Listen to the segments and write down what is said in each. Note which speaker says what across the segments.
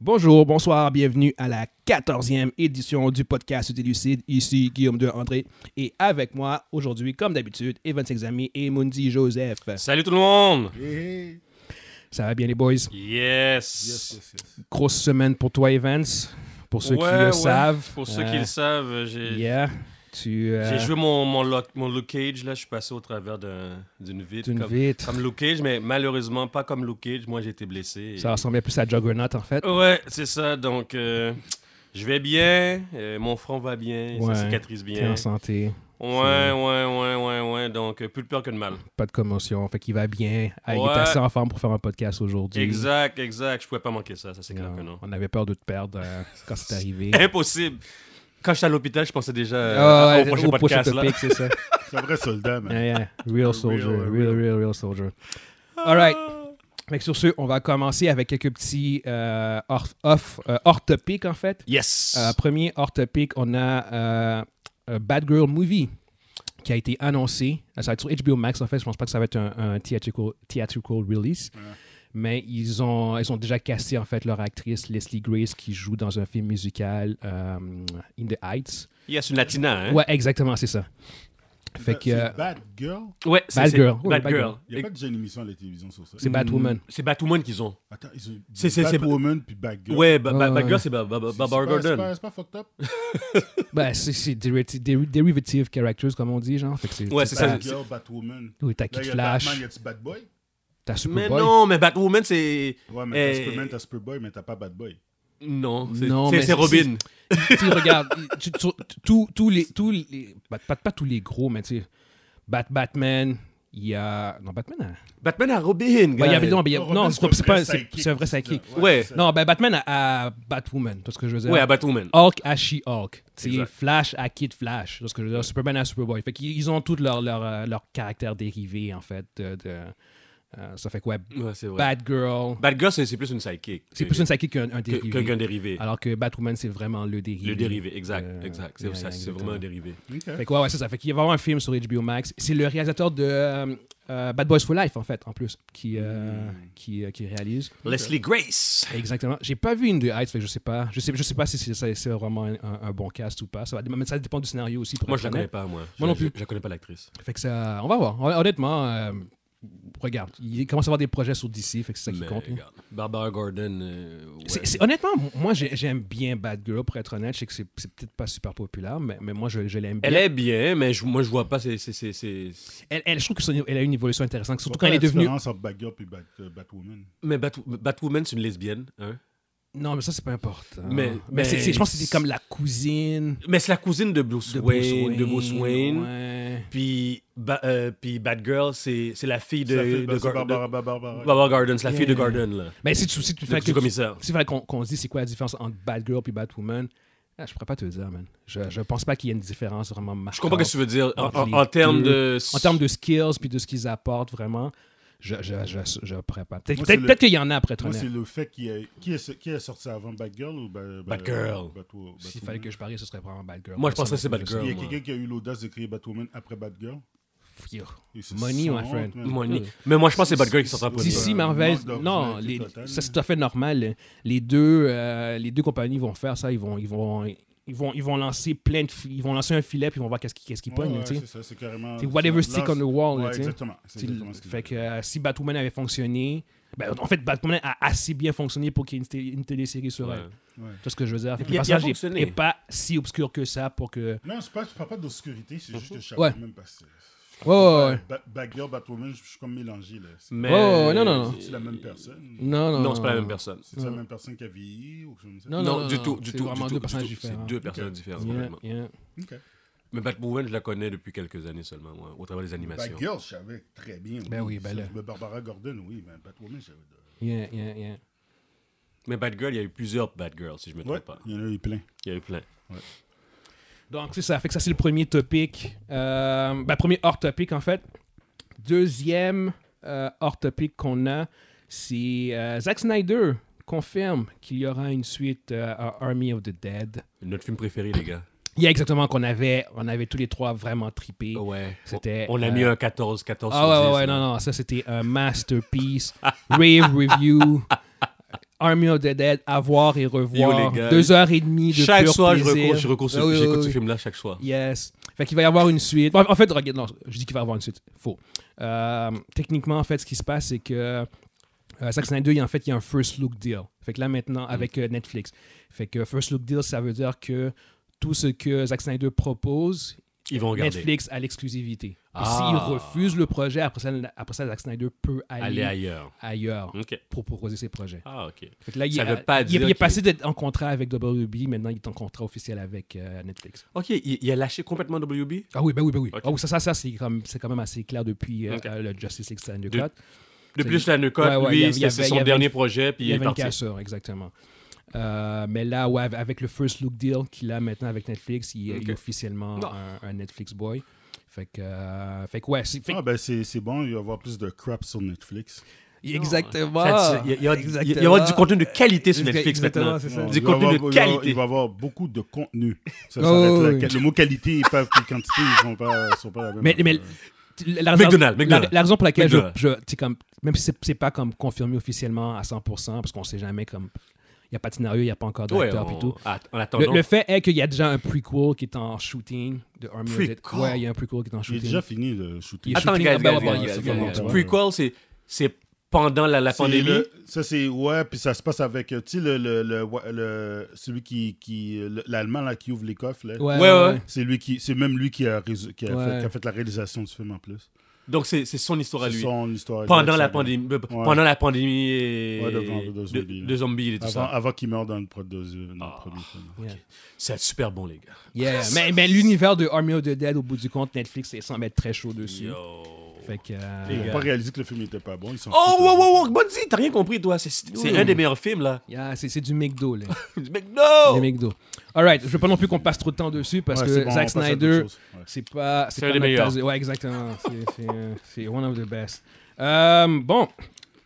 Speaker 1: Bonjour, bonsoir, bienvenue à la 14e édition du podcast des Lucides. Ici Guillaume de André et avec moi aujourd'hui, comme d'habitude, Evan Sexami et Mundi Joseph.
Speaker 2: Salut tout le monde!
Speaker 3: Hey,
Speaker 1: Ça va bien les boys?
Speaker 2: Yes!
Speaker 3: yes, yes, yes.
Speaker 1: Grosse semaine pour toi Evans, pour ceux qui
Speaker 2: Ouais,
Speaker 1: le
Speaker 2: ouais.
Speaker 1: savent.
Speaker 2: Pour ceux
Speaker 1: Euh,
Speaker 2: qui le savent, j'ai
Speaker 1: Yeah, tu... euh,
Speaker 2: j'ai joué mon, mon, Luke, mon Luke Cage, là, je suis passé au travers d'un- d'une vitre.
Speaker 1: D'une
Speaker 2: comme,
Speaker 1: vitre.
Speaker 2: Comme Luke Cage, mais malheureusement pas comme Luke Cage, moi j'ai été blessé. et-
Speaker 1: Ça ressemblait plus à Juggernaut en fait.
Speaker 2: Ouais, c'est ça, donc euh, je vais bien, euh, mon front va bien,
Speaker 1: Ouais,
Speaker 2: ça cicatrise
Speaker 1: T'es
Speaker 2: bien.
Speaker 1: en santé,
Speaker 2: Ouais, ouais, ouais, ouais, ouais, donc euh, plus de peur que de mal.
Speaker 1: pas de commotion, fait qu'il va bien. Ah, Il est
Speaker 2: Ouais.
Speaker 1: assez en forme pour faire un podcast aujourd'hui.
Speaker 2: Exact, exact, je pouvais pas manquer ça, ça c'est clair
Speaker 1: Non,
Speaker 2: que non. Eh
Speaker 1: On avait peur de te perdre euh, quand c'est arrivé.
Speaker 2: Impossible! Quand j'étais à l'hôpital, je pensais déjà euh,
Speaker 1: Ah,
Speaker 2: à-
Speaker 1: ouais,
Speaker 2: au prochain
Speaker 1: au prochain
Speaker 2: podcast.
Speaker 1: topic, c'est ça.
Speaker 3: C'est un vrai soldat, man.
Speaker 2: Euh,
Speaker 1: Yeah, yeah. Real soldier. Real,
Speaker 3: real,
Speaker 1: real, real, soldier. All right. Fait que sur ce, on va commencer avec quelques petits euh, hors, off- euh, hors topic, en fait.
Speaker 2: là. Yes!
Speaker 1: Euh, premier hors topic, on a euh, euh, Bad Girl Movie qui a été annoncé. Euh, Ça va être sur HBO Max, en fait. Je pense pas que ça va être un, un theatrical, theatrical release. Mais ils ont, ils ont déjà cassé, en fait, leur actrice Leslie Grace qui joue dans un film musical, euh, In the Heights.
Speaker 2: Yes, une latina, hein?
Speaker 1: Ouais, exactement, c'est ça. Fait
Speaker 3: C'est-
Speaker 1: que...
Speaker 3: c'est
Speaker 1: euh,
Speaker 3: Bad Girl.
Speaker 2: Ouais, c'est
Speaker 1: Bad
Speaker 2: c'est-
Speaker 1: Girl. Ouais,
Speaker 2: Bad
Speaker 1: Bad
Speaker 2: Girl.
Speaker 3: Il n'y a pas déjà une émission à la télévision sur ça.
Speaker 1: C'est Batwoman.
Speaker 2: C'est Batwoman qu'ils ont.
Speaker 3: Attends, ils ont
Speaker 2: Mm. C'est- c'est- c'est-
Speaker 3: Batwoman puis Bad Girl.
Speaker 2: Ouais, ba- ba-
Speaker 1: Ouais,
Speaker 2: Bad
Speaker 1: ouais.
Speaker 2: Girl, c'est ba- ba- ba-
Speaker 3: C'est-
Speaker 2: Barbara
Speaker 3: c'est pas- C'est
Speaker 2: Gordon.
Speaker 3: pas, c'est pas fucked up.
Speaker 1: Ben, c'est, c'est derivative, déri- derivative characters, comme on dit, genre. Fait que c'est,
Speaker 2: Ouais, c'est ça.
Speaker 3: Bad Girl, Batwoman.
Speaker 1: Oui, t'as
Speaker 3: Là,
Speaker 1: Kid
Speaker 3: y a Batman,
Speaker 1: Flash,
Speaker 3: y a-tu Bad Boy?
Speaker 1: t'as
Speaker 2: Mais
Speaker 1: Superboy.
Speaker 2: non, mais Batwoman, c'est.
Speaker 3: Ouais, mais t'as
Speaker 2: Eh.
Speaker 3: Superman, t'as Superboy, mais t'as pas Bad Boy.
Speaker 2: Non, c'est-
Speaker 1: Non, mais
Speaker 2: c'est c'est
Speaker 1: c'est-
Speaker 2: Robin.
Speaker 1: Tu sais, regarde, tu- tu- tous- tous les... Tous les bah, pas, pas tous les gros, mais tu sais, Bat- Batman, il y a... Non, Batman a...
Speaker 2: Batman à Robin,
Speaker 1: Ben, il y
Speaker 2: gars.
Speaker 1: avait- non, mais il y a- non, c'est, c'est pas... C'est, c'est un vrai
Speaker 3: sidekick.
Speaker 1: sidekick.
Speaker 2: Ouais.
Speaker 3: c'est ça.
Speaker 1: Non, ben, Batman a, a Batwoman, tu vois ce que je veux dire.
Speaker 2: Ouais, à Batwoman.
Speaker 1: Hulk à She-Hulk. Tu sais,
Speaker 2: Exact.
Speaker 1: Flash à Kid Flash. tu vois ce que je veux dire. Superman à Superboy. Fait qu'ils ils ont tous leurs leur, euh, leurs caractères dérivés, en fait. de- de, euh, ça fait quoi?
Speaker 2: Ouais, c'est vrai.
Speaker 1: Bad Girl...
Speaker 2: Bad Girl, c'est c'est plus une sidekick.
Speaker 1: C'est plus une sidekick qu'un un
Speaker 2: que-
Speaker 1: dérivé.
Speaker 2: que- qu'un dérivé.
Speaker 1: Alors que Batwoman, c'est vraiment le dérivé.
Speaker 2: Le dérivé, exact,
Speaker 1: Euh,
Speaker 2: exact.
Speaker 1: yeah, yeah,
Speaker 2: C'est ça, c'est
Speaker 1: exactement.
Speaker 2: vraiment un dérivé.
Speaker 3: Ok.
Speaker 1: Fait que ouais, ouais, c'est ça. Fait qu'il y a vraiment un film sur HBO Max. C'est le réalisateur de euh, euh, Bad Boys for Life, en fait, en plus, qui, euh,
Speaker 2: Hmm.
Speaker 1: qui, euh, qui réalise.
Speaker 2: Leslie Grace.
Speaker 1: Exactement. J'ai pas vu une de Heights, fait que je sais pas. Je sais, je sais pas si c'est, ça- c'est vraiment un, un bon cast ou pas. Ça, va, mais ça dépend du scénario aussi. Pour
Speaker 2: Moi,
Speaker 1: être
Speaker 2: je la
Speaker 1: honnête.
Speaker 2: connais pas, moi.
Speaker 1: Moi
Speaker 2: Je-
Speaker 1: non plus.
Speaker 2: Je je connais pas l'actrice.
Speaker 1: Fait que ça, on va voir. Hon- Honnêtement, euh, regarde, il commence à avoir des projets sur DC, fait que c'est ça qui
Speaker 2: Mais
Speaker 1: compte. là.
Speaker 2: regarde, Barbara Gordon. euh, ouais.
Speaker 1: C'est- c'est- honnêtement, m- moi j'ai- j'aime bien Bad Girl, pour être honnête. Je sais que c'est, c'est peut-être pas super populaire, mais, mais moi je, je l'aime bien.
Speaker 2: Elle est bien, mais je- moi, je vois pas. C'est. c'est- c'est- c'est-
Speaker 1: Elle, elle- je trouve qu'elle a une évolution intéressante, surtout
Speaker 3: Pourquoi
Speaker 1: quand elle est
Speaker 3: la
Speaker 1: devenue.
Speaker 3: différence entre Bad Girl puis Bat- euh, Batwoman.
Speaker 2: Mais Bat- Batwoman, c'est une lesbienne, hein?
Speaker 1: Non, mais ça, c'est pas important.
Speaker 2: Mais-
Speaker 1: mais,
Speaker 2: mais-
Speaker 1: c'est- c'est- je pense que c'est comme la cousine
Speaker 2: Mais c'est la cousine de Bruce
Speaker 1: de
Speaker 2: Wayne.
Speaker 1: Bruce Wayne.
Speaker 2: De Bruce Wayne.
Speaker 1: ouais.
Speaker 2: Puis, ba euh, puis Batgirl, c'est c'est la fille de,
Speaker 3: Ça fait-
Speaker 2: de,
Speaker 3: c'est
Speaker 2: Gar-
Speaker 3: Barbara,
Speaker 2: de-
Speaker 3: Barbara.
Speaker 2: Barbara Gordon, c'est la fille de
Speaker 1: Yeah.
Speaker 2: Gordon, là.
Speaker 1: Mais si tu si tu
Speaker 2: Le
Speaker 1: fais
Speaker 2: petit
Speaker 1: que tu-
Speaker 2: commissaire.
Speaker 1: s'il fallait qu'on qu'on se dise c'est quoi la différence entre Batgirl et Batwoman, ah, je pourrais pas te dire, man. Je, je pense pas qu'il y ait une différence vraiment marquante.
Speaker 2: Je comprends ce que tu veux dire. En,
Speaker 1: entre
Speaker 2: en-
Speaker 1: Ah, les
Speaker 2: en termes
Speaker 1: deux.
Speaker 2: de.
Speaker 1: En termes de skills puis de ce qu'ils apportent vraiment, je, je, je, je pourrais pas. Peut-être
Speaker 3: Moi,
Speaker 1: peut-être
Speaker 3: c'est le-
Speaker 1: peut-être qu'il y en a après,
Speaker 3: Moi,
Speaker 1: honnête.
Speaker 3: c'est le fait qu'il y a... Qui est, qui est sorti avant, Batgirl ou Ba- Ba-
Speaker 2: Batgirl.
Speaker 3: Batwo-
Speaker 1: S'il
Speaker 3: Batwoman?
Speaker 1: fallait que je parie, ce serait vraiment Batgirl.
Speaker 2: Moi, je pense que c'est
Speaker 1: Personnellement, je
Speaker 3: Il y
Speaker 2: Batgirl.
Speaker 3: a
Speaker 2: moi.
Speaker 3: quelqu'un qui a eu l'audace de créer Batwoman après Batgirl.
Speaker 1: sais- Yo.
Speaker 3: Et c'est
Speaker 1: Money,
Speaker 3: sans
Speaker 1: my friend.
Speaker 3: honte, man.
Speaker 2: Moi, ni- Mais moi, je pense que c'est Batgirl qui sortira
Speaker 3: Ouais,
Speaker 2: premier.
Speaker 1: DC,
Speaker 3: ouais.
Speaker 1: Marvel,
Speaker 3: Manque
Speaker 1: non,
Speaker 3: d'originalité
Speaker 1: les-
Speaker 3: totale,
Speaker 1: ça
Speaker 3: là.
Speaker 1: c'est tout à fait normal. Les deux, euh, les deux compagnies vont faire ça, ils vont, ils vont, ils vont, ils vont lancer plein de, fi- ils vont lancer un filet puis ils vont voir qu'est-ce qui, qu'est-ce qui
Speaker 3: Ouais,
Speaker 1: pogne.
Speaker 3: ouais,
Speaker 1: là, tu sais.
Speaker 3: c'est ça, c'est carrément.
Speaker 1: C'est whatever
Speaker 3: c'est-
Speaker 1: stick on the wall, là,
Speaker 3: Ouais,
Speaker 1: tu sais.
Speaker 3: exactement. c'est
Speaker 1: Tu sais,
Speaker 3: exactement ce que je
Speaker 1: fait
Speaker 3: dis.
Speaker 1: que euh, si Batwoman avait fonctionné, ben, en fait Batwoman a assez bien fonctionné pour qu'il y ait une, télé- une télésérie sur
Speaker 2: Ouais.
Speaker 1: elle. C'est ce que je veux dire. Fait que
Speaker 2: Il
Speaker 1: le
Speaker 2: a- il a
Speaker 1: personnage est-
Speaker 2: fonctionné.
Speaker 1: est pas si obscur que ça pour que.
Speaker 3: Non, c'est pas, je parle pas d'obscurité, c'est juste que je
Speaker 1: Ouais.
Speaker 3: savais même pas. si-
Speaker 1: Ouais, ouais, ouais.
Speaker 3: Ba- Batgirl, Batwoman, je je suis comme mélangé là. C'est
Speaker 2: Mais...
Speaker 1: Oh, non, non, non.
Speaker 3: c'est la même personne.
Speaker 1: Non, non,
Speaker 2: Non, c'est pas la même personne.
Speaker 3: C'est la même personne qui a vieilli ou quelque chose
Speaker 1: Non,
Speaker 3: comme ça.
Speaker 2: Non, du
Speaker 1: non,
Speaker 2: tout,
Speaker 1: non,
Speaker 2: du
Speaker 1: c'est
Speaker 2: tout.
Speaker 1: vraiment
Speaker 2: du
Speaker 1: deux
Speaker 2: tout, du
Speaker 1: personnages
Speaker 2: tout.
Speaker 1: différents.
Speaker 2: C'est deux personnages différents,
Speaker 1: Yeah,
Speaker 2: complètement.
Speaker 1: yeah.
Speaker 3: Ok.
Speaker 2: Mais Batwoman, je la connais depuis quelques années seulement, moi, au travers des animations.
Speaker 3: Batgirl, je savais très bien.
Speaker 1: Ben oui, ben
Speaker 3: ça,
Speaker 1: là.
Speaker 3: mais Barbara Gordon, oui, mais Batwoman, je savais. de-
Speaker 1: Yeah, yeah, yeah.
Speaker 2: Mais Batgirl, il y a eu plusieurs Batgirls, si je me
Speaker 3: Ouais,
Speaker 2: trompe pas.
Speaker 3: il y en a eu plein.
Speaker 2: Il y a eu plein.
Speaker 1: Donc, c'est ça. Fait que ça, c'est le premier topic. Euh, ben, premier hors topic, en fait. Deuxième euh, hors topic qu'on a, c'est euh, Zack Snyder confirme qu'il y aura une suite euh, à Army of the Dead.
Speaker 2: Notre film préféré, les gars.
Speaker 1: Il y a exactement qu'on avait, on avait tous les trois vraiment trippé.
Speaker 2: Ah Ouais.
Speaker 1: C'était,
Speaker 2: On on a
Speaker 1: euh,
Speaker 2: mis un 14, 14
Speaker 1: Ah ouais,
Speaker 2: sur
Speaker 1: ouais,
Speaker 2: 10,
Speaker 1: ouais,
Speaker 2: là.
Speaker 1: non, non, ça c'était un masterpiece, rave review. Army of the Dead à voir et revoir.
Speaker 2: Yo, les gars.
Speaker 1: Deux heures et demie de
Speaker 2: Chaque
Speaker 1: pur
Speaker 2: soir, je
Speaker 1: plaisir.
Speaker 2: recours, je recours ce,
Speaker 1: Ah oui,
Speaker 2: j'écoute
Speaker 1: oui,
Speaker 2: ce
Speaker 1: oui.
Speaker 2: film-là chaque soir.
Speaker 1: Yes. Fait qu'il va y avoir une suite. Bon, en fait, regarde, non, je dis qu'il va y avoir une suite. Faux. Euh, techniquement, en fait, ce qui se passe, c'est que euh, Zack Snyder, il- en fait, il y a un first look deal. Fait que là, maintenant,
Speaker 2: Mm.
Speaker 1: avec euh, Netflix. Fait que first look deal, ça veut dire que tout ce que Zack Snyder propose,
Speaker 2: Ils vont regarder.
Speaker 1: Netflix a l'exclusivité. Et
Speaker 2: Ah.
Speaker 1: s'il refuse le projet, après ça, après ça, Zack Snyder peut aller,
Speaker 2: Aller ailleurs.
Speaker 1: ailleurs
Speaker 2: OK.
Speaker 1: pour proposer ses projets.
Speaker 2: Ah, OK.
Speaker 1: Fait que là, il,
Speaker 2: Ça
Speaker 1: est-
Speaker 2: veut pas
Speaker 1: il est-
Speaker 2: dire
Speaker 1: il est
Speaker 2: qu'il-
Speaker 1: passé d'être en contrat avec WWE, maintenant il est en contrat officiel avec euh, Netflix.
Speaker 2: OK, il, il a lâché complètement WB.
Speaker 1: Ah oui, ben oui, ben oui.
Speaker 2: Ok.
Speaker 1: Ah oui, ça, ça, ça c'est comme- c'est quand même assez clair depuis euh,
Speaker 2: Ok.
Speaker 1: euh, le Justice League Snyder
Speaker 2: De-
Speaker 1: Cut.
Speaker 2: Depuis la Nucot,
Speaker 1: Ouais, ouais, il y
Speaker 2: lui,
Speaker 1: avait- il y
Speaker 2: c'était- c'est
Speaker 1: avait- il
Speaker 2: son
Speaker 1: y avait-
Speaker 2: dernier projet, puis
Speaker 1: Il
Speaker 2: il,
Speaker 1: y
Speaker 2: est
Speaker 1: avait une
Speaker 2: parti.
Speaker 1: cassure, exactement. Euh, mais là, ouais, av- avec le first look deal qu'il a maintenant avec Netflix, il, est- il est
Speaker 2: Ok.
Speaker 1: officiellement
Speaker 2: Non.
Speaker 1: un, un Netflix boy. Fait que, euh, fait que ouais, c'est- fait que-
Speaker 3: Ah, ben c'est c'est bon, il va y avoir plus de crap sur Netflix.
Speaker 1: exactement.
Speaker 2: Ça, tu- il, y a- il y a- il y a- il y aura du contenu de qualité sur Netflix
Speaker 1: Exactement,
Speaker 2: maintenant.
Speaker 1: c'est ça.
Speaker 3: Non,
Speaker 2: Du
Speaker 3: il va
Speaker 2: contenu
Speaker 3: avoir-
Speaker 2: de
Speaker 3: il va-
Speaker 2: qualité.
Speaker 3: Il va y avoir beaucoup de contenu. Ça
Speaker 1: Oh,
Speaker 3: s'arrête là.
Speaker 1: oui.
Speaker 3: Quel- Le mot qualité et pas puis quantité, ils sont pas, sont pas la même.
Speaker 1: Mais- mais-
Speaker 3: euh,
Speaker 1: La raison,
Speaker 2: McDonald's,
Speaker 1: la,
Speaker 2: McDonald's.
Speaker 1: la raison pour laquelle je,
Speaker 2: McDonald's.
Speaker 1: je- c'est comme même si c'est- c'est pas comme confirmé officiellement à 100% parce qu'on sait jamais comme il y a pas de scénario, il y a pas encore
Speaker 2: Ouais,
Speaker 1: d'acteur et tout.
Speaker 2: on, ah, en
Speaker 1: Le,
Speaker 2: attendant.
Speaker 1: le fait est qu'il y a déjà un prequel qui est en shooting de Army of Dead.
Speaker 2: Prequel?
Speaker 1: Ouais, il y a un prequel qui est en
Speaker 3: J'ai
Speaker 1: shooting.
Speaker 3: déjà fini le
Speaker 1: Il
Speaker 3: shooting.
Speaker 1: est
Speaker 2: Attends,
Speaker 1: shooting-
Speaker 2: guys,
Speaker 1: ah, ben
Speaker 2: guys,
Speaker 1: ouais, bon,
Speaker 2: guys,
Speaker 1: il est-
Speaker 2: guys,
Speaker 1: il est-
Speaker 2: guys.
Speaker 1: il est-
Speaker 3: ouais.
Speaker 2: Prequel, c'est- c'est pendant la, la
Speaker 3: C'est
Speaker 2: pandémie.
Speaker 3: le- ça, c'est. Ouais, puis ça se passe avec. euh, Tu sais, le, le, le, le- celui qui. qui euh, le- L'Allemand, là, qui ouvre les coffres, là.
Speaker 1: Ouais,
Speaker 2: Ouais,
Speaker 1: ouais,
Speaker 2: ouais.
Speaker 1: ouais.
Speaker 3: C'est lui qui. C'est même lui qui a, résu- qui, a
Speaker 1: Ouais.
Speaker 3: fait, qui a fait la réalisation du film en plus.
Speaker 2: Donc, c'est c'est son histoire à
Speaker 3: C'est
Speaker 2: lui.
Speaker 3: son histoire.
Speaker 2: Pendant
Speaker 3: exacte,
Speaker 1: hein.
Speaker 2: la
Speaker 3: ça,
Speaker 2: pandémie. euh, Pendant la pandémie et-
Speaker 3: Ouais, de- de- de
Speaker 2: de
Speaker 3: zombies, là.
Speaker 2: de zombies et tout
Speaker 3: Avant,
Speaker 2: ça.
Speaker 3: avant qu'il meure dans le, pro- dans le
Speaker 2: Ah.
Speaker 3: premier film.
Speaker 2: C'est super bon, les gars.
Speaker 1: Yeah. Mais, mais l'univers de Army of the Dead, au bout du compte, Netflix est sans mettre très chaud dessus.
Speaker 2: Yo.
Speaker 1: Fait que. euh,
Speaker 3: Ils n'ont pas réalisé que le film n'était pas bon. Ils sont
Speaker 2: Oh, wow, wow, wow, Bonzi, t'as rien compris, toi. C'est c'est
Speaker 1: Oui.
Speaker 2: un des meilleurs films, là.
Speaker 1: yeah, c'est c'est du McDo, là.
Speaker 2: Mec,
Speaker 1: Des
Speaker 2: no!
Speaker 1: McDo. Alright, je veux pas non plus qu'on passe trop de temps dessus parce
Speaker 3: Ouais,
Speaker 1: que
Speaker 3: c'est bon,
Speaker 1: Zack
Speaker 3: on passe à d'autres
Speaker 1: Snyder,
Speaker 3: choses. Ouais.
Speaker 1: c'est pas.
Speaker 2: C'est un
Speaker 1: pas
Speaker 2: des
Speaker 1: notre
Speaker 2: meilleurs.
Speaker 1: tasse de- Ouais, exactement. C'est- c'est, euh, C'est one of the best. Euh, bon,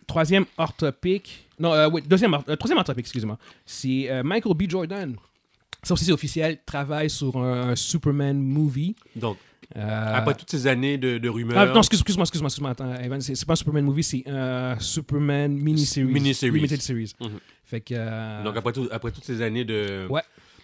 Speaker 1: troisième hors topic. Non, euh, oui, deuxième, hors- euh, troisième hors topic, excusez-moi. C'est euh, Michael B. Jordan. Ça aussi, c'est officiel. Travaille sur un, un Superman movie.
Speaker 2: Donc,
Speaker 1: Euh,
Speaker 2: après toutes ces années Ah, de, de rumeurs.
Speaker 1: Ah, non, excuse- excuse-moi, excuse-moi, excuse-moi. Attends, Evan, c'est c'est pas un Superman movie, c'est euh, Superman mini-series.
Speaker 2: Mini-series.
Speaker 1: Limited series.
Speaker 2: Mhm.
Speaker 1: Fait que. euh,
Speaker 2: Donc, après, tout- après toutes ces années de,
Speaker 1: Ouais.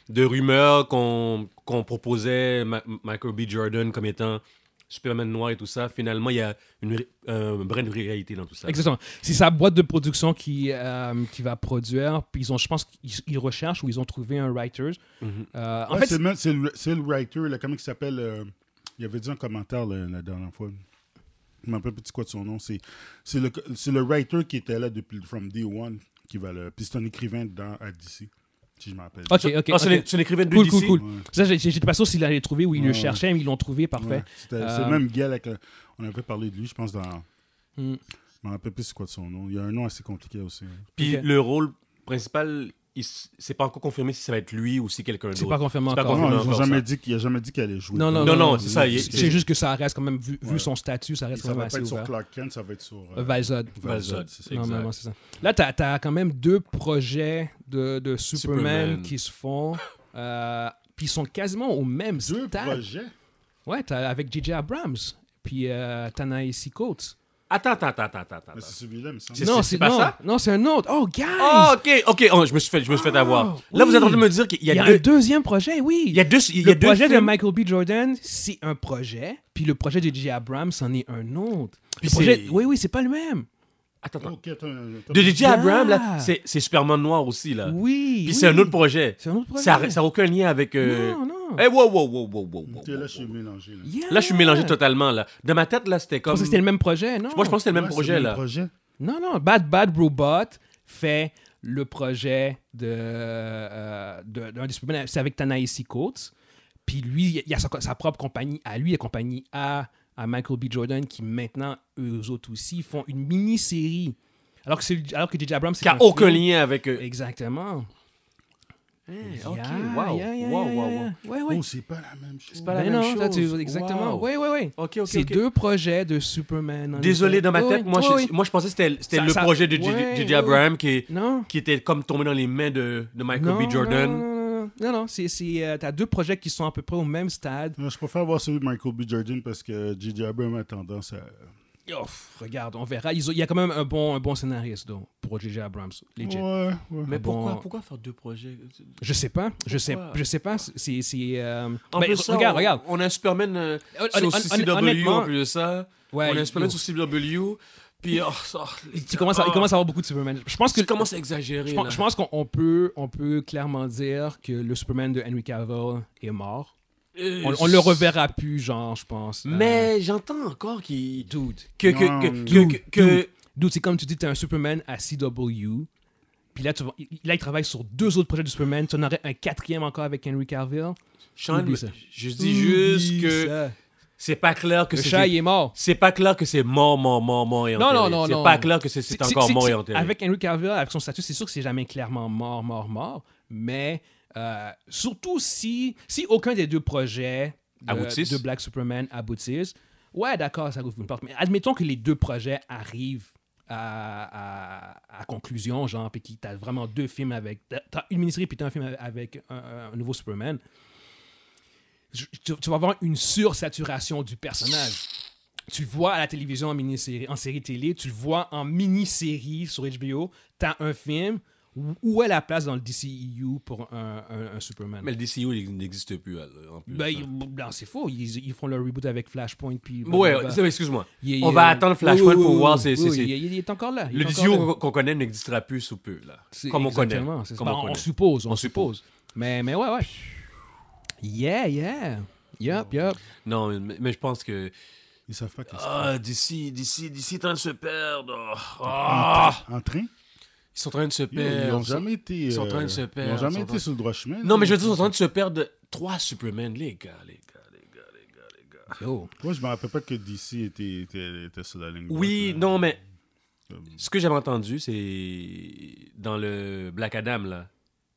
Speaker 2: de rumeurs qu'on qu'on proposait Ma- Michael B. Jordan comme étant Superman noir et tout ça, finalement, il y a une, ré- euh, une vraie réalité dans tout ça.
Speaker 1: Exactement. C'est sa boîte de production qui, euh, qui va produire. Puis ils ont, je pense qu'ils ils recherchent ou ils ont trouvé un writer.
Speaker 2: Mhm.
Speaker 1: Euh, en
Speaker 3: Ouais,
Speaker 1: fait,
Speaker 3: c'est le même- c'est le, c'est le writer, là, comment il s'appelle euh, Il avait dit un commentaire là, la dernière fois. Je me rappelle plus de quoi de son nom. C'est c'est le, c'est le writer qui était là depuis From Day One, qui va le. Puis c'est un écrivain dans à DC, si je me rappelle.
Speaker 1: ok, ok.
Speaker 2: Ah, c'est
Speaker 1: ok.
Speaker 2: l'é- c'est l'écrivain de
Speaker 1: Cool,
Speaker 2: DC?
Speaker 1: cool, cool.
Speaker 3: Ouais.
Speaker 1: Ça, j'ai- j'étais pas sûr s'il l'avait trouvé ou il le
Speaker 3: Ouais,
Speaker 1: cherchait, mais ils l'ont trouvé,
Speaker 3: Ouais,
Speaker 1: parfait.
Speaker 3: c'était- c'est
Speaker 1: Euh,
Speaker 3: le même gars là, que- on avait parlé de lui, je pense, dans.
Speaker 1: Hmm.
Speaker 3: Je me rappelle plus c'est quoi de son nom. Il y a un nom assez compliqué aussi. hein.
Speaker 2: Puis
Speaker 1: Ok.
Speaker 2: le rôle principal, il s- c'est pas encore confirmé si ça va être lui ou si quelqu'un d'autre.
Speaker 1: C'est pas confirmé
Speaker 2: C'est pas
Speaker 1: encore.
Speaker 2: confirmé.
Speaker 3: Non,
Speaker 2: Oh, non,
Speaker 3: ils ont
Speaker 2: encore ça.
Speaker 3: jamais dit qu'il n'a jamais dit qu'elle allait jouer.
Speaker 1: Non, non,
Speaker 2: Non, non,
Speaker 1: non,
Speaker 2: c'est ça. il-
Speaker 1: C'est juste que ça reste quand même, vu, vu
Speaker 3: Ouais.
Speaker 1: son statut, ça reste
Speaker 3: Ça
Speaker 1: quand même
Speaker 3: va pas
Speaker 1: assez
Speaker 3: être sur
Speaker 1: ouvert.
Speaker 3: Clark Kent, ça va être sur. euh,
Speaker 1: Euh, Val Zod.
Speaker 3: Val
Speaker 2: Val
Speaker 3: Zod,
Speaker 2: Zod,
Speaker 3: c'est ça.
Speaker 2: Exact.
Speaker 1: Normalement, c'est ça. Là, t'as as quand même deux projets de, de Superman,
Speaker 2: Superman.
Speaker 1: qui se font. euh, puis ils sont quasiment au même
Speaker 3: Deux
Speaker 1: stade.
Speaker 3: projets.
Speaker 1: Ouais, t'as avec J.J. Abrams. Puis euh, Ta-Nehisi Coates.
Speaker 2: Attends, attends, attends, attends, attends.
Speaker 3: Mais c'est celui-là, mais ça.
Speaker 2: C'est-
Speaker 1: Non,
Speaker 2: c'est
Speaker 1: c'est
Speaker 2: pas
Speaker 1: non,
Speaker 2: ça?
Speaker 1: Non, c'est un autre. Oh, guys!
Speaker 2: Ah, ok, ok, oh, je me suis fait, je me suis fait
Speaker 1: Ah,
Speaker 2: avoir. Là,
Speaker 1: oui.
Speaker 2: vous êtes en train de me dire qu'il
Speaker 1: il
Speaker 2: y a,
Speaker 1: un
Speaker 2: deux,
Speaker 1: deuxième projet, oui.
Speaker 2: il y a deux, il y
Speaker 1: le
Speaker 2: a deux
Speaker 1: projet de
Speaker 2: films.
Speaker 1: Michael B. Jordan, c'est un projet. Puis le projet de J.J. Abrams, c'en est un autre.
Speaker 2: Puis
Speaker 1: Le projet-
Speaker 2: c'est-
Speaker 1: Oui, oui, c'est pas le même.
Speaker 2: Attends, attends.
Speaker 3: Ok, attends, attends.
Speaker 2: De DJ
Speaker 1: Oh, Yeah.
Speaker 2: Abrams, là, c'est c'est Superman noir aussi,
Speaker 1: Oui.
Speaker 2: là. Euh, Puis
Speaker 1: oui.
Speaker 2: c'est un autre projet.
Speaker 1: C'est un autre projet.
Speaker 2: Ça n'a aucun lien avec. euh,
Speaker 1: Non, non.
Speaker 2: hey, wow, wow, wow, wow, wow, wow,
Speaker 3: Ok, là,
Speaker 2: wow,
Speaker 3: je suis
Speaker 2: wow.
Speaker 3: mélangé. Là.
Speaker 1: Yeah.
Speaker 2: Là, je suis mélangé totalement, là. Dans ma tête, là, c'était
Speaker 1: Je
Speaker 2: comme.
Speaker 1: pensais que c'était le même projet, non?
Speaker 2: Moi, je pense que c'était le même
Speaker 3: Ouais, c'est
Speaker 2: projet, là.
Speaker 3: projet.
Speaker 1: Non, non. Bad Bad Robot fait le projet de, euh, de- d'un des Superman. C'est avec Tanaïsi Coates. Puis lui, il y a sa, sa propre compagnie à lui et compagnie à, à Michael B. Jordan qui maintenant, eux autres aussi, font une mini-série. Alors que, c'est, alors que J.J. Abrams, c'est
Speaker 2: Qui n'a
Speaker 1: un
Speaker 2: aucun
Speaker 1: film.
Speaker 2: lien avec. euh,
Speaker 1: Exactement.
Speaker 2: eh,
Speaker 1: Yeah,
Speaker 2: ok, wow.
Speaker 1: yeah, yeah,
Speaker 2: Wow,
Speaker 1: yeah,
Speaker 2: wow,
Speaker 1: yeah.
Speaker 2: wow.
Speaker 1: Ouais, ouais.
Speaker 3: Oh, c'est pas la même chose.
Speaker 2: C'est pas la
Speaker 1: Ben
Speaker 2: même
Speaker 1: non, là, tu-
Speaker 2: chose.
Speaker 1: exactement.
Speaker 2: Wow.
Speaker 1: Oui, oui, oui.
Speaker 2: Ok, ok,
Speaker 1: C'est
Speaker 2: ok.
Speaker 1: deux projets de Superman. en
Speaker 2: Désolé,
Speaker 1: effet.
Speaker 2: dans ma
Speaker 1: Ouais,
Speaker 2: tête, moi,
Speaker 1: ouais,
Speaker 2: je,
Speaker 1: ouais.
Speaker 2: moi, je pensais que c'était c'était
Speaker 1: Ça-
Speaker 2: le
Speaker 1: ça-
Speaker 2: projet de
Speaker 1: ouais, ouais,
Speaker 2: J.J.
Speaker 1: ouais.
Speaker 2: Abrams qui, est-
Speaker 1: Non.
Speaker 2: qui était comme tombé dans les mains de, de Michael B. Jordan.
Speaker 1: Non, non, non, non, non, non, c'est, c'est, euh, t'as deux projets qui sont à peu près au même stade.
Speaker 3: Non, Je préfère voir celui de Michael B. Jordan parce que J.J. Abrams a tendance à,
Speaker 1: oh, pff, regarde, on verra. Ils ont- Il y a quand même un bon, un bon scénariste donc, pour J.J. Abrams, legit.
Speaker 3: Ouais, ouais.
Speaker 2: Mais
Speaker 1: Bon.
Speaker 2: pourquoi, pourquoi faire deux projets
Speaker 1: Je sais pas, je sais,
Speaker 2: Pourquoi?
Speaker 1: je sais pas. C'est, c'est, euh,
Speaker 2: En
Speaker 1: ben,
Speaker 2: plus, ça,
Speaker 1: regarde,
Speaker 2: on,
Speaker 1: regarde.
Speaker 2: On a Superman euh,
Speaker 1: Hon-
Speaker 2: sur
Speaker 1: hon- hon-
Speaker 2: CW
Speaker 1: honnêtement,
Speaker 2: en plus de ça.
Speaker 1: ouais,
Speaker 2: on a
Speaker 1: yo.
Speaker 2: Superman sur CW. Puis, oh, ça,
Speaker 1: Tu commences à, il commence à avoir beaucoup de Superman. Je pense que
Speaker 2: tu commences à exagérer.
Speaker 1: je pense,
Speaker 2: là.
Speaker 1: je pense qu'on on peut, on peut clairement dire que le Superman de Henry Cavill est mort.
Speaker 2: Euh,
Speaker 1: On, on le reverra plus, genre, je pense. Euh,
Speaker 2: Mais j'entends encore qu'il.
Speaker 1: dude,
Speaker 2: Que, que,
Speaker 3: Non,
Speaker 2: que,
Speaker 3: dude,
Speaker 2: que, que- que-
Speaker 1: dude, c'est comme tu dis, t'es un Superman à CW. Puis là, tu vas- il- là, il travaille sur deux autres projets de Superman. Tu en aurais un quatrième encore avec Henry Cavill.
Speaker 2: Sean,
Speaker 1: Oublie ça.
Speaker 2: je dis juste que c'est pas clair que
Speaker 1: le chat, il
Speaker 2: c'est.
Speaker 1: est mort.
Speaker 2: C'est pas clair que c'est mort, mort, mort, mort et
Speaker 1: Non, non,
Speaker 2: enterré.
Speaker 1: non, non.
Speaker 2: C'est pas clair que c'est- c'est
Speaker 1: Si-
Speaker 2: encore
Speaker 1: si-
Speaker 2: mort
Speaker 1: si-
Speaker 2: et enterré.
Speaker 1: Avec Henry Cavill, avec son statut, c'est sûr que c'est jamais clairement mort, mort, mort. Mais euh, surtout si, si aucun des deux projets
Speaker 2: Aboutissent.
Speaker 1: de, de Black Superman aboutissent, ouais, d'accord, ça ouvre une porte. Mais admettons que les deux projets arrivent à, à- à conclusion, genre, puis que t'as vraiment deux films avec. T'as t'as une mini-série, puis t'as un film avec un, un- un nouveau Superman. Je- Tu, tu vas avoir une sursaturation du personnage tu le vois à la télévision en, mini-série, en série télé, tu le vois en mini-série sur HBO, t'as un film, où- où est la place dans le DCEU pour un, un- un Superman?
Speaker 2: Mais le DCU il n'existe plus. là, en plus hein. de
Speaker 1: Ben,
Speaker 2: ça.
Speaker 1: ils- non, c'est faux, ils, ils font leur reboot avec Flashpoint, puis...
Speaker 2: Ouais, bah,
Speaker 1: blablabla.
Speaker 2: c'est- excuse-moi.
Speaker 1: Il-
Speaker 2: On
Speaker 1: il-
Speaker 2: va attendre Flashpoint pour voir c'est-
Speaker 1: oui,
Speaker 2: c'est-
Speaker 1: il, il est encore là. il est
Speaker 2: Le
Speaker 1: encore
Speaker 2: DCU
Speaker 1: là.
Speaker 2: qu'on- qu'on connaît n'existera plus sous peu. Là.
Speaker 1: C'est-
Speaker 2: Comme on connaît.
Speaker 1: exactement, c'est ça.
Speaker 2: Comme
Speaker 1: Ben,
Speaker 2: on
Speaker 1: on,
Speaker 2: connaît.
Speaker 1: suppose, on, suppose. Mais, mais ouais, ouais. Yeah, yeah. Yup, yup.
Speaker 2: Non, mais, mais je pense que.
Speaker 3: Ils savent pas qu'est-ce
Speaker 2: Ah, d'ici, d'ici, d'ici, ils sont en train de se perdre. Oh, ah,
Speaker 3: En train
Speaker 2: ils sont en train de se
Speaker 3: Ils ils
Speaker 2: perdre.
Speaker 3: ont jamais été.
Speaker 2: sont en
Speaker 3: euh,
Speaker 2: train de se
Speaker 3: Ils
Speaker 2: perdre,
Speaker 3: ont
Speaker 2: ils
Speaker 3: jamais
Speaker 2: sont en-
Speaker 3: été sur le droit chemin.
Speaker 2: Non, mais je veux
Speaker 3: là.
Speaker 2: dire, ils sont en train de se perdre trois Superman, les gars, les gars, les gars, les gars, les gars.
Speaker 1: Yo.
Speaker 3: Moi, je me rappelle pas que DC était, était, était sur la ligne.
Speaker 2: Oui,
Speaker 3: droite, là.
Speaker 2: non, mais ce que j'avais entendu, c'est dans le Black Adam, là.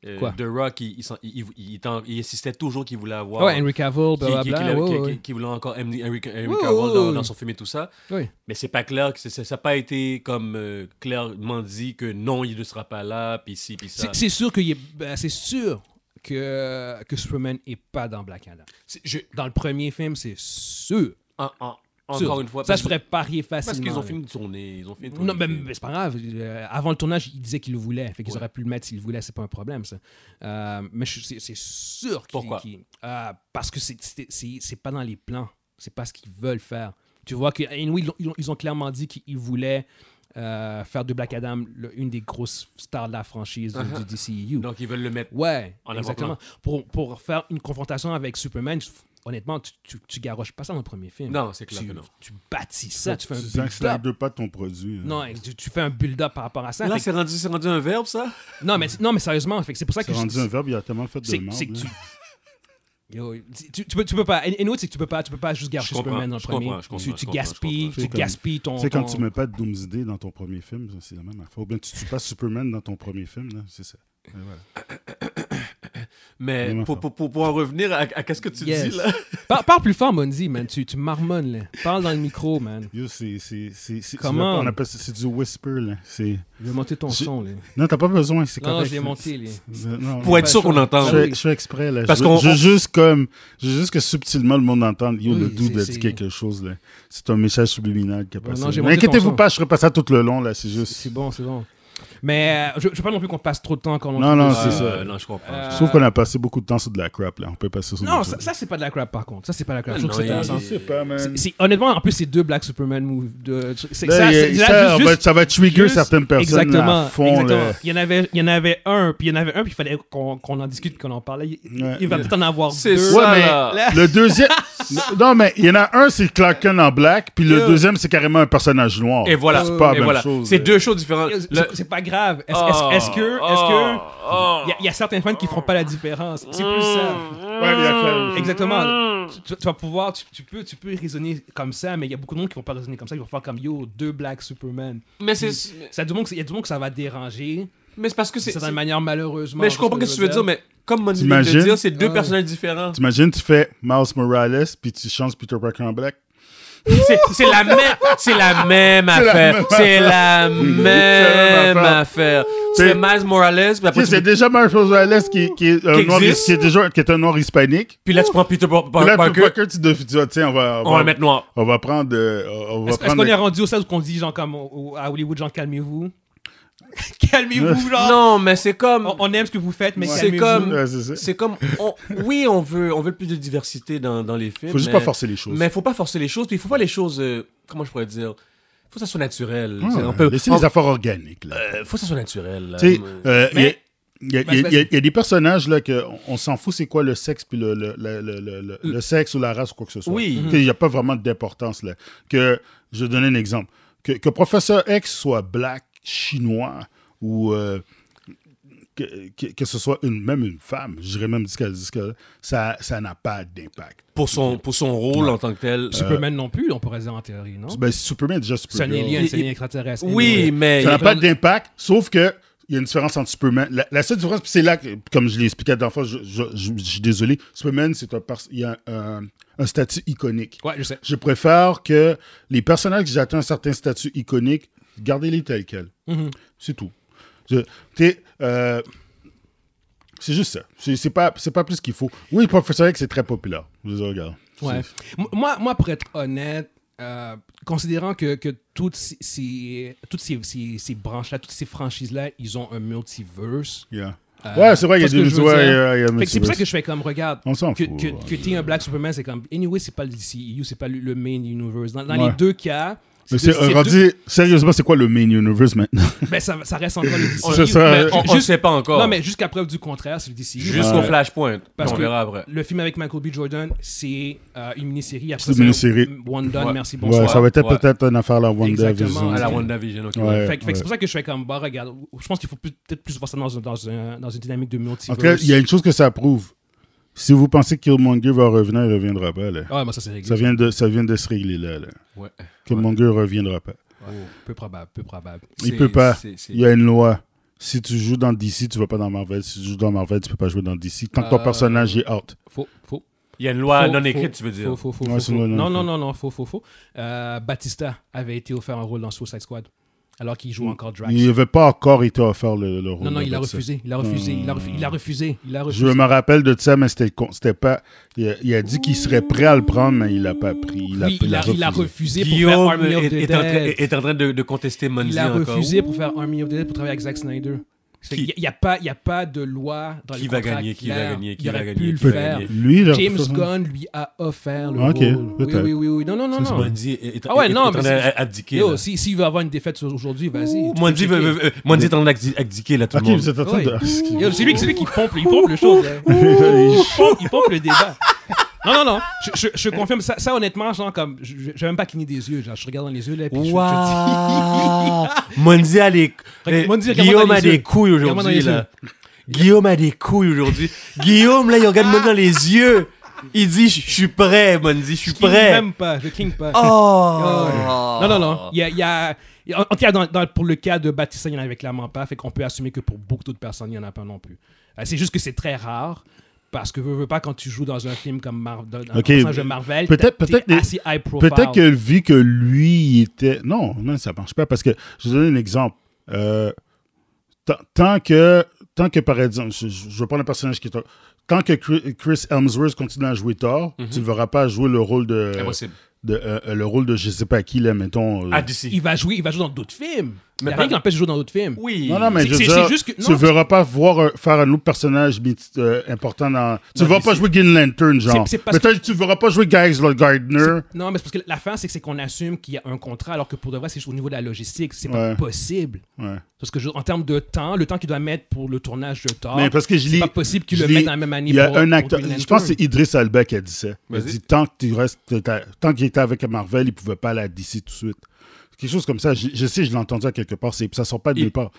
Speaker 2: Euh,
Speaker 1: Quoi?
Speaker 2: The Rock, il, il s'en- il- il- il t'en- il insistait toujours qu'il voulait avoir.
Speaker 1: Ah Ouais, Henry Cavill,
Speaker 2: qui, qui- qui-
Speaker 1: blablabla.
Speaker 2: qui-
Speaker 1: ouais,
Speaker 2: qui-
Speaker 1: ouais.
Speaker 2: qui voulait encore Henry, Henry- Henry
Speaker 1: Oui,
Speaker 2: Cavill
Speaker 1: oui,
Speaker 2: dans,
Speaker 1: oui.
Speaker 2: dans son film et tout ça.
Speaker 1: Oui.
Speaker 2: Mais c'est pas clair, que c'est- ça n'a pas été comme euh, clairement dit que non, il ne sera pas là, puis ci, puis ça.
Speaker 1: C'est c'est sûr que il est- ben, c'est sûr que, que Superman est pas dans Black Adam.
Speaker 2: C'est- je-
Speaker 1: Dans le premier film, c'est sûr.
Speaker 2: en- en-
Speaker 1: Sûr.
Speaker 2: encore une fois,
Speaker 1: ça
Speaker 2: parce,
Speaker 1: je pourrais parier facilement.
Speaker 2: parce qu'ils ont
Speaker 1: là.
Speaker 2: fini de tourner. Ils ont fini de tourner
Speaker 1: Non,
Speaker 2: le
Speaker 1: mais,
Speaker 2: film.
Speaker 1: mais c'est pas grave. Euh, avant le tournage, il disait qu'il le voulait. Fait qu'ils
Speaker 2: Ouais.
Speaker 1: auraient pu le mettre s'il le voulait, c'est pas un problème, ça. Euh, mais je- c'est c'est sûr qu'il.
Speaker 2: Pourquoi?
Speaker 1: qu'il- euh, parce que c'est- c'est c'est- c'est pas dans les plans. C'est pas ce qu'ils veulent faire. Tu vois que. eh, anyway, ils, l'ont- ils l'ont- ils ont clairement dit qu'ils voulaient euh, faire de Black Adam le- une des grosses stars de la franchise du-
Speaker 2: Uh-huh.
Speaker 1: du DCEU.
Speaker 2: Donc ils veulent le mettre.
Speaker 1: Ouais,
Speaker 2: En
Speaker 1: exactement. Pour, pour faire une confrontation avec Superman, tu- honnêtement, tu, tu, tu garoches pas ça dans le premier film.
Speaker 2: Non, c'est clair
Speaker 1: tu,
Speaker 2: que non.
Speaker 1: tu bâtis ça, tu fais un
Speaker 3: Tu sens que c'est
Speaker 1: build-up.
Speaker 3: deux pas de ton produit. hein.
Speaker 1: Non, et tu, tu fais un build-up par rapport à ça.
Speaker 2: Là,
Speaker 1: Fait
Speaker 2: c'est rendu, c'est rendu un verbe, ça?
Speaker 1: que- non, mais, non, mais sérieusement, fait que c'est pour ça que
Speaker 3: C'est
Speaker 1: je-
Speaker 3: rendu un verbe, il a tellement fait de
Speaker 1: c'est- c'est
Speaker 3: merde.
Speaker 1: que tu.
Speaker 3: là.
Speaker 1: Yo, tu, tu peux, tu peux pas. Et autre, c'est que tu peux pas, tu peux pas juste
Speaker 2: Je
Speaker 1: garocher
Speaker 2: comprends,
Speaker 1: Superman dans le
Speaker 2: je
Speaker 1: premier.
Speaker 2: comprends, je comprends,
Speaker 1: tu,
Speaker 2: je
Speaker 1: tu
Speaker 2: comprends, je
Speaker 1: gaspilles,
Speaker 2: comprends.
Speaker 1: tu
Speaker 3: C'est comme-
Speaker 1: gaspilles ton.
Speaker 3: Tu sais, quand
Speaker 1: ton-
Speaker 3: tu mets pas de Doomsday dans ton premier film, ça, c'est la même affaire. Ou bien tu tues pas Superman dans ton premier film, là, c'est ça. Et voilà.
Speaker 2: Mais
Speaker 3: Même
Speaker 2: pour,
Speaker 3: affaire.
Speaker 2: pour, pour, pour en revenir à, à qu'est-ce que tu
Speaker 1: Yes.
Speaker 2: dis, là?
Speaker 1: Par- parle plus fort, Monzi, man. Tu, tu marmonnes, là. Parle dans le micro, man.
Speaker 3: Yo, c'est- c'est- c'est- c'est-
Speaker 1: Comment?
Speaker 3: on appelle ça- C'est du whisper, là. C'est-
Speaker 1: Je vais monter ton
Speaker 3: Je-
Speaker 1: son, là.
Speaker 3: Non, t'as pas besoin, c'est
Speaker 1: Non,
Speaker 3: correct.
Speaker 1: non, je l'ai
Speaker 3: c'est-
Speaker 1: monté, là.
Speaker 3: c'est- non,
Speaker 2: Pour être sûr qu'on entend.
Speaker 3: Je
Speaker 1: Ah
Speaker 3: fais,
Speaker 1: oui.
Speaker 3: je fais exprès, là.
Speaker 2: Parce
Speaker 3: je,
Speaker 2: qu'on-
Speaker 3: je
Speaker 2: on-
Speaker 3: juste comme. Je veux juste que subtilement le monde entende. Yo, le
Speaker 1: Oui,
Speaker 3: dude a
Speaker 1: c'est-
Speaker 3: dit quelque chose, là. C'est un message subliminal qui a
Speaker 1: Non,
Speaker 3: passé.
Speaker 1: non, j'ai
Speaker 3: Mais
Speaker 1: monté ton
Speaker 3: Inquiétez-vous
Speaker 1: son.
Speaker 3: pas, je ferai pas ça tout le long, là. C'est juste.
Speaker 1: C'est bon, c'est bon. Mais euh, je, je veux pas non plus qu'on passe trop de temps quand on
Speaker 3: Non, non,
Speaker 2: Euh,
Speaker 3: c'est ça.
Speaker 2: Non, je comprends.
Speaker 1: Euh,
Speaker 3: Je trouve qu'on a passé beaucoup de temps sur de la crap, là. On peut passer sur
Speaker 1: Non,
Speaker 3: d'autres
Speaker 1: ça,
Speaker 3: choses.
Speaker 1: ça, c'est pas de la crap par contre. Ça c'est pas de la crap.
Speaker 2: Ah,
Speaker 1: Je trouve
Speaker 2: non,
Speaker 1: que c'est
Speaker 2: il-
Speaker 1: intéressant.
Speaker 2: il-
Speaker 3: sais pas, man.
Speaker 1: C'est- c'est- honnêtement, en plus, c'est deux Black Superman movies. De, c'est,
Speaker 3: Là,
Speaker 1: ça,
Speaker 3: Ben, il y a-
Speaker 1: c'est-
Speaker 3: ça,
Speaker 1: là,
Speaker 3: on
Speaker 1: juste-
Speaker 3: va- ça va trigger
Speaker 1: juste-
Speaker 3: certaines personnes
Speaker 1: exactement,
Speaker 3: là, à fond.
Speaker 1: exactement.
Speaker 3: là.
Speaker 1: Il, y en avait, il y en avait un, puis il y en avait un, puis il fallait qu'on, qu'on en discute, qu'on en parle. Il, il-
Speaker 3: Ouais.
Speaker 1: il va peut-être en avoir
Speaker 2: C'est
Speaker 1: deux.
Speaker 2: ça,
Speaker 3: Ouais, mais
Speaker 2: là.
Speaker 3: le deuxième. non, mais il y en a un, c'est Clark Kent en black, puis le
Speaker 2: Yeah.
Speaker 3: deuxième, c'est carrément un personnage noir.
Speaker 2: Et voilà.
Speaker 3: C'est pas la
Speaker 2: Et
Speaker 3: même
Speaker 2: voilà.
Speaker 3: chose. euh.
Speaker 2: C'est
Speaker 3: là.
Speaker 2: deux choses différentes.
Speaker 1: C'est,
Speaker 2: Le- Ah.
Speaker 1: c'est pas grave. Est-ce, est-ce- est-ce que. Est-ce que
Speaker 2: Oh, Mm.
Speaker 1: il y a- il y, a certains fans qui feront pas la différence. C'est plus ça.
Speaker 3: Ouais, il y a Clark-
Speaker 1: Exactement. Tu, tu- tu vas pouvoir, tu, tu peux, tu peux raisonner comme ça, mais il y a beaucoup de monde qui vont pas raisonner comme ça. Ils vont faire comme yo, deux Black Superman.
Speaker 2: Mais c'est
Speaker 1: Ça, du monde que- il y a du monde que ça va déranger.
Speaker 2: mais c'est parce que
Speaker 1: C'est
Speaker 2: c'est.
Speaker 1: certaine manière, malheureusement.
Speaker 2: Mais je comprends ce que tu veux dire, mais comme Moni vient de
Speaker 3: T'imagines?
Speaker 2: dire, c'est deux
Speaker 1: Ouais.
Speaker 2: personnages différents.
Speaker 3: T'imagines, tu fais Miles Morales, puis tu changes Peter Parker en black.
Speaker 2: C'est- C'est la même, c'est la même
Speaker 3: la
Speaker 2: affaire.
Speaker 3: même
Speaker 2: C'est la
Speaker 3: même
Speaker 2: même
Speaker 3: affaire.
Speaker 2: affaire. Tu fais Miles Morales, puis,
Speaker 3: Tu
Speaker 2: après,
Speaker 3: sais, c'est
Speaker 2: tu-
Speaker 3: déjà Miles Morales qui, qui est un
Speaker 2: Qui
Speaker 3: noir,
Speaker 2: existe.
Speaker 3: qui est déjà, qui est un noir hispanique.
Speaker 2: puis là tu prends Peter Par-
Speaker 3: Puis
Speaker 2: Par-
Speaker 3: Là,
Speaker 2: Parker,
Speaker 3: Parker, tu te tu dis, ah, tiens, on va,
Speaker 2: on va le mettre noir.
Speaker 3: on va prendre, euh, on va
Speaker 1: Est-ce est-ce
Speaker 3: prendre.
Speaker 1: qu'on est rendu au stade où qu'on dit, genre, comme au- au- à Hollywood, genre, calmez-vous Calmez-vous, genre Oh,
Speaker 2: Non, mais c'est comme,
Speaker 1: on, on aime ce que vous faites, mais calmez-vous.
Speaker 2: Ouais. C'est comme-
Speaker 3: Ouais, c'est ça.
Speaker 2: c'est comme, on- oui, on veut, on veut plus de diversité dans, dans les films.
Speaker 3: Faut juste
Speaker 2: mais-
Speaker 3: pas forcer les choses.
Speaker 2: Mais faut pas forcer les choses. Puis il faut pas les choses, euh, comment je pourrais dire, faut que ça soit naturel.
Speaker 3: Ouais,
Speaker 2: C'est- on peut-
Speaker 3: Ah, laissez
Speaker 2: on-
Speaker 3: les affaires organiques, là.
Speaker 2: euh, faut que ça soit naturel. là.
Speaker 3: Tu sais, euh, il y a-
Speaker 2: Mais-
Speaker 3: il y, a-
Speaker 1: Mais-
Speaker 3: il y a- il y a- il y a des personnages là que on- on s'en fout c'est quoi le sexe puis le, le, le- le- le- le- le sexe ou la race ou quoi que ce soit.
Speaker 2: Oui.
Speaker 3: Tu sais, Il n'y a pas vraiment d'importance là. Que je vais donner un exemple. Que, que professeur X soit black, chinois ou euh, que, que, que ce soit une, même une femme, je dirais même jusqu'à jusqu'à ça ça n'a pas d'impact.
Speaker 2: pour
Speaker 3: euh,
Speaker 2: son, pour son rôle en tant que tel. Euh,
Speaker 1: Superman non plus, on pourrait dire en théorie, non
Speaker 3: Ben, Superman déjà
Speaker 1: C'est
Speaker 3: Superman.
Speaker 1: un alien,
Speaker 2: Il-
Speaker 1: c'est un alien
Speaker 2: il-
Speaker 1: extraterrestre.
Speaker 2: Oui,
Speaker 1: Anyway.
Speaker 2: mais
Speaker 3: Ça n'a
Speaker 2: il-
Speaker 3: pas d'impact, sauf que il y a une différence entre Superman. La, la seule différence, puis c'est là, que, comme je l'ai expliqué la dernière fois, je, je- je- je suis désolé, Superman, c'est un, pers- il y a un, un statut iconique.
Speaker 1: Ouais, je sais.
Speaker 3: Je préfère que les personnages qui atteignent un certain statut iconique, gardez-les tels quels.
Speaker 1: Mhm.
Speaker 3: C'est tout. Je- t'es, euh, c'est juste ça. C'est c'est pas, c'est pas plus qu'il faut. Oui, Professeur X, c'est très populaire. Je vous regarde.
Speaker 1: Ouais.
Speaker 3: C'est-
Speaker 1: M- Moi, moi, pour être honnête, euh, considérant que, que toutes ces, ces- toutes ces, ces- ces branches-là, toutes ces franchises-là, ils ont un multiverse.
Speaker 3: yeah.
Speaker 1: euh,
Speaker 3: Ouais, c'est vrai, il y a
Speaker 1: parce que
Speaker 3: des
Speaker 1: je veux
Speaker 3: ouais,
Speaker 1: dire-
Speaker 3: il y a- il y a
Speaker 1: Fait que C'est pour ça
Speaker 3: multiverse.
Speaker 1: que je fais comme, regarde,
Speaker 3: On s'en
Speaker 1: que,
Speaker 3: fout, hein,
Speaker 1: que,
Speaker 3: ouais.
Speaker 1: que t'aies un Black Superman, c'est comme, anyway, c'est pas le DCEU, c'est pas le, le main universe. Dans, dans
Speaker 3: Ouais.
Speaker 1: les deux cas,
Speaker 3: Mais
Speaker 1: deux-
Speaker 3: c'est rendu, sérieusement, c'est quoi le main universe maintenant?
Speaker 1: deux- ben, ça, ça reste encore le DCEU.
Speaker 3: Ça, ça- euh,
Speaker 1: mais
Speaker 2: on, on
Speaker 1: juste-
Speaker 2: sait pas encore.
Speaker 1: non, mais jusqu'à preuve du contraire, c'est le DCEU.
Speaker 2: Jusqu'au
Speaker 3: Ouais.
Speaker 2: flashpoint.
Speaker 1: Parce
Speaker 2: on
Speaker 1: que-
Speaker 2: verra après.
Speaker 1: Le film avec Michael B. Jordan, c'est euh, une mini-série. Après,
Speaker 3: C'est une
Speaker 1: c'est
Speaker 3: mini-série.
Speaker 1: un One Done,
Speaker 2: Ouais.
Speaker 1: merci,
Speaker 3: Ouais,
Speaker 1: bonsoir.
Speaker 3: ça va être
Speaker 2: Ouais.
Speaker 3: peut-être une affaire la WandaVision.
Speaker 1: Exactement,
Speaker 2: À la
Speaker 1: Ouais.
Speaker 2: WandaVision, ok.
Speaker 3: Ouais.
Speaker 1: Fait, que- fait que c'est pour ça que je fais comme, bah regarde, je pense qu'il faut plus- peut-être plus voir ça dans, un- dans, un- dans une dynamique de multiverse.
Speaker 3: En tout cas, il y a une chose que ça prouve. Si vous pensez que Killmonger va revenir, il ne reviendra pas. Là.
Speaker 1: Ah ouais, moi ça c'est réglé.
Speaker 3: Ça, vient de, ça vient de se régler là. là.
Speaker 2: Ouais.
Speaker 3: Killmonger ne reviendra pas.
Speaker 1: Oh, peu probable, peu probable.
Speaker 3: Il
Speaker 2: C'est-
Speaker 3: peut pas.
Speaker 2: c'est- c'est-
Speaker 3: Il y a une loi. Si tu joues dans DC, tu ne vas pas dans Marvel. Si tu joues dans Marvel, tu ne peux pas jouer dans DC. Tant que ton
Speaker 1: Euh,
Speaker 3: personnage est out.
Speaker 1: Faux, faux.
Speaker 2: Il y a une
Speaker 1: faux,
Speaker 2: loi non
Speaker 1: faux,
Speaker 2: écrite, tu veux dire.
Speaker 1: Faux, faux, faux.
Speaker 3: Ouais,
Speaker 1: faux,
Speaker 3: c'est
Speaker 1: faux.
Speaker 3: une loi non
Speaker 1: Non, non,
Speaker 3: écrite.
Speaker 1: non, non, faux, faux, faux. Euh, Batista avait été offert un rôle dans Suicide Squad, alors qu'il joue encore Drax.
Speaker 3: Mm. Il n'avait pas encore été offert le, le rôle.
Speaker 1: Non, non,
Speaker 3: de
Speaker 1: il a
Speaker 3: Batista. Mm.
Speaker 1: refusé. Il a refusé. Il a refu- il a refusé. Il a
Speaker 3: Je
Speaker 1: refusé.
Speaker 3: me rappelle de ça, mais c'était con- c'était pas. Il a, il a dit qu'il serait prêt à le prendre, mais il l'a pas pris. Il a,
Speaker 1: Oui, il a, il a refusé pour faire
Speaker 2: Guillaume
Speaker 1: Army of
Speaker 2: est,
Speaker 1: the
Speaker 2: est en train,
Speaker 1: Dead.
Speaker 2: est- est en train de, de contester Monzi
Speaker 1: Il a
Speaker 2: encore.
Speaker 1: refusé pour faire Army of the Dead pour travailler avec Zack Snyder.
Speaker 2: Qui-
Speaker 1: Il n'y a, pas- y a pas de loi dans
Speaker 2: Qui
Speaker 1: les
Speaker 2: va
Speaker 1: contrats
Speaker 2: gagner, qui va
Speaker 1: clairs.
Speaker 2: gagner, qui
Speaker 1: Il
Speaker 2: va
Speaker 1: aurait
Speaker 2: gagner,
Speaker 1: pu le
Speaker 2: qui va
Speaker 1: faire.
Speaker 2: gagner.
Speaker 3: Lui, il a
Speaker 1: James
Speaker 3: refusé.
Speaker 1: Gunn lui a offert le
Speaker 3: Ok,
Speaker 1: rôle. Oui,
Speaker 3: peut-être.
Speaker 1: oui, oui, oui. Non, non, non, non.
Speaker 2: Monzi est, est-
Speaker 1: Ah ouais,
Speaker 2: est-
Speaker 1: non,
Speaker 2: est en train
Speaker 1: mais c'est-
Speaker 2: d'abdiquer.
Speaker 1: Yo,
Speaker 2: là.
Speaker 1: si- s'il veut avoir une défaite sur- aujourd'hui, vas-y.
Speaker 2: Ouh, Monzi veut- veut- veut- Monzi est en train d'abdiquer là, tout le
Speaker 3: Ah, Ok,
Speaker 2: monde.
Speaker 3: vous êtes en train
Speaker 1: Oui.
Speaker 3: de.
Speaker 1: Yo, C'est lui, c'est lui qui pompe, il pompe le chose. là. Il pompe- il pompe le débat. Non, non, non. Je, je- je confirme ça, ça, honnêtement, genre, comme, je je- j'ai même pas cligné des yeux. Genre, je regarde dans les yeux, là, puis je- je, dis-
Speaker 2: Waouh! Monzi a les.
Speaker 1: Regarde-
Speaker 2: eh,
Speaker 1: Monzi, regarde-moi
Speaker 2: Guillaume
Speaker 1: dans
Speaker 2: a
Speaker 1: les
Speaker 2: des
Speaker 1: yeux.
Speaker 2: couilles
Speaker 1: Regarde-moi dans les
Speaker 2: aujourd'hui, là. Guillaume a des couilles aujourd'hui. Guillaume, là, il regarde Monzi dans les yeux. Il dit Je je suis prêt, Monzi, je suis
Speaker 1: Je king
Speaker 2: prêt.
Speaker 1: même pas, je king pas.
Speaker 2: Oh!
Speaker 1: Non, non,
Speaker 3: Ah.
Speaker 1: non. Il y a, il y a- en, en tout cas, dans- dans- pour le cas de Batista, il n'y en avait clairement pas. Fait qu'on peut assumer que pour beaucoup d'autres personnes, il n'y en a pas non plus. Euh, c'est juste que c'est très rare. Parce que veux, veux pas quand tu joues dans un film comme Mar dans, dans un
Speaker 3: Ok,
Speaker 1: personnage de Marvel,
Speaker 3: peut-être-
Speaker 1: t'as- t'es
Speaker 3: peut-être les-
Speaker 1: assez high profile.
Speaker 3: Peut-être que vu que lui était. Non, non, ça marche pas parce que je vais donner un exemple. Euh, tant- tant que tant que par exemple, je, je- je vais prendre un personnage qui est un- tant que Chri- Chris Helmsworth continue à jouer Thor,
Speaker 1: Mhm.
Speaker 3: tu ne verras pas jouer le rôle de,
Speaker 1: Ah,
Speaker 2: Impossible.
Speaker 3: de euh, euh, le rôle de je sais pas qui là, mettons. euh,
Speaker 2: Ah, d'ici.
Speaker 1: il va jouer, il va jouer dans d'autres films. Il n'y
Speaker 2: Mais
Speaker 1: a rien
Speaker 2: pas-
Speaker 1: qui l'empêche de jouer dans d'autres films.
Speaker 2: Oui.
Speaker 3: non, non, mais
Speaker 1: C'est-
Speaker 3: je veux
Speaker 1: c'est-
Speaker 3: dire,
Speaker 1: c'est juste que-
Speaker 3: tu ne
Speaker 1: non,
Speaker 3: verras pas voir un- faire un autre personnage mit- euh, important dans. Tu ne
Speaker 2: Dans
Speaker 3: verras pas
Speaker 2: DC.
Speaker 3: jouer Green Lantern, genre.
Speaker 1: C'est- c'est parce
Speaker 3: Peut-être que tu ne verras pas jouer Guys Gardner.
Speaker 1: Non, mais c'est parce que la fin, c'est que c'est qu'on assume qu'il y a un contrat, alors que pour de vrai, c'est juste au niveau de la logistique, c'est
Speaker 3: Ouais.
Speaker 1: pas possible.
Speaker 3: Ouais.
Speaker 1: Parce que je- en termes de temps, le temps qu'il doit mettre pour le tournage de Thor,
Speaker 3: Mais parce que je
Speaker 1: Ah, c'est
Speaker 3: lis-
Speaker 1: pas possible qu'il
Speaker 3: je
Speaker 1: le
Speaker 3: lis-
Speaker 1: mette dans la même année.
Speaker 3: Il y a
Speaker 1: pour-
Speaker 3: un
Speaker 1: pour
Speaker 3: acteur,
Speaker 1: Green
Speaker 3: je pense que
Speaker 1: Lantern.
Speaker 3: c'est Idriss Alba qui a dit ça. Il a
Speaker 2: Vas-y.
Speaker 3: dit tant que tu restes, t'as- tant qu'il était avec Marvel, il pouvait pas aller à DC tout de suite. Quelque chose comme ça. Je, je sais, je l'ai entendu à quelque part. C'est, ça sort pas de
Speaker 2: Il-
Speaker 3: nulle part.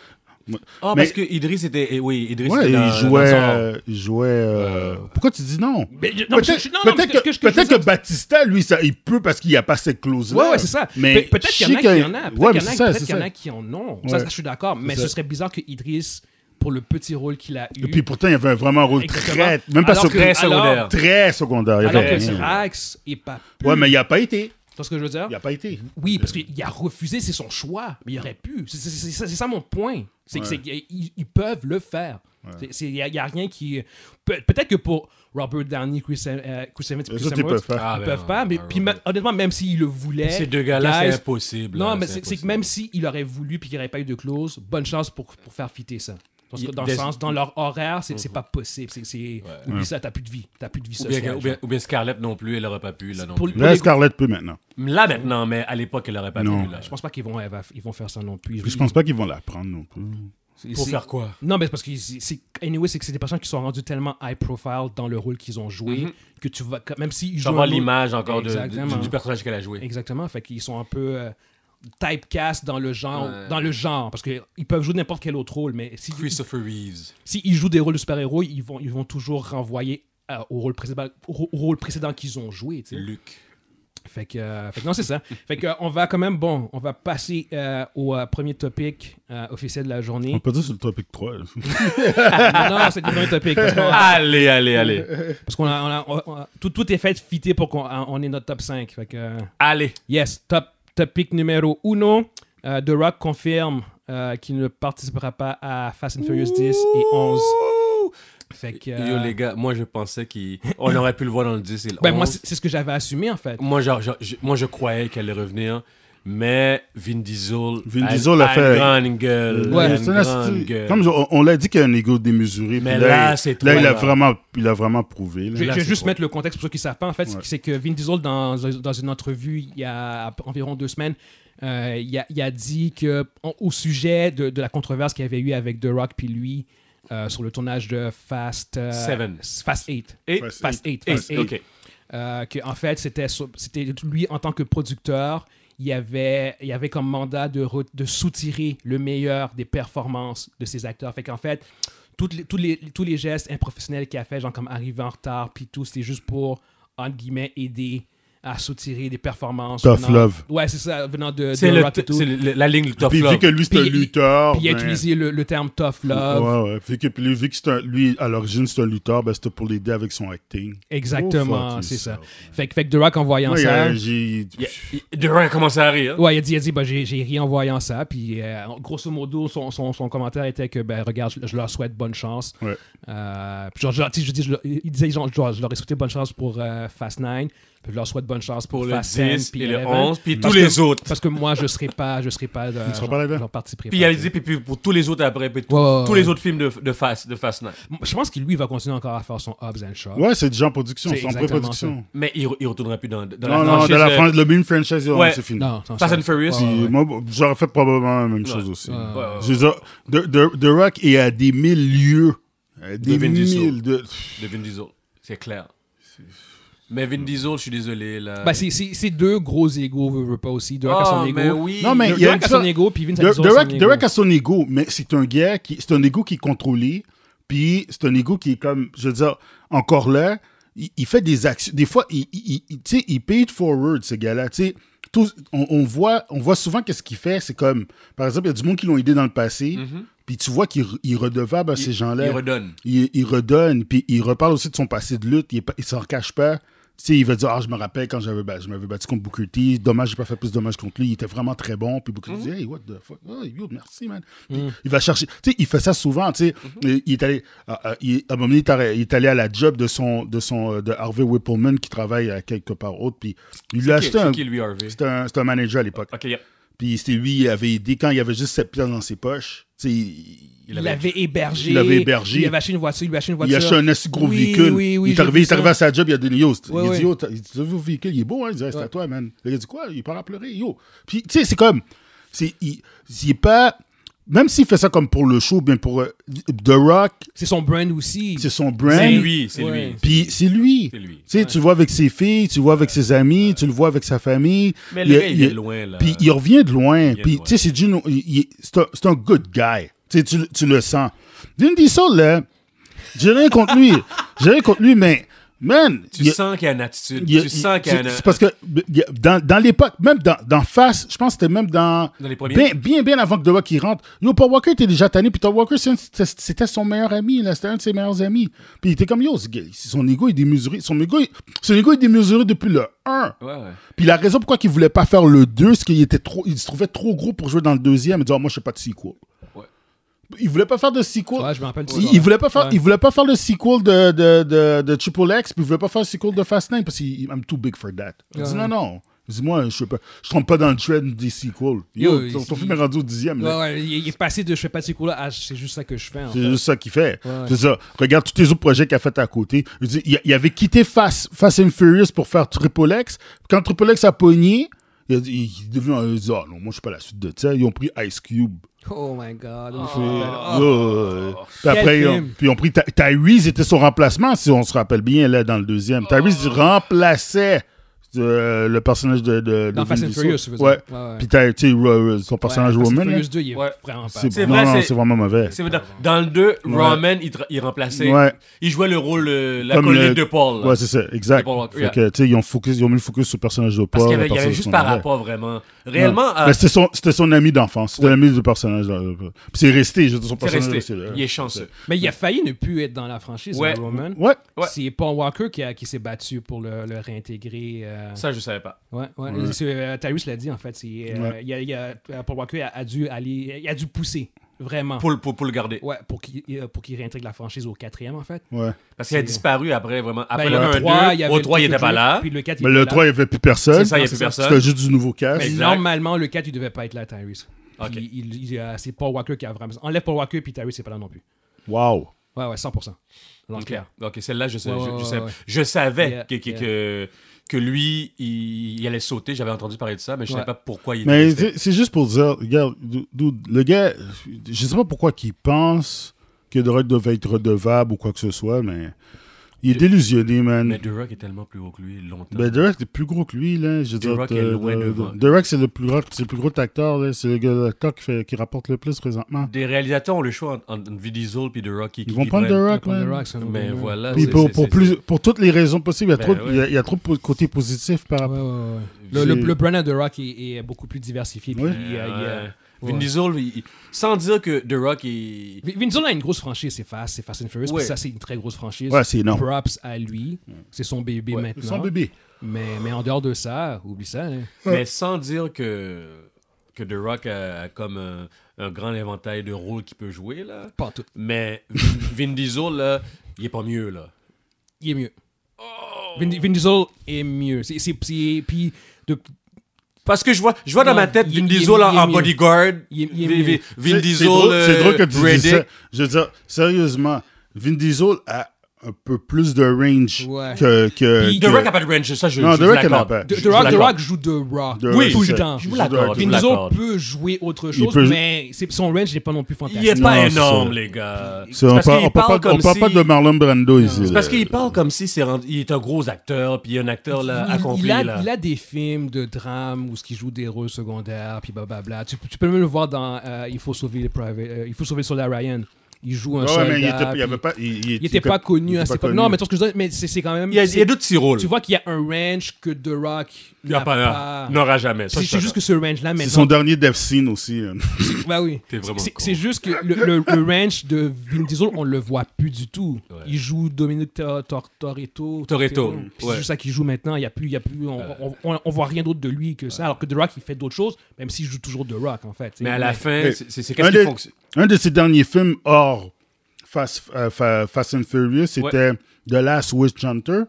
Speaker 2: Ah,
Speaker 3: Mais-
Speaker 2: parce que Idriss était. eh Oui, Idriss
Speaker 3: Ouais,
Speaker 2: était. dans-
Speaker 3: il jouait.
Speaker 2: dans Zorro.
Speaker 3: euh, il jouait euh, Pourquoi tu dis non?
Speaker 1: Mais je- non, mais je-
Speaker 3: peut-être
Speaker 1: je- non, non, mais
Speaker 3: peut-être
Speaker 1: ce
Speaker 3: que,
Speaker 1: que- ce que je
Speaker 3: peut-être
Speaker 1: veux
Speaker 3: que Batista, lui, ça, il peut parce qu'il n'y a pas cette clause-là.
Speaker 1: Ouais, ouais, c'est ça. Pe- peut-être qu'il y en a
Speaker 3: je sais
Speaker 1: qui en a.
Speaker 3: que-
Speaker 1: Peut-être
Speaker 3: Ouais, mais
Speaker 1: qu'il y en
Speaker 3: c'est
Speaker 1: a-
Speaker 3: ça,
Speaker 1: peut-être
Speaker 3: c'est
Speaker 1: qu'il y en
Speaker 3: ça.
Speaker 1: a qui en ont. Ça,
Speaker 3: Ouais.
Speaker 1: ça, je suis d'accord. Mais
Speaker 3: C'est
Speaker 1: ce
Speaker 3: ça.
Speaker 1: serait bizarre que Idriss, pour le petit rôle qu'il a eu.
Speaker 3: Et puis pourtant, il y avait vraiment un rôle
Speaker 1: Exactement.
Speaker 3: très. Même pas
Speaker 1: Alors que-
Speaker 3: secondaire.
Speaker 2: Très secondaire.
Speaker 1: alors-
Speaker 3: Très secondaire. Il y
Speaker 1: Alors
Speaker 3: avait
Speaker 1: que
Speaker 3: rien.
Speaker 1: Drax est pas plus.
Speaker 3: Ouais, mais il n'y a pas été.
Speaker 1: vois ce que je veux dire?
Speaker 3: Il n'a pas été.
Speaker 1: Oui, parce qu'il a refusé, c'est son choix, mais il aurait pu. C'est- C'est c'est ça- c'est ça mon point. C'est que
Speaker 3: Ouais.
Speaker 1: c'est qu'ils ils peuvent le faire. Il n'y a, y a rien qui. Pe- Peut-être que pour Robert Downey, Chris, Hem- euh, Chris Evans,
Speaker 3: Les
Speaker 1: Chris
Speaker 3: autres, ils
Speaker 1: Hemsworth,
Speaker 3: peuvent faire.
Speaker 2: Ah,
Speaker 1: ils
Speaker 2: ben
Speaker 1: peuvent
Speaker 2: non,
Speaker 1: pas. Mais
Speaker 2: Robert.
Speaker 1: puis, ma- honnêtement, même s'ils le voulaient.
Speaker 2: Ces deux gars-là,
Speaker 1: Eh, guys,
Speaker 2: c'est impossible.
Speaker 1: Non,
Speaker 2: là,
Speaker 1: mais c'est c'est que
Speaker 2: impossible.
Speaker 1: même s'il aurait voulu puis qu'il n'y aurait pas eu de clause, bonne chance pour, pour faire fitter ça. Parce que
Speaker 2: Il-
Speaker 1: dans le
Speaker 2: des- Mhm.
Speaker 1: sens, dans leur horaire, c'est c'est pas possible. C'est- c'est- Oublie ça, t'as plus de vie. T'as plus de vie
Speaker 2: Ou bien,
Speaker 1: sociale.
Speaker 2: ou bien- ou bien Scarlett non plus, elle aurait pas pu. Là, non
Speaker 1: Pour-
Speaker 2: plus.
Speaker 3: Là,
Speaker 1: les-
Speaker 3: Scarlett peut maintenant.
Speaker 2: là maintenant, mais à l'époque, elle aurait pas
Speaker 3: Non.
Speaker 2: pu. Là.
Speaker 1: Je pense pas qu'ils vont, ils vont faire ça non plus.
Speaker 3: Puis je pense pas qu'ils vont la prendre non plus.
Speaker 1: Hmm.
Speaker 2: Pour
Speaker 1: C'est-
Speaker 2: faire quoi
Speaker 1: Non, mais c'est parce que c'est- c'est anyway, c'est que c'est des personnes qui sont rendues tellement high profile dans le rôle qu'ils ont joué que tu vas quand- même si ils
Speaker 2: Tu
Speaker 1: jouent
Speaker 2: vas voir
Speaker 1: un autre-
Speaker 2: Mhm. l'image encore de- de-
Speaker 1: Exactement.
Speaker 2: du personnage qu'elle a joué.
Speaker 1: Exactement, fait qu'ils sont un peu euh, typecast dans le genre
Speaker 2: Ouais.
Speaker 1: dans le genre parce que ils peuvent jouer n'importe quel autre rôle mais si
Speaker 2: Christopher Reeves.
Speaker 1: si ils jouent des rôles de super-héros, ils vont ils vont toujours renvoyer euh, au rôle précédent au, au rôle précédent qu'ils ont joué, tu sais.
Speaker 2: Luc.
Speaker 1: Fait que, euh, fait que non, c'est ça. Fait que euh, on va quand même bon, on va passer euh, au euh, premier topic euh, officiel de la
Speaker 3: On
Speaker 1: journée.
Speaker 3: peut dire sur le topic 3. là.
Speaker 1: non, non, c'est le premier topic parce qu'on-
Speaker 2: Allez, allez, allez.
Speaker 1: Parce qu'on a, on a- on a- tout, tout est fait fité pour qu'on euh, on ait notre top 5. Fait que, euh,
Speaker 2: Allez.
Speaker 1: yes, top topic numéro uno. Euh, The Rock confirme euh, qu'il ne participera pas à Fast and Furious 10 et 11. Fait que, euh,
Speaker 2: Yo, les gars, moi, je pensais qu'on aurait pu le voir dans le 10 et le
Speaker 1: ben, moi,
Speaker 2: 11.
Speaker 1: c'est c'est ce que j'avais assumé en fait.
Speaker 2: Moi, genre, genre, je, moi, je croyais qu'elle allait revenir, mais Vin Diesel.
Speaker 3: Vin
Speaker 2: a-
Speaker 3: Diesel a fait-
Speaker 2: une grande gueule.
Speaker 1: Ouais.
Speaker 2: a une
Speaker 3: Euh, C'est un
Speaker 2: grande
Speaker 3: asti-
Speaker 2: gueule.
Speaker 3: Comme je- on, on l'a dit qu'il y a un ego démesuré.
Speaker 2: Mais
Speaker 3: puis
Speaker 2: là,
Speaker 3: il-
Speaker 2: c'est
Speaker 3: Là,
Speaker 2: toi,
Speaker 3: il a
Speaker 2: là.
Speaker 3: vraiment, il a vraiment prouvé.
Speaker 1: Je je
Speaker 3: là.
Speaker 2: Là,
Speaker 1: vais
Speaker 2: c'est
Speaker 1: juste
Speaker 2: trop.
Speaker 1: mettre le contexte pour ceux qui ne savent pas. En fait, c'est-
Speaker 3: Ouais.
Speaker 1: c'est que Vin Diesel, dans, dans une entrevue il y a environ deux semaines, euh, il, a, il a dit que en- au sujet de, de la controverse qu'il y avait eu avec The Rock puis lui euh, sur le tournage de Fast euh,
Speaker 2: Seven.
Speaker 1: Fast 8.
Speaker 2: Et,
Speaker 3: Fast
Speaker 1: Fast 8.
Speaker 2: et-
Speaker 1: Fast 8.
Speaker 2: ok.
Speaker 1: Euh, que, en fait, c'était sur- c'était lui en tant que producteur. Il avait, il avait comme mandat de, re- de soutirer le meilleur des performances de ses acteurs. Fait qu'en fait, toutes les- tous, les, tous les gestes improfessionnels qu'il a fait, genre comme arriver en retard, puis tout, c'était juste pour, entre guillemets, aider à soutirer des performances.
Speaker 3: Tough
Speaker 1: venant-
Speaker 3: love.
Speaker 1: Ouais, c'est ça, venant de,
Speaker 2: C'est
Speaker 1: de
Speaker 2: le-
Speaker 1: Rock et tout.
Speaker 2: c'est le- la ligne du top
Speaker 3: Puis vu
Speaker 2: love.
Speaker 3: que lui, c'est un
Speaker 1: Puis il-
Speaker 3: lutteur.
Speaker 1: Puis il a
Speaker 3: ben-
Speaker 1: utilisé le, le terme tough love.
Speaker 3: Ouais, ouais. Fait que, puis lui, vu que c'est un- lui, à l'origine, c'est un lutteur, ben, c'était pour l'aider avec son acting.
Speaker 1: Exactement,
Speaker 3: Oh, fuck
Speaker 1: c'est ça.
Speaker 3: yourself, man.
Speaker 1: Fait, que- fait que The Rock, en voyant
Speaker 3: Ouais,
Speaker 1: ça.
Speaker 3: euh, j'ai-
Speaker 2: Il- il- De rien commencé à rire.
Speaker 1: Ouais, il a dit, il a dit, bah, j'ai, j'ai ri en voyant ça. Puis, euh, grosso modo, son, son, son commentaire était que, ben, regarde, je, je leur souhaite bonne chance.
Speaker 3: Ouais.
Speaker 1: Euh, puis genre, je, tu sais, je dis, je leur- il disait, genre, genre, je leur ai souhaité bonne chance pour euh, Fast 9. Puis, je leur souhaite bonne chance pour,
Speaker 2: Pour le
Speaker 1: Fast
Speaker 2: 10
Speaker 1: 10, puis
Speaker 2: et le
Speaker 1: 11.
Speaker 2: 11, puis tous
Speaker 1: Parce
Speaker 2: les
Speaker 1: que-
Speaker 2: autres.
Speaker 1: Parce que moi, je serai pas, je serai pas, euh,
Speaker 3: ne seras
Speaker 1: j'en-
Speaker 3: pas là-dedans?
Speaker 1: j'en participerai
Speaker 2: Puis
Speaker 1: pas.
Speaker 2: il a dit, puis, puis pour tous les autres après, puis tout-
Speaker 1: Ouais, ouais,
Speaker 2: tous
Speaker 1: ouais.
Speaker 2: les autres films de, de Fast, de Fast Nine.
Speaker 1: Je pense que lui, il va continuer encore à faire son Hobbs and Shaw.
Speaker 3: Ouais, c'est déjà en production,
Speaker 1: C'est
Speaker 3: c'est en
Speaker 1: exactement
Speaker 3: pré-production.
Speaker 2: Mais il, re- il retournera plus dans, dans
Speaker 3: Non,
Speaker 2: la
Speaker 3: non,
Speaker 2: franchise.
Speaker 3: de la
Speaker 2: euh,
Speaker 3: Fran- le même franchise, non,
Speaker 2: Ouais.
Speaker 3: c'est fini.
Speaker 1: Non, non,
Speaker 2: Fast
Speaker 1: ça-
Speaker 2: and Furious.
Speaker 1: Ouais, ouais,
Speaker 3: Puis
Speaker 1: ouais.
Speaker 3: Moi, bon, j'aurais fait probablement la même chose aussi.
Speaker 1: Ouais,
Speaker 2: ouais, ouais.
Speaker 3: Je veux dire, The- The- The Rock est à des mille lieux. à Des
Speaker 2: Vin Diesel.
Speaker 3: mille de...
Speaker 2: de Vin Diesel. C'est clair. Mais Vin Diesel, je suis désolé. Là.
Speaker 1: Ben, c'est, c'est, c'est deux gros égaux, veux, veux pas aussi. De Rock à son
Speaker 2: oh,
Speaker 1: ego.
Speaker 2: mais oui.
Speaker 3: Non, mais
Speaker 1: De
Speaker 3: il y a
Speaker 1: Rock
Speaker 3: une
Speaker 1: à son
Speaker 3: différence-
Speaker 1: ego, puis Vince à
Speaker 3: The-
Speaker 1: son
Speaker 3: The Rock-
Speaker 1: ego.
Speaker 3: The Rock a son ego, mais c'est un gars qui, c'est un ego qui est contrôlé, puis c'est un ego qui est comme, je veux dire, encore là, il, il fait des actions, des fois, il, il, il- tu sais, il pay it forward ce gars-là, tu sais. Tous- on, on voit, on voit souvent qu'est-ce qu'il fait, c'est comme, par exemple, il y a du monde qui l'ont aidé dans le passé, puis tu vois qu'il re- il est redevable à ces gens-là.
Speaker 2: Mhm. Il redonne.
Speaker 3: il, il redonne, puis il reparle aussi de son passé de lutte, il, est pas- il s'en cache pas. Tu sais, il va dire, ah, je me rappelle quand j'avais, ba- je m'avais battu contre Booker T, dommage, j'ai pas fait plus de dommages contre lui, il était vraiment très bon. Puis
Speaker 2: Mhm.
Speaker 3: Booker T dit, hey, what the fuck, oh, yo, merci, man. Puis Il va chercher, tu sais, il fait ça souvent, tu sais.
Speaker 2: Mhm.
Speaker 3: Il- Il est allé, à, à- il- à un moment donné, il est arrêt- il est allé à la job de son, de son, euh, de Harvey Whippleman qui travaille à quelque part autre, puis il lui a
Speaker 2: Qui-
Speaker 3: acheté un,
Speaker 2: Qui lui Harvey?
Speaker 3: c'était un, c'était un manager à l'époque.
Speaker 2: Ok, yeah.
Speaker 3: Puis c'était lui, il avait aidé quand il avait juste cette pièces dans ses poches, tu sais, il-
Speaker 1: Il l'avait hébergé.
Speaker 3: il l'avait hébergé.
Speaker 1: Il avait acheté une voiture. Il lui a acheté une
Speaker 3: Il
Speaker 1: voiture.
Speaker 3: a acheté un assez gros
Speaker 1: Oui,
Speaker 3: véhicule.
Speaker 1: oui, oui,
Speaker 3: il est
Speaker 1: j'ai
Speaker 3: arrivé,
Speaker 1: vu
Speaker 3: il est arrivé
Speaker 1: ça.
Speaker 3: à sa job, il a donné yo. c'est-
Speaker 1: Ouais,
Speaker 3: il
Speaker 1: ouais.
Speaker 3: dit yo, t'as- il dit, t'as vu le véhicule, il est beau, hein. Il dit, Ah, c'est
Speaker 1: Ouais.
Speaker 3: à toi, man. Il a dit quoi Il part à pleurer, yo. Puis, tu sais, c'est comme. C'est, il, il est pas. Même s'il fait ça comme pour le show, bien pour euh, The Rock,
Speaker 1: C'est son brand aussi.
Speaker 3: c'est son brand.
Speaker 2: C'est lui, c'est
Speaker 1: Ouais.
Speaker 2: lui.
Speaker 3: Puis c'est lui.
Speaker 2: C'est lui.
Speaker 3: Tu sais, tu le vois avec ses filles, tu le vois avec ses amis, tu le vois avec sa famille.
Speaker 2: Mais le gars, il est loin, là.
Speaker 3: Puis il revient de loin.
Speaker 2: est
Speaker 3: Puis
Speaker 2: loin.
Speaker 3: tu sais, c'est du- il- il- c'est un, c'est un good guy. Tu sais, tu, le- tu le sens. Vin Diesel, là, j'ai rien contre lui. J'ai rien contre lui, mais Man,
Speaker 2: Tu
Speaker 3: il y a-
Speaker 2: sens qu'il y a une attitude.
Speaker 3: il y a-
Speaker 2: tu sens qu'il y a
Speaker 3: c'est-
Speaker 2: une-
Speaker 3: C'est parce que il y a- dans, dans l'époque, même dans, dans Face, je pense que c'était même dans.
Speaker 2: Dans les premiers.
Speaker 3: Bien, bien, bien avant que The Rock y rentre. Yo, Paul Walker était déjà tanné, puis Paul Walker, c'est un- c'était c'était son meilleur ami, là, c'était un de ses meilleurs amis. Puis il était comme, yo, ce gars, son ego est démesuré. Son ego, est- son ego est démesuré depuis le 1.
Speaker 2: Ouais, ouais.
Speaker 3: Puis la raison pourquoi il voulait pas faire le 2, c'est qu'il était trop, il se trouvait trop gros pour jouer dans le deuxième. Il disait, Ah, moi, je sais pas de sequel.
Speaker 2: Ouais.
Speaker 3: Il voulait pas faire de sequel.
Speaker 1: Ouais, je me rappelle de
Speaker 3: Il,
Speaker 1: ça.
Speaker 3: il voulait pas faire,
Speaker 1: Ouais.
Speaker 3: il voulait pas faire le sequel de, de, de, de Triple X, puis il voulait pas faire le sequel de Fast Nine parce qu'il I'm too big for that. Il dit
Speaker 1: Ouais.
Speaker 3: non, non. Il dit, moi, je ne je tombe pas dans le trend des sequels. Yo,
Speaker 1: Yo,
Speaker 3: ton, ton
Speaker 1: il-
Speaker 3: film est rendu au dixième.
Speaker 1: Ouais,
Speaker 3: là.
Speaker 1: ouais, il il est passé de je fais pas de ces coups-là à c'est juste ça que je fais. en
Speaker 3: C'est
Speaker 1: fait.
Speaker 3: juste ça qu'il fait.
Speaker 1: Ouais.
Speaker 3: C'est ça. Regarde tous tes autres projets qu'il a fait à côté. Je dis, il, il avait quitté Fast, Fast and Furious pour faire Triple X. Quand Triple X a pogné, il, a dit- il est devenu un. Il dit, ah non, moi, je suis pas la suite de ça. Ils ont pris Ice Cube.
Speaker 1: Oh my god. on
Speaker 3: Puis,
Speaker 1: fait-
Speaker 2: Ah.
Speaker 3: yo, euh,
Speaker 2: Oh,
Speaker 3: puis après,
Speaker 1: Quel
Speaker 3: ils ont,
Speaker 1: film.
Speaker 3: puis ils ont pris Ty- Tyrese, était son remplacement, si on se rappelle bien, là, dans le
Speaker 2: Oh.
Speaker 3: deuxième. Tyrese remplaçait euh, le personnage de. de,
Speaker 1: Dans
Speaker 3: de
Speaker 1: Fast
Speaker 3: Vin
Speaker 1: and
Speaker 3: Diesel.
Speaker 1: Furious, je veux dire.
Speaker 3: Ouais.
Speaker 1: Ouais, ouais.
Speaker 3: Puis Ty- tu sais, Ro- Ro- son
Speaker 1: Ouais,
Speaker 3: personnage
Speaker 1: Fast and
Speaker 3: woman, là,
Speaker 1: Furious 2, il est
Speaker 2: Ouais.
Speaker 1: vraiment pas.
Speaker 3: c'est
Speaker 2: C'est
Speaker 3: non,
Speaker 2: vrai,
Speaker 3: non,
Speaker 2: c'est-
Speaker 3: c'est vraiment mauvais.
Speaker 2: C'est vrai, Dans le 2, Ramen, il, tra- il remplaçait.
Speaker 3: Ouais.
Speaker 2: Il jouait le rôle, euh, la
Speaker 3: Comme
Speaker 2: colline
Speaker 3: le-
Speaker 2: de Paul. là.
Speaker 3: Ouais, c'est ça, exact.
Speaker 2: De Paul Walker,
Speaker 3: Fait
Speaker 2: yeah.
Speaker 3: que, tu sais, ils ont, focus, ils ont mis le focus sur le personnage de Paul.
Speaker 2: Parce qu'il y
Speaker 3: le
Speaker 2: avait, il y avait
Speaker 3: personnage
Speaker 2: juste
Speaker 3: qu'on
Speaker 2: par
Speaker 3: avait.
Speaker 2: rapport vraiment. Réellement,
Speaker 3: Ouais.
Speaker 2: euh,
Speaker 3: Mais c'était son, c'était son ami d'enfance, c'était l'ami du personnage. euh, Puis c'est resté, je veux dire, son
Speaker 2: c'est
Speaker 3: personnage.
Speaker 2: resté.
Speaker 3: c'est le-
Speaker 2: Il est chanceux.
Speaker 1: Mais il a failli ne plus être dans la franchise,
Speaker 2: Ouais.
Speaker 1: hein, Roman.
Speaker 3: Ouais.
Speaker 2: Ouais.
Speaker 1: C'est Paul Walker qui, a- qui s'est battu pour le, le réintégrer. euh,
Speaker 2: Ça, je savais pas.
Speaker 1: Ouais, ouais. C'est, euh, Tyrese l'a dit en fait. c'est, euh,
Speaker 3: Ouais.
Speaker 1: il y a- il y a- euh, Paul Walker a, a dû aller, il a dû pousser vraiment.
Speaker 2: Pour, le- pour, pour le garder.
Speaker 1: Ouais, pour qu'il euh, pour qu'il réintègre la franchise au quatrième en fait.
Speaker 3: Ouais.
Speaker 2: Parce qu'il a disparu après, vraiment. Après
Speaker 1: Ben,
Speaker 2: le
Speaker 1: il y a
Speaker 2: 1,
Speaker 1: le trois,
Speaker 2: 2,
Speaker 1: avait
Speaker 2: au
Speaker 1: le
Speaker 2: 3, il
Speaker 1: Tokyo
Speaker 2: était pas
Speaker 1: Drift,
Speaker 2: là.
Speaker 1: Puis le 4, il
Speaker 3: Mais
Speaker 1: était
Speaker 3: le
Speaker 1: là.
Speaker 3: 3, il n'y avait plus personne.
Speaker 2: C'est ça, il y a
Speaker 1: c'est
Speaker 2: plus
Speaker 1: ça.
Speaker 2: personne.
Speaker 3: C'était juste du nouveau
Speaker 1: Mais
Speaker 3: cast.
Speaker 2: Exact.
Speaker 1: normalement, le 4, il devait pas être là, Tyrese. Puis
Speaker 2: Ok.
Speaker 1: il- il- il, euh, c'est Paul Walker qui a vraiment. Enlève Paul Walker, puis Tyrese, c'est pas là non plus.
Speaker 3: Wow.
Speaker 1: Ouais, ouais, 100%. Dans le
Speaker 2: Ok,
Speaker 1: clair.
Speaker 2: ok, celle-là, je, sais-
Speaker 1: Ouais,
Speaker 2: je,
Speaker 1: ouais,
Speaker 2: je
Speaker 1: ouais,
Speaker 2: savais-
Speaker 1: ouais.
Speaker 2: je savais
Speaker 1: Yeah,
Speaker 2: que, que,
Speaker 1: yeah.
Speaker 2: que, que lui, il, il allait sauter. J'avais entendu parler de ça, mais je ne
Speaker 1: Ouais.
Speaker 2: savais pas pourquoi il
Speaker 3: Mais
Speaker 2: était resté.
Speaker 3: c'est c'est juste pour dire, regarde, du- dude, le gars, je sais pas pourquoi qu'il pense que The Rock devait être redevable ou quoi que ce soit, mais il est délusionné,
Speaker 2: Mais
Speaker 3: man.
Speaker 2: The Rock est tellement plus haut que lui longtemps.
Speaker 3: Ben, The Rock est plus gros que lui, là. Je veux
Speaker 2: The
Speaker 3: dire,
Speaker 2: Rock est
Speaker 3: euh,
Speaker 2: loin
Speaker 3: The-
Speaker 2: devant.
Speaker 3: The Rock, c'est le plus gros, c'est le plus gros acteur, là. C'est le gars l'acteur qui, fait- qui rapporte le plus présentement.
Speaker 2: Des réalisateurs ont le choix entre, entre Vin Diesel et The Rock. qui-
Speaker 3: Ils
Speaker 2: qui
Speaker 3: vont prendre
Speaker 2: prennent-
Speaker 3: The Rock,
Speaker 1: Upon the
Speaker 3: man.
Speaker 1: Rocks, hein,
Speaker 2: Mais
Speaker 1: ouais, ouais.
Speaker 2: Ben, voilà.
Speaker 3: Puis
Speaker 2: c'est-
Speaker 3: pour,
Speaker 2: c'est-
Speaker 3: pour
Speaker 2: c'est-
Speaker 3: plus, pour toutes les raisons possibles, il y a
Speaker 2: Ben
Speaker 3: trop, de-
Speaker 2: ouais.
Speaker 3: il y a, il y a trop de côtés positifs par
Speaker 1: Ouais,
Speaker 3: rapport.
Speaker 1: ouais, ouais. Le, le, le brand de Rock est, est beaucoup plus diversifié. Puis,
Speaker 3: Ouais.
Speaker 1: il, euh, il, euh,
Speaker 2: Ouais. Vin
Speaker 1: ouais.
Speaker 2: Diesel, il- il- sans dire que The Rock est.
Speaker 1: Vin- Vin Diesel a une grosse franchise, c'est Fast, c'est Fast and Furious, puis
Speaker 2: Ouais.
Speaker 1: ça c'est une très grosse franchise.
Speaker 3: Ouais, c'est énorme.
Speaker 1: Props à lui, c'est son bébé
Speaker 2: Ouais.
Speaker 1: maintenant.
Speaker 3: Son bébé.
Speaker 1: Mais, mais en dehors de ça, oublie ça. hein.
Speaker 2: Mais sans dire que, que The Rock a, a comme un, un grand éventail de rôles qu'il peut jouer, là.
Speaker 1: Pas en tout.
Speaker 2: Mais Vin Vin Diesel, là, il est pas mieux, là.
Speaker 1: Il est mieux.
Speaker 2: Oh.
Speaker 1: Vin, Vin Diesel est mieux. C'est, c'est, c'est- puis de-
Speaker 2: Parce que je vois, je vois dans
Speaker 1: Ouais,
Speaker 2: ma tête
Speaker 1: il-
Speaker 2: Vin
Speaker 1: il est-
Speaker 2: Diesel en,
Speaker 1: il est
Speaker 2: en
Speaker 1: mieux.
Speaker 2: bodyguard.
Speaker 1: Il est- il est
Speaker 2: Vin-
Speaker 1: mieux.
Speaker 2: Vin- Vin
Speaker 3: C'est-
Speaker 2: Diesel,
Speaker 3: C'est drôle, c'est
Speaker 2: euh,
Speaker 3: drôle que tu
Speaker 2: Reddick.
Speaker 3: dis ça. Je veux dire, sérieusement, Vin Diesel a un peu plus de range
Speaker 1: Ouais.
Speaker 3: que. que-
Speaker 1: Puis
Speaker 2: The
Speaker 3: que-
Speaker 2: Rock n'a pas de range, ça je
Speaker 3: Non,
Speaker 2: je
Speaker 3: The
Speaker 2: vous
Speaker 3: Rock n'a
Speaker 2: l'accorde.
Speaker 3: pas.
Speaker 1: de-
Speaker 3: Je-
Speaker 1: The
Speaker 3: je
Speaker 1: Rock, The
Speaker 3: l'accorde.
Speaker 1: Rock joue de Rock
Speaker 3: The
Speaker 2: Oui,
Speaker 1: tout
Speaker 3: c'est
Speaker 1: le
Speaker 3: ça.
Speaker 1: temps.
Speaker 2: Je vous
Speaker 3: The
Speaker 2: l'accorde,
Speaker 3: Rock.
Speaker 2: je
Speaker 1: Vin
Speaker 2: vous
Speaker 1: Diesel
Speaker 2: l'accorde.
Speaker 1: peut jouer autre chose,
Speaker 3: peut-
Speaker 1: mais c'est, son range n'est pas non plus
Speaker 2: Il est
Speaker 1: fantastique.
Speaker 2: pas
Speaker 3: Non, c'est
Speaker 2: énorme,
Speaker 3: ça.
Speaker 2: les gars.
Speaker 3: C'est- On ne
Speaker 2: Parce qu'il
Speaker 3: parle,
Speaker 2: parle
Speaker 3: pas, on
Speaker 2: comme
Speaker 3: parle
Speaker 2: si-
Speaker 3: pas de Marlon Brando ici.
Speaker 2: C'est parce
Speaker 3: là.
Speaker 2: qu'il parle comme si c'est rendu- il est un gros acteur, puis un acteur là,
Speaker 1: Il-
Speaker 2: accompli.
Speaker 1: il, a,
Speaker 2: là.
Speaker 1: il a des films de drame où ce qui joue des rôles secondaires, puis blablabla. Tu, tu peux même le voir dans euh, Il faut sauver le private, euh, Il faut sauver le soldat Ryan. Il joue un
Speaker 3: Ouais,
Speaker 1: soldat.
Speaker 3: mais il était, il
Speaker 1: puis
Speaker 3: avait pas, il,
Speaker 1: il était pas
Speaker 3: il
Speaker 1: connu
Speaker 2: hein,
Speaker 3: était
Speaker 1: à
Speaker 3: pas
Speaker 1: cette époque.
Speaker 3: connu.
Speaker 1: Non, mais tu vois ce que je veux dire, mais c'est c'est quand même.
Speaker 2: Il y a, il y a
Speaker 1: c'est-
Speaker 2: d'autres petits rôles.
Speaker 1: Tu vois qu'il y a un range que The Rock
Speaker 2: il n'y a
Speaker 1: n'a
Speaker 2: pas
Speaker 1: pas.
Speaker 2: un. N'aura jamais. ça,
Speaker 1: C'est
Speaker 2: je
Speaker 1: c'est
Speaker 2: suis
Speaker 1: juste que ce range-là,
Speaker 3: C'est
Speaker 1: maintenant.
Speaker 3: son dernier death scene aussi. hein.
Speaker 1: Bah oui.
Speaker 2: T'es vraiment
Speaker 1: C'est-
Speaker 2: con.
Speaker 1: C'est juste que le, le, le ranch de Vin Diesel, on le voit plus du tout.
Speaker 2: Ouais.
Speaker 1: Il joue Dominique Tor- Tor- Toretto.
Speaker 2: Toretto,
Speaker 1: Puis
Speaker 2: ouais.
Speaker 1: C'est juste ça qu'il joue maintenant. Il y a plus, il y a plus, on, on, on- on voit rien d'autre de lui que ça. Alors que The Rock, il fait d'autres choses, même s'il joue toujours The Rock, en fait.
Speaker 2: Mais à la fin,
Speaker 3: Mais-
Speaker 2: c'est c'est- c'est
Speaker 3: un,
Speaker 2: qu'est-ce qui
Speaker 3: des-
Speaker 2: fonctionne.
Speaker 3: un de ses derniers films hors Fast, euh, Fa- Fast and Furious, c'était The Last Witch Hunter.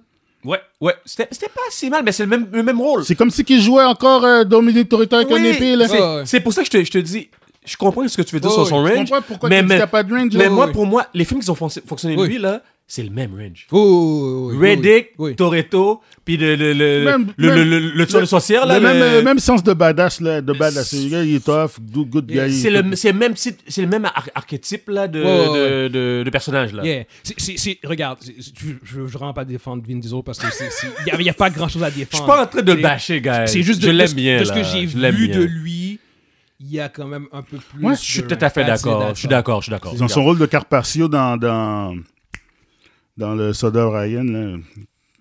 Speaker 2: Ouais, ouais. C'était c'était pas si mal, mais c'est le même, le même rôle.
Speaker 3: C'est comme si qu'il jouait encore euh, Dominique Toretto avec un
Speaker 2: Oui,
Speaker 3: épée. Là.
Speaker 1: Ouais,
Speaker 2: c'est-
Speaker 1: ouais.
Speaker 2: C'est pour ça que je te, je te dis, je comprends ce que tu veux dire
Speaker 1: Ouais,
Speaker 2: sur
Speaker 1: ouais,
Speaker 2: son
Speaker 3: Je
Speaker 2: range.
Speaker 3: comprends pourquoi
Speaker 2: mais,
Speaker 3: tu dis
Speaker 2: mais-
Speaker 3: qu'il n'y a pas de range. là.
Speaker 2: mais
Speaker 1: Ouais,
Speaker 2: moi,
Speaker 1: ouais.
Speaker 2: pour moi, les films qui ont fonc- fonctionné de
Speaker 1: Oui.
Speaker 2: lui, là, c'est le même range.
Speaker 1: Oh,
Speaker 2: Reddick, Toretto, puis le, le, le,
Speaker 3: Même-
Speaker 2: le,
Speaker 3: même-
Speaker 2: le, le- le tueur de
Speaker 3: le-
Speaker 2: sorcière, là.
Speaker 3: le même,
Speaker 2: le-
Speaker 3: euh, même sens de badass, là, de badass. Le gars, il est tough, good, good guy.
Speaker 2: C'est le, c'est le même type- c'est le même ar- archétype là de,
Speaker 1: Ouais, ouais,
Speaker 2: de, de- de personnage là.
Speaker 1: Yeah. C'est- c'est- c'est- regarde, c'est- c'est- tu- je ne vraiment pas défendre Vin Diesel parce que c'est- c'est- il n'y a, pas grand chose à
Speaker 2: Je suis
Speaker 1: défendre.
Speaker 2: pas en train de le
Speaker 1: C'est-
Speaker 2: bâcher, gars.
Speaker 1: C'est juste de,
Speaker 2: Euh, je
Speaker 1: de
Speaker 2: l'aime
Speaker 1: ce-
Speaker 2: bien
Speaker 1: de ce que
Speaker 2: là.
Speaker 1: j'ai
Speaker 2: Je l'aime
Speaker 1: vu
Speaker 2: bien.
Speaker 1: de lui. Il y a quand même un peu plus.
Speaker 2: Moi, je suis tout à fait d'accord. Je suis d'accord, je suis d'accord.
Speaker 3: Dans son rôle de Carpaccio dans, dans, dans le Soda Ryan, là,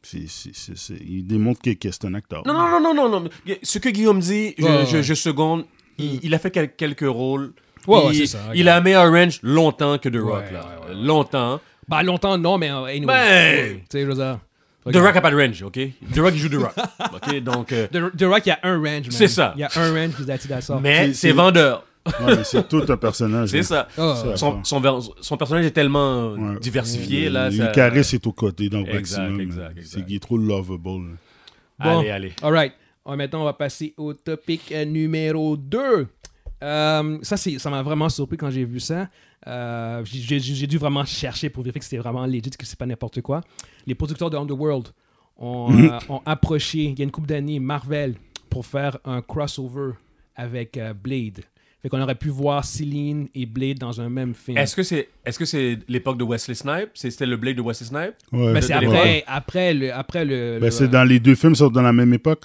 Speaker 3: C'est- c'est- c'est- c'est- Il démontre que, que c'est un acteur.
Speaker 2: Non, non, non, non, non, non. Ce que Guillaume dit, je,
Speaker 1: Ouais,
Speaker 2: je-
Speaker 1: ouais. Hmm.
Speaker 2: je seconde. Il, il a fait quel- quelques rôles.
Speaker 1: Ouais, ouais,
Speaker 2: Puis
Speaker 1: c'est ça,
Speaker 2: Il
Speaker 1: regarde.
Speaker 2: a aimé Orange longtemps que The Rock.
Speaker 1: Ouais,
Speaker 2: là.
Speaker 1: ouais, ouais, ouais.
Speaker 2: Longtemps.
Speaker 1: Bah, longtemps, non, mais euh, anyway.
Speaker 2: Ben-
Speaker 1: Ouais, Tu sais, je veux dire.
Speaker 2: The Rock n'a pas de range, OK? The Rock il joue The Rock. OK? Donc, euh,
Speaker 1: The, The Rock, il y a un range, man.
Speaker 2: C'est ça.
Speaker 1: Il y a un range, puis that's it, that's all.
Speaker 2: mais
Speaker 3: C'est-
Speaker 2: c'est
Speaker 3: c'est-
Speaker 2: vendeur.
Speaker 3: Ouais, mais c'est tout un personnage.
Speaker 2: C'est
Speaker 3: là.
Speaker 2: ça.
Speaker 1: Ah,
Speaker 3: Ça.
Speaker 2: Son, son ver- son personnage est tellement euh,
Speaker 3: Ouais.
Speaker 2: diversifié.
Speaker 3: Le-
Speaker 2: là,
Speaker 3: le
Speaker 2: ça-
Speaker 3: charisme est au côté, donc
Speaker 2: Exact,
Speaker 3: maximum.
Speaker 2: exact,
Speaker 3: hein.
Speaker 2: exact.
Speaker 3: C'est qu'il est trop lovable. là.
Speaker 1: Bon.
Speaker 2: Allez, allez.
Speaker 1: All right. Ah, maintenant, on va passer au topic euh, numéro 2. ça, c'est- ça m'a vraiment surpris quand j'ai vu ça. Euh, j'ai- j'ai j'ai dû vraiment chercher pour vérifier que c'était vraiment legit, que c'est pas n'importe quoi. Les producteurs de Underworld ont,
Speaker 2: Mhm.
Speaker 1: euh, ont approché, il y a une couple d'années, Marvel pour faire un crossover avec euh, Blade. Fait qu'on aurait pu voir Céline et Blade dans un même film.
Speaker 2: Est-ce que c'est est -ce c'est l'époque de Wesley Snipes? C'est- C'était le Blade de Wesley Snipes?
Speaker 3: Ouais,
Speaker 1: Mais Ben, c'est
Speaker 2: de- de-
Speaker 1: après, après le. Après le,
Speaker 3: Ben,
Speaker 1: le-
Speaker 3: c'est dans les deux films, sont dans la même époque.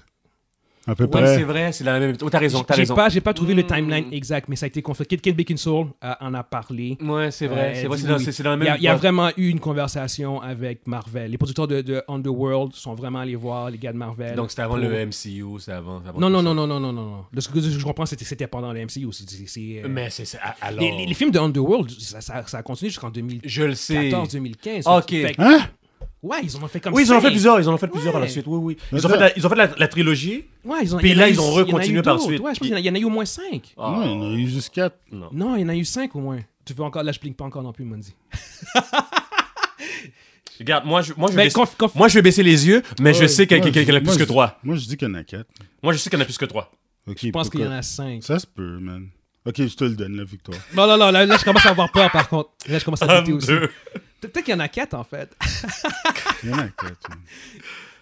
Speaker 3: À peu
Speaker 2: Ouais, mais c'est
Speaker 3: près.
Speaker 2: vrai, c'est dans la même. Oh, t'as raison, t'as
Speaker 1: J'ai
Speaker 2: raison.
Speaker 1: pas, j'ai pas trouvé le
Speaker 2: Mm.
Speaker 1: timeline exact, mais ça a été confirmé. Kid, Kid Bacon Soul euh, en a parlé.
Speaker 2: Ouais, c'est
Speaker 1: Euh,
Speaker 2: vrai, c'est vrai,
Speaker 1: dit
Speaker 2: c'est dans,
Speaker 1: oui.
Speaker 2: c'est- c'est dans la
Speaker 1: Il y, a,
Speaker 2: Mm. même.
Speaker 1: il y a vraiment eu une conversation avec Marvel. Les producteurs de, de Underworld sont vraiment allés voir les gars de Marvel.
Speaker 2: Donc c'était avant
Speaker 1: pour-
Speaker 2: le MCU, c'est avant. c'est avant
Speaker 1: Non,
Speaker 2: tout
Speaker 1: non,
Speaker 2: ça.
Speaker 1: non, non, non, non, non, non. De ce que je comprends, c'était, c'était pendant le MCU aussi. C'est- c'est, euh,
Speaker 2: Mais c'est c'est- a- alors.
Speaker 1: les, les- les films de Underworld, ça, ça, ça a continué jusqu'en 2014-2015.
Speaker 2: Je le sais. Ah, Ok.
Speaker 1: Fait que-
Speaker 3: Hein?
Speaker 1: ouais, ils en ont fait comme
Speaker 2: Oui, ils en ont fait
Speaker 1: cinq.
Speaker 2: plusieurs, ils en ont fait plusieurs à la
Speaker 1: Ouais.
Speaker 2: suite. Oui, oui.
Speaker 3: Mais
Speaker 2: Ils ont fait
Speaker 3: ça-
Speaker 2: la, ils ont fait la, la trilogie.
Speaker 1: Ouais, ils ont,
Speaker 2: Puis
Speaker 1: il y en a
Speaker 2: là,
Speaker 1: eu-
Speaker 2: ils ont
Speaker 1: il y en a eu
Speaker 2: recontinué par
Speaker 1: d'autres.
Speaker 2: suite.
Speaker 1: Ouais, je pense qu'il y en a- il y en a eu au moins cinq.
Speaker 2: Ah.
Speaker 3: Ouais, il y en a eu juste quatre.
Speaker 1: Non, il y en a eu cinq au moins. Tu veux encore. Là, je plingue pas encore non plus, Mondi.
Speaker 2: Regarde, moi je, moi, je
Speaker 1: Ben,
Speaker 2: vais baisser,
Speaker 1: conf- conf-
Speaker 2: moi je vais baisser les yeux, mais je
Speaker 3: Ouais,
Speaker 2: sais qu'il y, a-
Speaker 3: moi,
Speaker 2: qu'il y a- qu'il y en a
Speaker 3: je-
Speaker 2: plus
Speaker 3: moi,
Speaker 2: que
Speaker 3: je-
Speaker 2: trois.
Speaker 3: Moi, je dis qu'il y en a quatre.
Speaker 2: Moi je sais qu'il y en a plus que trois.
Speaker 3: Ok,
Speaker 1: Je pense qu'il y en
Speaker 3: pourquoi?
Speaker 1: a cinq.
Speaker 3: Ça se peut, man. Ok, je te le donne, la victoire.
Speaker 1: Non, non, non, là, là, je commence à avoir peur par contre. Là, je commence à
Speaker 2: Un,
Speaker 1: douter aussi.
Speaker 2: deux.
Speaker 1: Pe- Peut-être qu'il y en a quatre en fait.
Speaker 3: Il y en a quatre. man.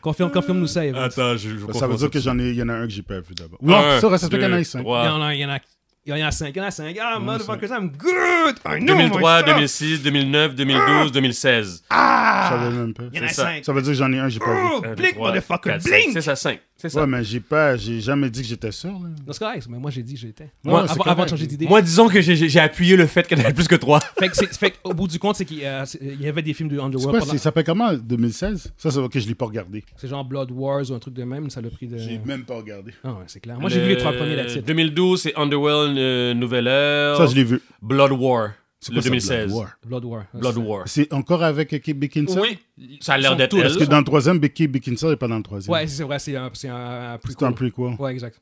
Speaker 1: Confirme, confirme-nous ça, Evan.
Speaker 2: Attends, je, je
Speaker 3: Ça,
Speaker 2: comprends
Speaker 3: veut dire
Speaker 2: tout de
Speaker 3: que
Speaker 2: suite.
Speaker 3: j'en ai, il y en a un que j'ai pas vu d'abord. Non,
Speaker 2: Un,
Speaker 3: ça, ça se peut qu'il y en
Speaker 2: Ah, deux,
Speaker 3: a cinq.
Speaker 2: trois.
Speaker 1: Non, non, il y en a. Il y en a cinq. Il y en a cinq. Ah, motherfucker, I'm good. I know my
Speaker 2: 2003,
Speaker 1: stuff.
Speaker 2: 2006, 2009,
Speaker 1: Ah!
Speaker 2: 2012, 2016.
Speaker 3: Ah, Je savais même pas.
Speaker 1: Il y en a
Speaker 2: c'est ça.
Speaker 1: cinq.
Speaker 3: Ça veut dire que j'en ai un que j'ai pas vu.
Speaker 1: Oh,
Speaker 2: Un, deux,
Speaker 1: blink,
Speaker 2: trois,
Speaker 1: motherfucker,
Speaker 2: quatre, cinq.
Speaker 1: blink.
Speaker 2: C'est ça, 5. C'est ça.
Speaker 3: Ouais, mais j'ai pas, j'ai jamais dit que j'étais sûr. là.
Speaker 1: Non, c'est correct, mais moi j'ai dit j'étais.
Speaker 3: Moi,
Speaker 1: avant,
Speaker 3: c'est
Speaker 1: avant
Speaker 3: correct.
Speaker 1: de changer d'idée.
Speaker 2: Moi, disons que j'ai- j'ai j'ai appuyé le fait qu'il y en avait plus que 3.
Speaker 1: Fait, que c'est- fait que au bout du compte, c'est qu'il y a- c'est- il y avait des films de
Speaker 3: C'est
Speaker 1: Underworld.
Speaker 3: quoi,
Speaker 1: pendant-
Speaker 3: c'est- ça s'appelle comment 2016 Ça, c'est ok, je l'ai pas regardé.
Speaker 1: C'est genre Blood Wars ou un truc de même, ça l'a pris de.
Speaker 3: J'ai même pas regardé.
Speaker 1: Ah ouais, c'est clair. Moi j'ai vu les trois premiers là-dessus.
Speaker 2: 2012, c'est Underworld, euh, Nouvelle Heure.
Speaker 3: Ça, je l'ai vu.
Speaker 2: Blood War,
Speaker 3: C'est
Speaker 2: le
Speaker 3: quoi ça,
Speaker 2: 2016.
Speaker 3: Blood War?
Speaker 1: Blood War. ouais,
Speaker 2: Blood
Speaker 1: c'est ça.
Speaker 2: War.
Speaker 3: C'est encore avec Kate Beckinsale
Speaker 2: Oui, ça a
Speaker 1: Ils
Speaker 2: l'air
Speaker 1: sont
Speaker 2: d'être
Speaker 1: tous-
Speaker 2: elle.
Speaker 3: Parce que dans le troisième, Kate Beckinsale n'est pas dans le troisième.
Speaker 1: Ouais, c'est vrai, c'est un, c'est un, un
Speaker 3: C'était un
Speaker 1: prequel.
Speaker 3: prequel.
Speaker 1: Ouais, exact.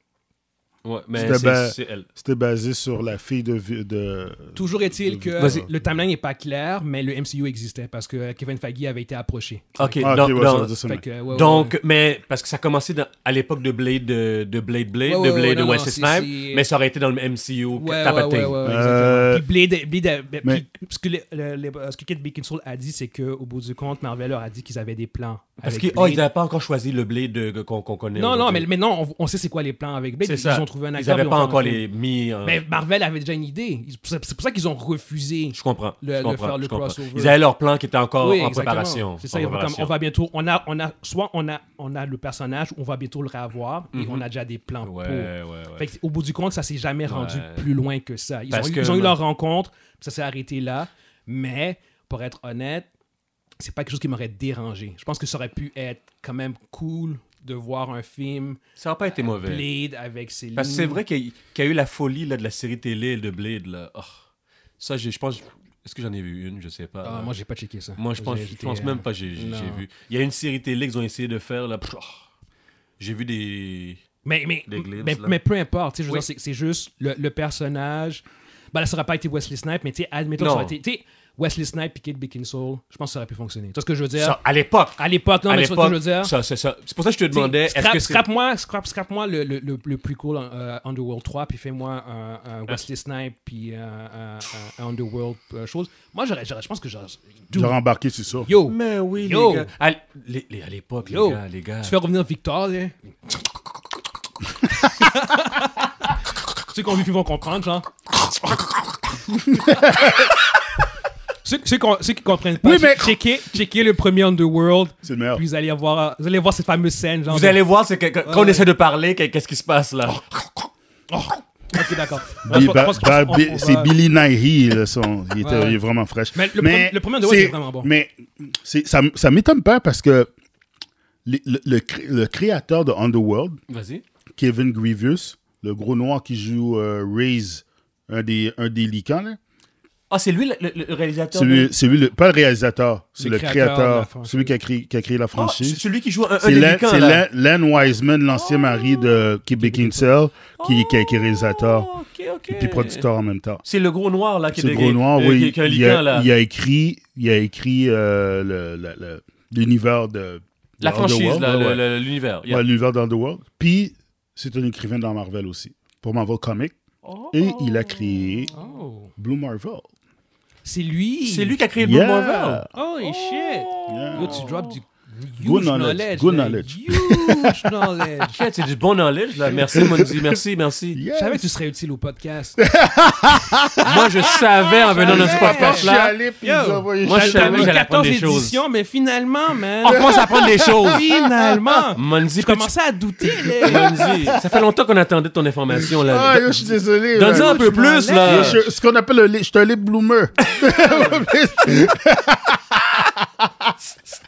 Speaker 2: Ouais, mais
Speaker 3: C'était
Speaker 2: c'est
Speaker 3: ben-
Speaker 2: c'est elle.
Speaker 3: C'était basé sur la fille de. vi- de...
Speaker 1: Toujours est-il que
Speaker 2: Vas-y.
Speaker 1: le timeline n'est pas clair, mais le MCU existait parce que Kevin Feige avait été approché.
Speaker 2: OK,
Speaker 3: Ah,
Speaker 2: donc,
Speaker 3: ok, ouais, ça veut
Speaker 2: donc,
Speaker 3: dire ça,
Speaker 1: Fait
Speaker 3: mais-
Speaker 1: que, ouais, ouais,
Speaker 2: donc,
Speaker 1: ouais.
Speaker 2: mais parce que ça a commencé dans- à l'époque de Blade, de, de Blade Blade,
Speaker 1: Ouais, ouais,
Speaker 2: de
Speaker 1: ouais,
Speaker 2: Blade de
Speaker 1: non, non,
Speaker 2: Wesley
Speaker 1: c'est-
Speaker 2: Snipes,
Speaker 1: c'est-
Speaker 2: mais ça aurait été dans le MCU.
Speaker 1: Ouais,
Speaker 2: type
Speaker 1: ouais,
Speaker 2: of
Speaker 1: ouais,
Speaker 2: thing.
Speaker 1: ouais, ouais,
Speaker 3: Euh,
Speaker 1: exactement. Puis Blade, Blade a- ben,
Speaker 3: mais-
Speaker 1: puis- parce que le- le- le- ce que Kate Beckinsale a dit, c'est qu'au bout du compte, Marvel leur a dit qu'ils avaient des plans.
Speaker 2: Parce
Speaker 1: avec
Speaker 2: qu'ils oh,
Speaker 1: Blade.
Speaker 2: ils n'avaient pas encore choisi le Blade de- qu'on qu'on connaît.
Speaker 1: Non, non,
Speaker 2: aujourd'hui.
Speaker 1: mais, mais non, on, on sait c'est quoi les plans avec Blade.
Speaker 2: C'est
Speaker 1: Ils
Speaker 2: ça.
Speaker 1: ont trouvé un
Speaker 2: Ils
Speaker 1: acteur.
Speaker 2: n'avaient
Speaker 1: puis
Speaker 2: pas
Speaker 1: ont fait un
Speaker 2: encore
Speaker 1: film.
Speaker 2: les mis. euh, en-
Speaker 1: Mais Marvel avait déjà une idée. Ils- C'est c'est pour ça qu'ils ont refusé.
Speaker 2: Je comprends.
Speaker 1: Le-
Speaker 2: je
Speaker 1: de
Speaker 2: comprends,
Speaker 1: faire le
Speaker 2: je comprends.
Speaker 1: crossover.
Speaker 2: Ils avaient leur plan qui était encore
Speaker 1: Oui,
Speaker 2: en
Speaker 1: exactement.
Speaker 2: préparation.
Speaker 1: C'est ça,
Speaker 2: en
Speaker 1: ils vont comme,
Speaker 2: préparation.
Speaker 1: on va bientôt, on a, on a, soit on a, on a le personnage, on va bientôt le revoir, et on a déjà des plans
Speaker 2: Mhm. Ouais,
Speaker 1: pour.
Speaker 2: ouais, ouais.
Speaker 1: Fait que, au bout du compte, ça s'est jamais rendu
Speaker 2: Ouais.
Speaker 1: plus loin que ça. Ils, ont,
Speaker 2: Parce
Speaker 1: eu-
Speaker 2: que-
Speaker 1: ils ont eu leur rencontre, puis ça s'est arrêté là. Mais, pour être honnête, c'est pas quelque chose qui m'aurait dérangé. Je pense que ça aurait pu être quand même cool de voir un film
Speaker 2: Ça n'a pas été mauvais.
Speaker 1: Blade avec Céline.
Speaker 2: Parce que c'est vrai qu'il y, a- qu'il y a eu la folie là, de la série télé de Blade. Là. Oh. Ça, j'ai- je pense. Est-ce que j'en ai vu une Je sais pas.
Speaker 1: Ah, moi, j'ai pas checké ça.
Speaker 2: Moi, je pense,
Speaker 1: J'ai-
Speaker 2: je
Speaker 1: j'étais,
Speaker 2: pense
Speaker 1: euh,
Speaker 2: même pas. J'ai j'ai-
Speaker 1: non.
Speaker 2: j'ai vu. Il y a une série télé qu'ils ont essayé de faire. là. pff, oh. J'ai vu des.
Speaker 1: Mais, mais,
Speaker 2: Des glimpses,
Speaker 1: mais,
Speaker 2: là.
Speaker 1: mais peu importe, tu sais, je veux
Speaker 2: Oui.
Speaker 1: dire, c'est- c'est juste le, le personnage. Ben là, ça aurait pas été Wesley Snipes, mais tu sais, admettons,
Speaker 2: Non.
Speaker 1: ça aurait été. Tu sais, Wesley Snipes et Kate Beckinsale, je pense que ça aurait pu fonctionner. Tu vois ce que je veux dire?
Speaker 2: Ça, à l'époque.
Speaker 1: À l'époque, non,
Speaker 2: à
Speaker 1: mais tu vois ce que je
Speaker 2: l'époque.
Speaker 1: veux dire?
Speaker 2: ça, C'est ça. C'est pour ça que je te demandais.
Speaker 1: T'sais,
Speaker 2: Est-ce
Speaker 1: Scrap,
Speaker 2: que c'est-
Speaker 1: scrape-moi scrap, scrape-moi le, le, le, le prequel euh, Underworld 3, puis fais-moi un, un Wesley Snipes, puis euh, un, un- un Underworld euh, chose. Moi, j'aurais, j'aurais- je pense que j'aurais. Dude,
Speaker 3: J'aurais embarqué, c'est sûr.
Speaker 1: yo,
Speaker 2: Mais oui,
Speaker 1: Yo.
Speaker 2: les gars. À l- les- les- à l'époque, les
Speaker 1: Yo.
Speaker 2: gars, les gars.
Speaker 1: tu fais revenir Victor, là. ceux qui ont vu ils vont comprendre, genre. ceux, ceux qui ont- ceux qui comprennent pas,
Speaker 3: Oui, mais-
Speaker 1: checkez, checkez le premier Underworld,
Speaker 3: C'est le meilleur.
Speaker 1: puis vous allez, avoir, vous allez voir cette fameuse scène, genre.
Speaker 2: Vous
Speaker 1: de-
Speaker 2: allez voir, c'est que- que- quand on
Speaker 1: Ouais. Oh,
Speaker 2: essaie de parler, que- qu'est-ce qui se passe là
Speaker 1: Ok, d'accord. Je pense-
Speaker 3: Bi-
Speaker 1: je
Speaker 3: Ba-
Speaker 1: pense qu'on-
Speaker 3: Ba-
Speaker 1: on-
Speaker 3: Bi-
Speaker 1: on
Speaker 3: c'est
Speaker 1: va-
Speaker 3: Billy Nighy, là, son- il, était,
Speaker 1: Ouais, ouais.
Speaker 3: il est vraiment fraîche.
Speaker 1: Mais le premier- le premier de Wes
Speaker 3: c'est-
Speaker 1: est vraiment bon.
Speaker 3: Mais c'est- ça, m- ça m'étonne pas parce que les- le, le cré- le créateur de Underworld,
Speaker 2: Vas-y.
Speaker 3: Kevin Grievous, le gros noir qui joue euh, Raze, un des, un des licans, là.
Speaker 2: Ah, c'est lui le, le- le réalisateur.
Speaker 3: C'est
Speaker 2: de-
Speaker 3: lui, c'est lui le- pas le réalisateur, c'est
Speaker 1: Le
Speaker 3: le,
Speaker 1: créateur de la
Speaker 3: créateur,
Speaker 1: franchise.
Speaker 3: celui qui a, créé, qui a créé la
Speaker 2: Ah, c'est
Speaker 3: franchise.
Speaker 2: celui qui joue un, un
Speaker 3: c'est
Speaker 2: des
Speaker 3: Lan,
Speaker 2: Lycans,
Speaker 3: c'est
Speaker 2: là.
Speaker 3: Lan- Lan Wiseman, l'ancien mari de Kibbe Kinsel, qui, qui a été réalisateur
Speaker 2: Oh, ok, ok.
Speaker 3: et puis producteur en même temps.
Speaker 2: C'est le gros noir, là, qui
Speaker 3: C'est le
Speaker 2: est-
Speaker 3: gros
Speaker 2: qui-
Speaker 3: noir,
Speaker 2: euh,
Speaker 3: oui.
Speaker 2: qui- qui a un
Speaker 3: il,
Speaker 2: Lycan,
Speaker 3: a,
Speaker 2: là.
Speaker 3: il a écrit, il a écrit euh, le- le- le- l'univers de de
Speaker 2: La franchise,
Speaker 3: Underworld,
Speaker 2: là,
Speaker 3: ouais,
Speaker 2: le-
Speaker 3: ouais.
Speaker 2: le- l'univers. Yeah.
Speaker 3: Ouais, l'univers d'Underworld. Puis c'est un écrivain dans Marvel aussi, pour Marvel Comics,
Speaker 2: Oh.
Speaker 3: et il a créé
Speaker 1: Oh.
Speaker 3: Blue Marvel.
Speaker 1: C'est lui.
Speaker 2: C'est lui qui a créé le
Speaker 3: Yeah.
Speaker 2: Blue Marvel.
Speaker 1: Oh, shit.
Speaker 3: Yeah.
Speaker 1: Yo, tu drops du huge
Speaker 3: Good knowledge,
Speaker 1: knowledge.
Speaker 3: good
Speaker 1: là.
Speaker 3: knowledge.
Speaker 1: Huge knowledge.
Speaker 2: Shit, c'est du bon knowledge, là. Merci, Mondi. Merci, merci.
Speaker 1: Je
Speaker 3: Yes.
Speaker 1: savais que tu serais utile au podcast.
Speaker 2: Moi, je savais en venant dans ce
Speaker 1: Yeah.
Speaker 3: Quand je suis
Speaker 2: podcast-là.
Speaker 3: allé, puis
Speaker 1: Yo.
Speaker 3: ils ont envoyé
Speaker 2: Moi, je
Speaker 3: chez-
Speaker 2: savais que j'allais apprendre des choses.
Speaker 1: éditions, mais finalement, man.
Speaker 2: On commence à apprendre des choses.
Speaker 1: finalement.
Speaker 2: Mondi,
Speaker 1: Je commençais à douter. là.
Speaker 2: Mondi, ça fait longtemps qu'on attendait ton information, là.
Speaker 3: Ah, yo, je suis désolé.
Speaker 2: Donne-en un
Speaker 3: man.
Speaker 2: peu plus,
Speaker 3: Yo,
Speaker 2: là.
Speaker 3: Euh, je- ce qu'on appelle le lip- je suis un lip bloomer. Euh,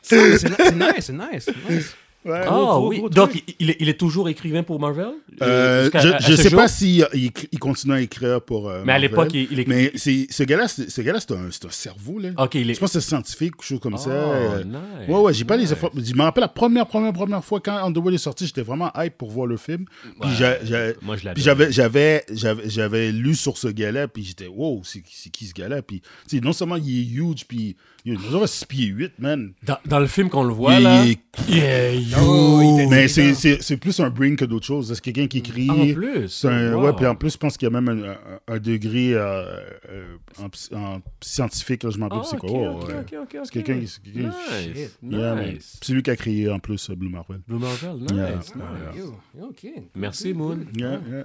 Speaker 1: C'est c'est nice, c'est nice. c'est nice.
Speaker 3: Ouais.
Speaker 2: Ah
Speaker 1: gros,
Speaker 2: oui.
Speaker 1: gros
Speaker 2: Donc,
Speaker 1: truc.
Speaker 2: il, il est, il est toujours écrivain pour Marvel
Speaker 3: Euh,
Speaker 2: Jusqu'à- à- à
Speaker 3: je je
Speaker 2: ce
Speaker 3: sais
Speaker 2: jour?
Speaker 3: pas s'il il, il continue à écrire pour. euh,
Speaker 2: Mais à
Speaker 3: Marvel.
Speaker 2: l'époque, il, il écrit.
Speaker 3: Mais c'est- ce gars-là, c'est ce gars-là, c'est un, c'est un cerveau. Là.
Speaker 2: Ok, il est.
Speaker 3: Je pense que c'est scientifique, quelque chose comme ça.
Speaker 2: Oh,
Speaker 3: Euh,
Speaker 2: nice.
Speaker 3: Ouais, ouais, j'ai pas les
Speaker 2: Nice.
Speaker 3: efforts. Je me rappelle la première, première, première fois quand Underworld est sorti, j'étais vraiment hype pour voir le film. Puis
Speaker 2: Ouais.
Speaker 3: j'a- j'a-
Speaker 2: Moi, je l'adore.
Speaker 3: puis j'avais, j'avais, j'avais, j'avais lu sur ce gars-là, puis j'étais, wow, c'est, c'est qui ce gars-là? Puis, tu sais, non seulement il est huge, puis il est genre 6 pieds 8, man.
Speaker 2: Dans, dans le film qu'on le voit,
Speaker 3: Il- Oh,
Speaker 2: là.
Speaker 3: il-
Speaker 2: Yeah, yo.
Speaker 3: mais c'est, c'est, c'est plus un brain que d'autres choses. C'est quelqu'un qui écrit.
Speaker 2: En plus.
Speaker 3: C'est un-
Speaker 2: Wow.
Speaker 3: ouais, puis en plus, je pense qu'il y a même un, un- un degré euh, euh, en, psy- en scientifique, là, je m'en rappelle,
Speaker 2: Ah,
Speaker 3: c'est quoi.
Speaker 2: ok,
Speaker 3: Ouais,
Speaker 2: ok,
Speaker 3: ouais.
Speaker 2: ok, ok, ok.
Speaker 3: C'est quelqu'un qui. c'est quelqu'un qui-
Speaker 2: Nice.
Speaker 3: Yeah, man.
Speaker 2: Nice.
Speaker 3: C'est lui qui a créé en plus euh, Blue Marvel.
Speaker 2: Blue Marvel, nice.
Speaker 3: Yeah.
Speaker 2: nice.
Speaker 1: Yo, OK.
Speaker 2: Merci, Moon.
Speaker 3: Yeah, yeah, yeah.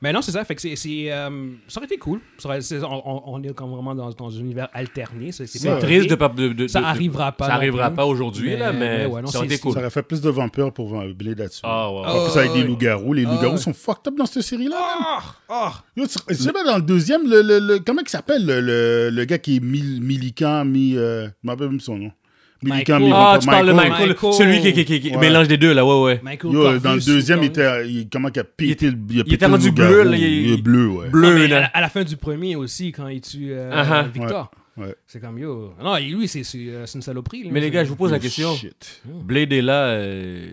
Speaker 1: Mais non, c'est ça. Fait que c'est, c'est, euh, ça aurait été cool. Ça aurait- c'est- on, on- on est comme vraiment dans, dans un univers alterné. C'est,
Speaker 2: C'est
Speaker 1: pas
Speaker 2: triste de
Speaker 1: arrivé.
Speaker 2: pas. de- de-
Speaker 1: Ça
Speaker 2: de- de-
Speaker 1: arrivera pas
Speaker 2: Ça
Speaker 1: non
Speaker 2: arrivera
Speaker 1: plus.
Speaker 2: pas aujourd'hui,
Speaker 1: Mais-
Speaker 2: là, mais
Speaker 1: mais ouais, non,
Speaker 2: ça aurait
Speaker 1: c'est-
Speaker 2: été cool.
Speaker 3: Ça aurait fait plus de vampires pour euh, blé là-dessus.
Speaker 2: Ah, Ah. ouais.
Speaker 3: En plus, avec des loups-garous. Les
Speaker 1: Ah,
Speaker 3: loups-garous
Speaker 1: ouais.
Speaker 3: sont fucked up dans cette série-là.
Speaker 1: Oh, oh.
Speaker 3: Yo, tu- Je sais pas, dans le deuxième, le, le- le- comment il s'appelle le, le- le gars qui est mi- milican, mi. euh, je m'en rappelle même son nom. Milican,
Speaker 1: Michael.
Speaker 3: mi.
Speaker 2: Ah, tu parles de
Speaker 1: Michael.
Speaker 2: Michael,
Speaker 1: Michael.
Speaker 2: celui qui, qui- qui- qui
Speaker 3: Ouais.
Speaker 2: mélange des deux, là, ouais, ouais.
Speaker 1: Michael
Speaker 3: Yo, dans le
Speaker 1: Corvus,
Speaker 3: deuxième,
Speaker 1: ou
Speaker 3: il était. il- Comment qu'il a pété le. a
Speaker 2: il
Speaker 3: pété
Speaker 2: était
Speaker 3: le
Speaker 2: rendu
Speaker 3: loup-garou.
Speaker 2: bleu, là, il-
Speaker 3: Il est bleu, ouais.
Speaker 1: Non, mais
Speaker 2: Bleu,
Speaker 1: à, la,
Speaker 2: là.
Speaker 1: à la fin du premier aussi, quand il tue euh,
Speaker 2: Uh-huh.
Speaker 1: Victor.
Speaker 3: Ouais, ouais.
Speaker 1: C'est comme yo. Non, et lui, c'est, c'est, euh, c'est une saloperie. là.
Speaker 2: Mais les gars, je vous pose la
Speaker 3: Oh,
Speaker 2: question.
Speaker 3: shit.
Speaker 2: Blade est là. euh,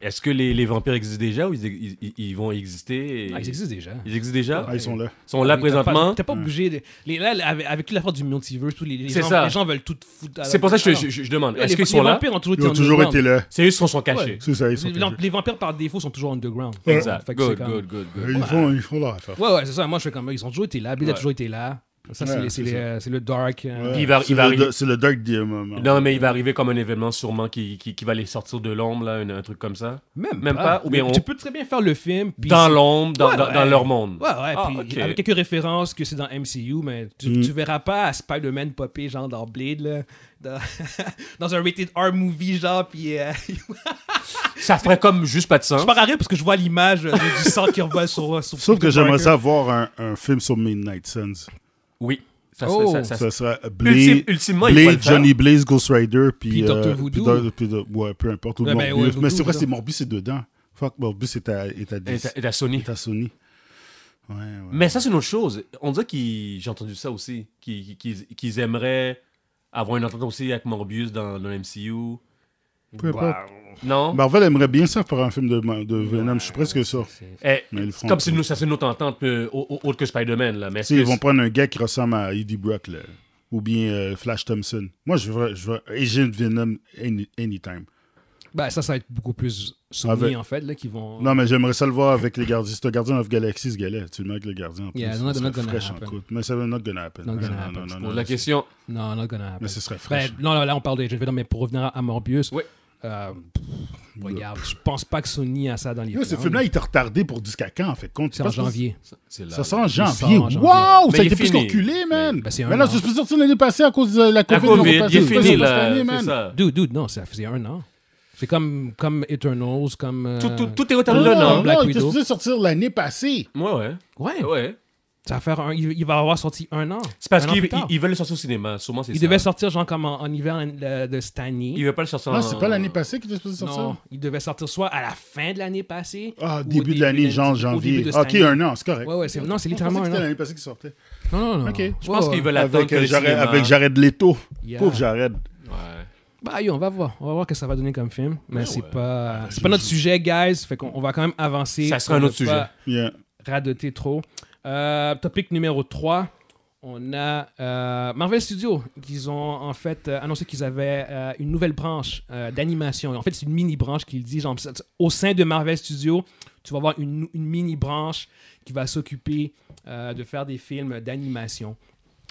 Speaker 2: Est-ce que les, les vampires existent déjà ou ils, ils- ils vont exister et-
Speaker 1: Ah, ils existent déjà.
Speaker 2: Ils existent déjà
Speaker 3: Ah, ils sont là.
Speaker 2: Ils sont là
Speaker 1: T'as
Speaker 2: présentement.
Speaker 1: pas- T'es pas obligé. de- les, là, avec, avec toute l'affaire du multiverse, tous les, les
Speaker 2: C'est
Speaker 1: gens,
Speaker 2: ça.
Speaker 1: les gens veulent tout foutre. à la-
Speaker 2: C'est pour ça que
Speaker 1: Ah,
Speaker 2: je,
Speaker 1: non.
Speaker 2: je- je- je demande.
Speaker 1: Ouais,
Speaker 2: Est-ce
Speaker 1: les-
Speaker 2: qu'ils sont
Speaker 1: les
Speaker 2: là
Speaker 1: vampires ont toujours été
Speaker 3: Ils ont toujours
Speaker 1: underground.
Speaker 3: été là.
Speaker 2: C'est eux qui se sont cachés.
Speaker 3: C'est ça, ils sont
Speaker 1: Les,
Speaker 3: toujours-
Speaker 1: les vampires, par défaut, sont toujours underground.
Speaker 2: Exact.
Speaker 1: Fait que c'est
Speaker 2: Good,
Speaker 1: comme-
Speaker 2: good, good, good.
Speaker 3: Ils font ils font leur affaire.
Speaker 1: Ouais, ouais, c'est ça. Moi, je fais comme eux. Ils ont toujours été là. Bill a
Speaker 2: Ouais.
Speaker 1: toujours été là. Ça, c'est
Speaker 3: Ouais,
Speaker 1: les- c'est
Speaker 3: c'est
Speaker 1: les, euh, c'est le dark. euh,
Speaker 2: Puis il va-
Speaker 3: C'est
Speaker 2: il va
Speaker 3: le-
Speaker 2: arriver-
Speaker 3: C'est le Dark Diamond.
Speaker 2: Non, mais il va arriver comme un événement sûrement qui, qui, qui va les sortir de l'ombre, là, un, un truc comme ça.
Speaker 1: Même,
Speaker 2: Même pas, ou bien on-
Speaker 1: Tu peux très bien faire le film. puis
Speaker 2: Dans
Speaker 1: c'est-
Speaker 2: l'ombre, dans,
Speaker 1: Ouais,
Speaker 2: dans-
Speaker 1: ouais.
Speaker 2: dans leur monde.
Speaker 1: Ouais, ouais,
Speaker 2: Ah,
Speaker 1: puis
Speaker 2: ok.
Speaker 1: avec quelques références que c'est dans MCU, mais tu,
Speaker 3: Mm.
Speaker 1: tu verras pas Spider-Man popper genre dans Blade, là, dans, dans un rated R movie, genre, puis euh,
Speaker 2: Ça ferait comme juste pas de sens.
Speaker 1: je m'en rire parce que je vois l'image euh, du sang qui revole sur, sur
Speaker 3: Sauf que
Speaker 1: Peter
Speaker 3: j'aimerais
Speaker 1: Parker.
Speaker 3: ça voir un, un film sur Midnight Suns.
Speaker 2: Oui. Ça,
Speaker 1: Oh.
Speaker 2: ça, ça, ça-
Speaker 3: Ça serait Blade,
Speaker 2: Ultime- ultimement, il faut le
Speaker 3: Blade
Speaker 2: faire.
Speaker 3: Johnny Blaze, Ghost Rider, puis.
Speaker 1: Puis Dr.
Speaker 3: euh,
Speaker 1: Voodoo.
Speaker 3: puis Dr- puis Dr- ouais, peu importe. ou
Speaker 1: Ouais, ben,
Speaker 3: Morbius.
Speaker 1: ouais, Voodoo,
Speaker 3: mais c'est vrai,
Speaker 1: ça.
Speaker 3: c'est Morbus, c'est dedans. Fuck, Morbus est à, est à,
Speaker 2: Et
Speaker 3: 10,
Speaker 2: ta- et ta Sony.
Speaker 3: est à Sony. Ouais, ouais.
Speaker 2: Mais ça, c'est une autre chose. On dirait qu'ils. J'ai entendu ça aussi. Qu'ils qu'ils- qu'ils aimeraient avoir une entente aussi avec Morbius dans, dans MCU.
Speaker 3: Peu importe.
Speaker 2: Non?
Speaker 3: Marvel aimerait bien ça faire un film de, de Venom, je suis presque sûr.
Speaker 2: Eh,
Speaker 3: Mais ils le feront
Speaker 2: comme
Speaker 3: pas.
Speaker 2: c'est une, ça, c'est une autre entente euh, au- au- autre que Spider-Man. là. Mais
Speaker 3: Tu sais,
Speaker 2: est-ce
Speaker 3: ils
Speaker 2: que
Speaker 3: vont prendre un gars qui ressemble à Eddie Brock, là, ou bien euh, Flash Thompson. Moi, je veux, je veux Agent Venom any- anytime.
Speaker 1: Ben, ça, ça va être beaucoup plus Sony,
Speaker 3: Avec-
Speaker 1: en fait, là, qui vont.
Speaker 3: Non, mais j'aimerais ça le voir avec les gardiens. C'est un gardien of Galaxy, ce gars-là. Tu le mets avec le gardien. En plus.
Speaker 1: Yeah,
Speaker 3: Ça
Speaker 1: not-
Speaker 3: serait
Speaker 1: not gonna
Speaker 3: fraîche en
Speaker 1: happen.
Speaker 3: coûte. Mais ça va not gonna happen.
Speaker 1: Not gonna happen, je
Speaker 2: je pose la question.
Speaker 1: Non, not gonna happen.
Speaker 3: Mais ce serait
Speaker 1: Ben,
Speaker 3: fraîche.
Speaker 1: non, là, là, on parle de Agent Venom, mais pour revenir à, à Morbius.
Speaker 2: Ouais.
Speaker 1: euh, pff, regarde, je pense pas que Sony a ça dans les
Speaker 3: Yo, ce
Speaker 1: plans,
Speaker 3: film-là,
Speaker 1: mais
Speaker 3: il était retardé pour jusqu'à quand, en fait? Compte,
Speaker 1: C'est en
Speaker 3: Parce que
Speaker 1: janvier.
Speaker 2: Ça, c'est là,
Speaker 3: Ça
Speaker 2: là.
Speaker 3: sort en
Speaker 1: sort en
Speaker 3: janvier.
Speaker 1: janvier.
Speaker 3: Waouh!
Speaker 2: Mais
Speaker 3: Ça a
Speaker 2: il
Speaker 3: été
Speaker 2: est
Speaker 3: plus
Speaker 2: fini.
Speaker 3: reculé, man!
Speaker 1: Ben, c'est un
Speaker 3: Mais là,
Speaker 1: an.
Speaker 3: c'est supposé sortir l'année passée à cause de la
Speaker 2: La
Speaker 3: COVID.
Speaker 2: COVID,
Speaker 3: ils l'ont pas
Speaker 2: il est
Speaker 3: passé. C'est
Speaker 2: fini,
Speaker 3: pas cette
Speaker 2: là.
Speaker 3: année,
Speaker 2: C'est
Speaker 3: man.
Speaker 2: ça.
Speaker 1: Dude, dude, non, ça faisait un an. C'est comme, comme Eternals, comme. euh,
Speaker 2: Tout, tout- tout est
Speaker 3: Non,
Speaker 2: retardé là,
Speaker 3: non,
Speaker 2: non?
Speaker 1: Black
Speaker 3: non, il était
Speaker 1: Widow.
Speaker 3: supposé sortir l'année passée.
Speaker 2: Ouais, ouais.
Speaker 1: Ouais.
Speaker 2: Ouais.
Speaker 1: Ça va faire un- il, il va avoir sorti un an.
Speaker 2: C'est parce
Speaker 1: Un an
Speaker 2: qu'ils
Speaker 1: plus tard.
Speaker 2: ils- ils veulent le sortir au cinéma, sûrement c'est
Speaker 1: Il
Speaker 2: ça.
Speaker 1: devait sortir genre comme en, en hiver euh, de cette année.
Speaker 2: Ils veulent pas le sortir
Speaker 3: Non,
Speaker 2: en-
Speaker 3: c'est pas l'année passée qu'il était supposé
Speaker 1: Non,
Speaker 3: sortir?
Speaker 1: il devait sortir soit à la fin de l'année passée.
Speaker 3: Ah,
Speaker 1: ou au
Speaker 3: début de l'année, genre
Speaker 1: au début
Speaker 3: janvier. Ah,
Speaker 1: de cette
Speaker 3: Ok,
Speaker 1: année.
Speaker 3: un an, c'est correct.
Speaker 1: Ouais, ouais, c'est- non, c'est
Speaker 3: Je pensais
Speaker 1: littéralement
Speaker 3: que
Speaker 1: un
Speaker 3: C'était
Speaker 1: an.
Speaker 3: l'année passée qu'il sortait.
Speaker 1: Non, non, non.
Speaker 3: Ok.
Speaker 1: Ouais,
Speaker 3: Je
Speaker 2: Je pense
Speaker 1: ouais.
Speaker 2: qu'ils veulent attendre
Speaker 3: Avec
Speaker 2: que le
Speaker 3: euh, Jared-
Speaker 2: cinéma-
Speaker 3: avec Jared Leto.
Speaker 1: Yeah.
Speaker 3: Pauvre Jared.
Speaker 2: Ouais.
Speaker 1: Bah, yo, on va voir. On va voir que ça va donner comme film. Mais
Speaker 2: Ouais,
Speaker 1: c'est
Speaker 2: ouais.
Speaker 3: Ah,
Speaker 1: pas c'est pas notre sujet, guys. Fait qu'on on va quand même avancer.
Speaker 2: Ça sera
Speaker 1: pour
Speaker 2: un
Speaker 1: ne
Speaker 2: autre sujet.
Speaker 1: pas
Speaker 3: Yeah.
Speaker 1: Radoter trop. Euh, topic numéro 3. On a euh, Marvel Studios qui ont en fait euh, annoncé qu'ils avaient euh, une nouvelle branche euh, d'animation. En fait, c'est une mini branche qu'ils disent genre, c'est- au sein de Marvel Studios, tu vas avoir une, une mini branche qui va s'occuper euh, de faire des films d'animation.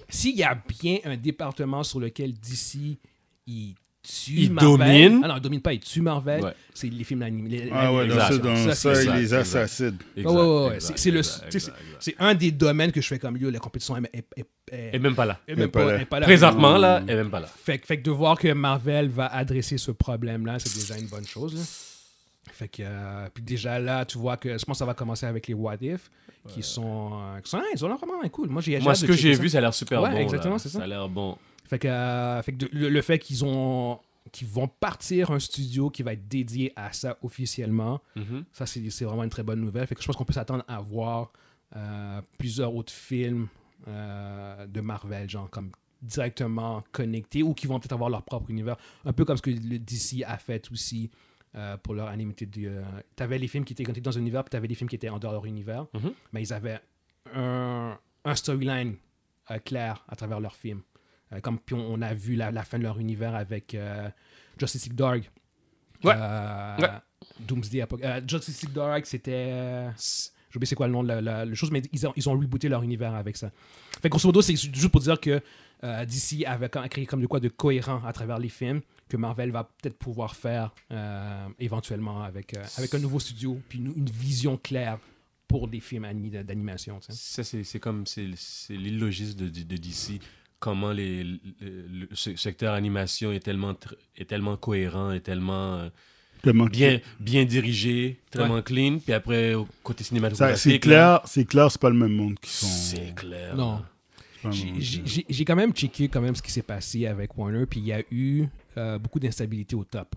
Speaker 1: S'il y a bien un département sur lequel DC il tue
Speaker 2: Il
Speaker 1: Marvel,
Speaker 2: domine.
Speaker 1: Ah non, il domine pas, il tue Marvel,
Speaker 2: Ouais.
Speaker 1: c'est les films d'animation.
Speaker 3: Ah ouais, dans
Speaker 2: Exact.
Speaker 3: ça, dans
Speaker 2: Ça, c'est
Speaker 3: ça, il
Speaker 2: exact,
Speaker 3: les
Speaker 2: exact.
Speaker 3: assassine.
Speaker 1: Ouais, ouais, ouais, ouais.
Speaker 2: Exact,
Speaker 1: C'est- c'est le-
Speaker 2: exact,
Speaker 1: tu sais,
Speaker 2: exact, exact.
Speaker 1: C'est un des domaines que je fais comme yo, la compétition est, est- est- est-
Speaker 2: Et même pas là.
Speaker 1: est même
Speaker 3: est pas
Speaker 1: pas,
Speaker 3: là.
Speaker 1: est pas là.
Speaker 2: Présentement, là, et même pas là.
Speaker 1: Fait, que- fait que de voir que Marvel va adresser ce problème-là, c'est déjà une bonne chose. là. Fait que, euh, puis déjà là, tu vois que je pense que ça va commencer avec les What If qui sont. euh, qui sont, hey, ils ont l'air vraiment cool. Moi, j'ai
Speaker 2: Moi,
Speaker 1: hâte
Speaker 2: ce
Speaker 1: de
Speaker 2: que
Speaker 1: checker
Speaker 2: j'ai
Speaker 1: ça.
Speaker 2: vu, ça a l'air super
Speaker 1: Ouais,
Speaker 2: bon. là.
Speaker 1: exactement, c'est ça.
Speaker 2: Ça a l'air bon.
Speaker 1: Fait que, euh, fait que de- le, le fait qu'ils ont qu'ils vont partir un studio qui va être dédié à ça officiellement,
Speaker 2: Mhm.
Speaker 1: ça c'est c'est vraiment une très bonne nouvelle. Fait que je pense qu'on peut s'attendre à voir euh, plusieurs autres films euh, de Marvel, genre comme directement connectés ou qui vont peut-être avoir leur propre univers, un peu comme ce que le DC a fait aussi. euh, pour leur animité de... t'avais les films qui étaient connectés dans un univers, puis t'avais les films qui étaient en dehors de leur univers.
Speaker 2: Mhm.
Speaker 1: Mais ils avaient un, un storyline euh, clair à travers leurs films. Euh, comme puis on, on a vu la, la fin de leur univers avec euh, Justice League Dark.
Speaker 2: Ouais.
Speaker 1: Euh,
Speaker 2: Ouais.
Speaker 1: Doomsday Apoc- euh, Justice League Dark, c'était. euh, J'ai oublié c'est quoi le nom de la, la- la chose, mais ils ont, ils ont rebooté leur univers avec ça. Fait grosso modo, c'est juste pour dire que euh, DC avait quand- créé comme de quoi de cohérent à travers les films que Marvel va peut-être pouvoir faire euh, éventuellement avec, euh, avec un nouveau studio, puis une, une vision claire pour des films ani- d'animation. tu sais.
Speaker 2: Ça, c'est c'est comme c'est c'est l'illogisme de, de, de DC. Comment les, le, le- le secteur animation est tellement, tr- est tellement cohérent, est tellement euh,
Speaker 3: Tellement-
Speaker 2: bien, bien dirigé, tellement clean. Puis après, au côté
Speaker 3: Ça,
Speaker 2: cinématographique.
Speaker 3: Bah, C'est
Speaker 2: là,
Speaker 3: clair, c'est clair, c'est pas le même monde qui sont.
Speaker 2: C'est clair.
Speaker 1: Non.
Speaker 3: c'est pas le même
Speaker 1: J'ai-
Speaker 3: monde.
Speaker 1: J'ai j'ai- j'ai quand même checké quand même ce qui s'est passé avec Warner, puis il y a eu euh, beaucoup d'instabilité au top.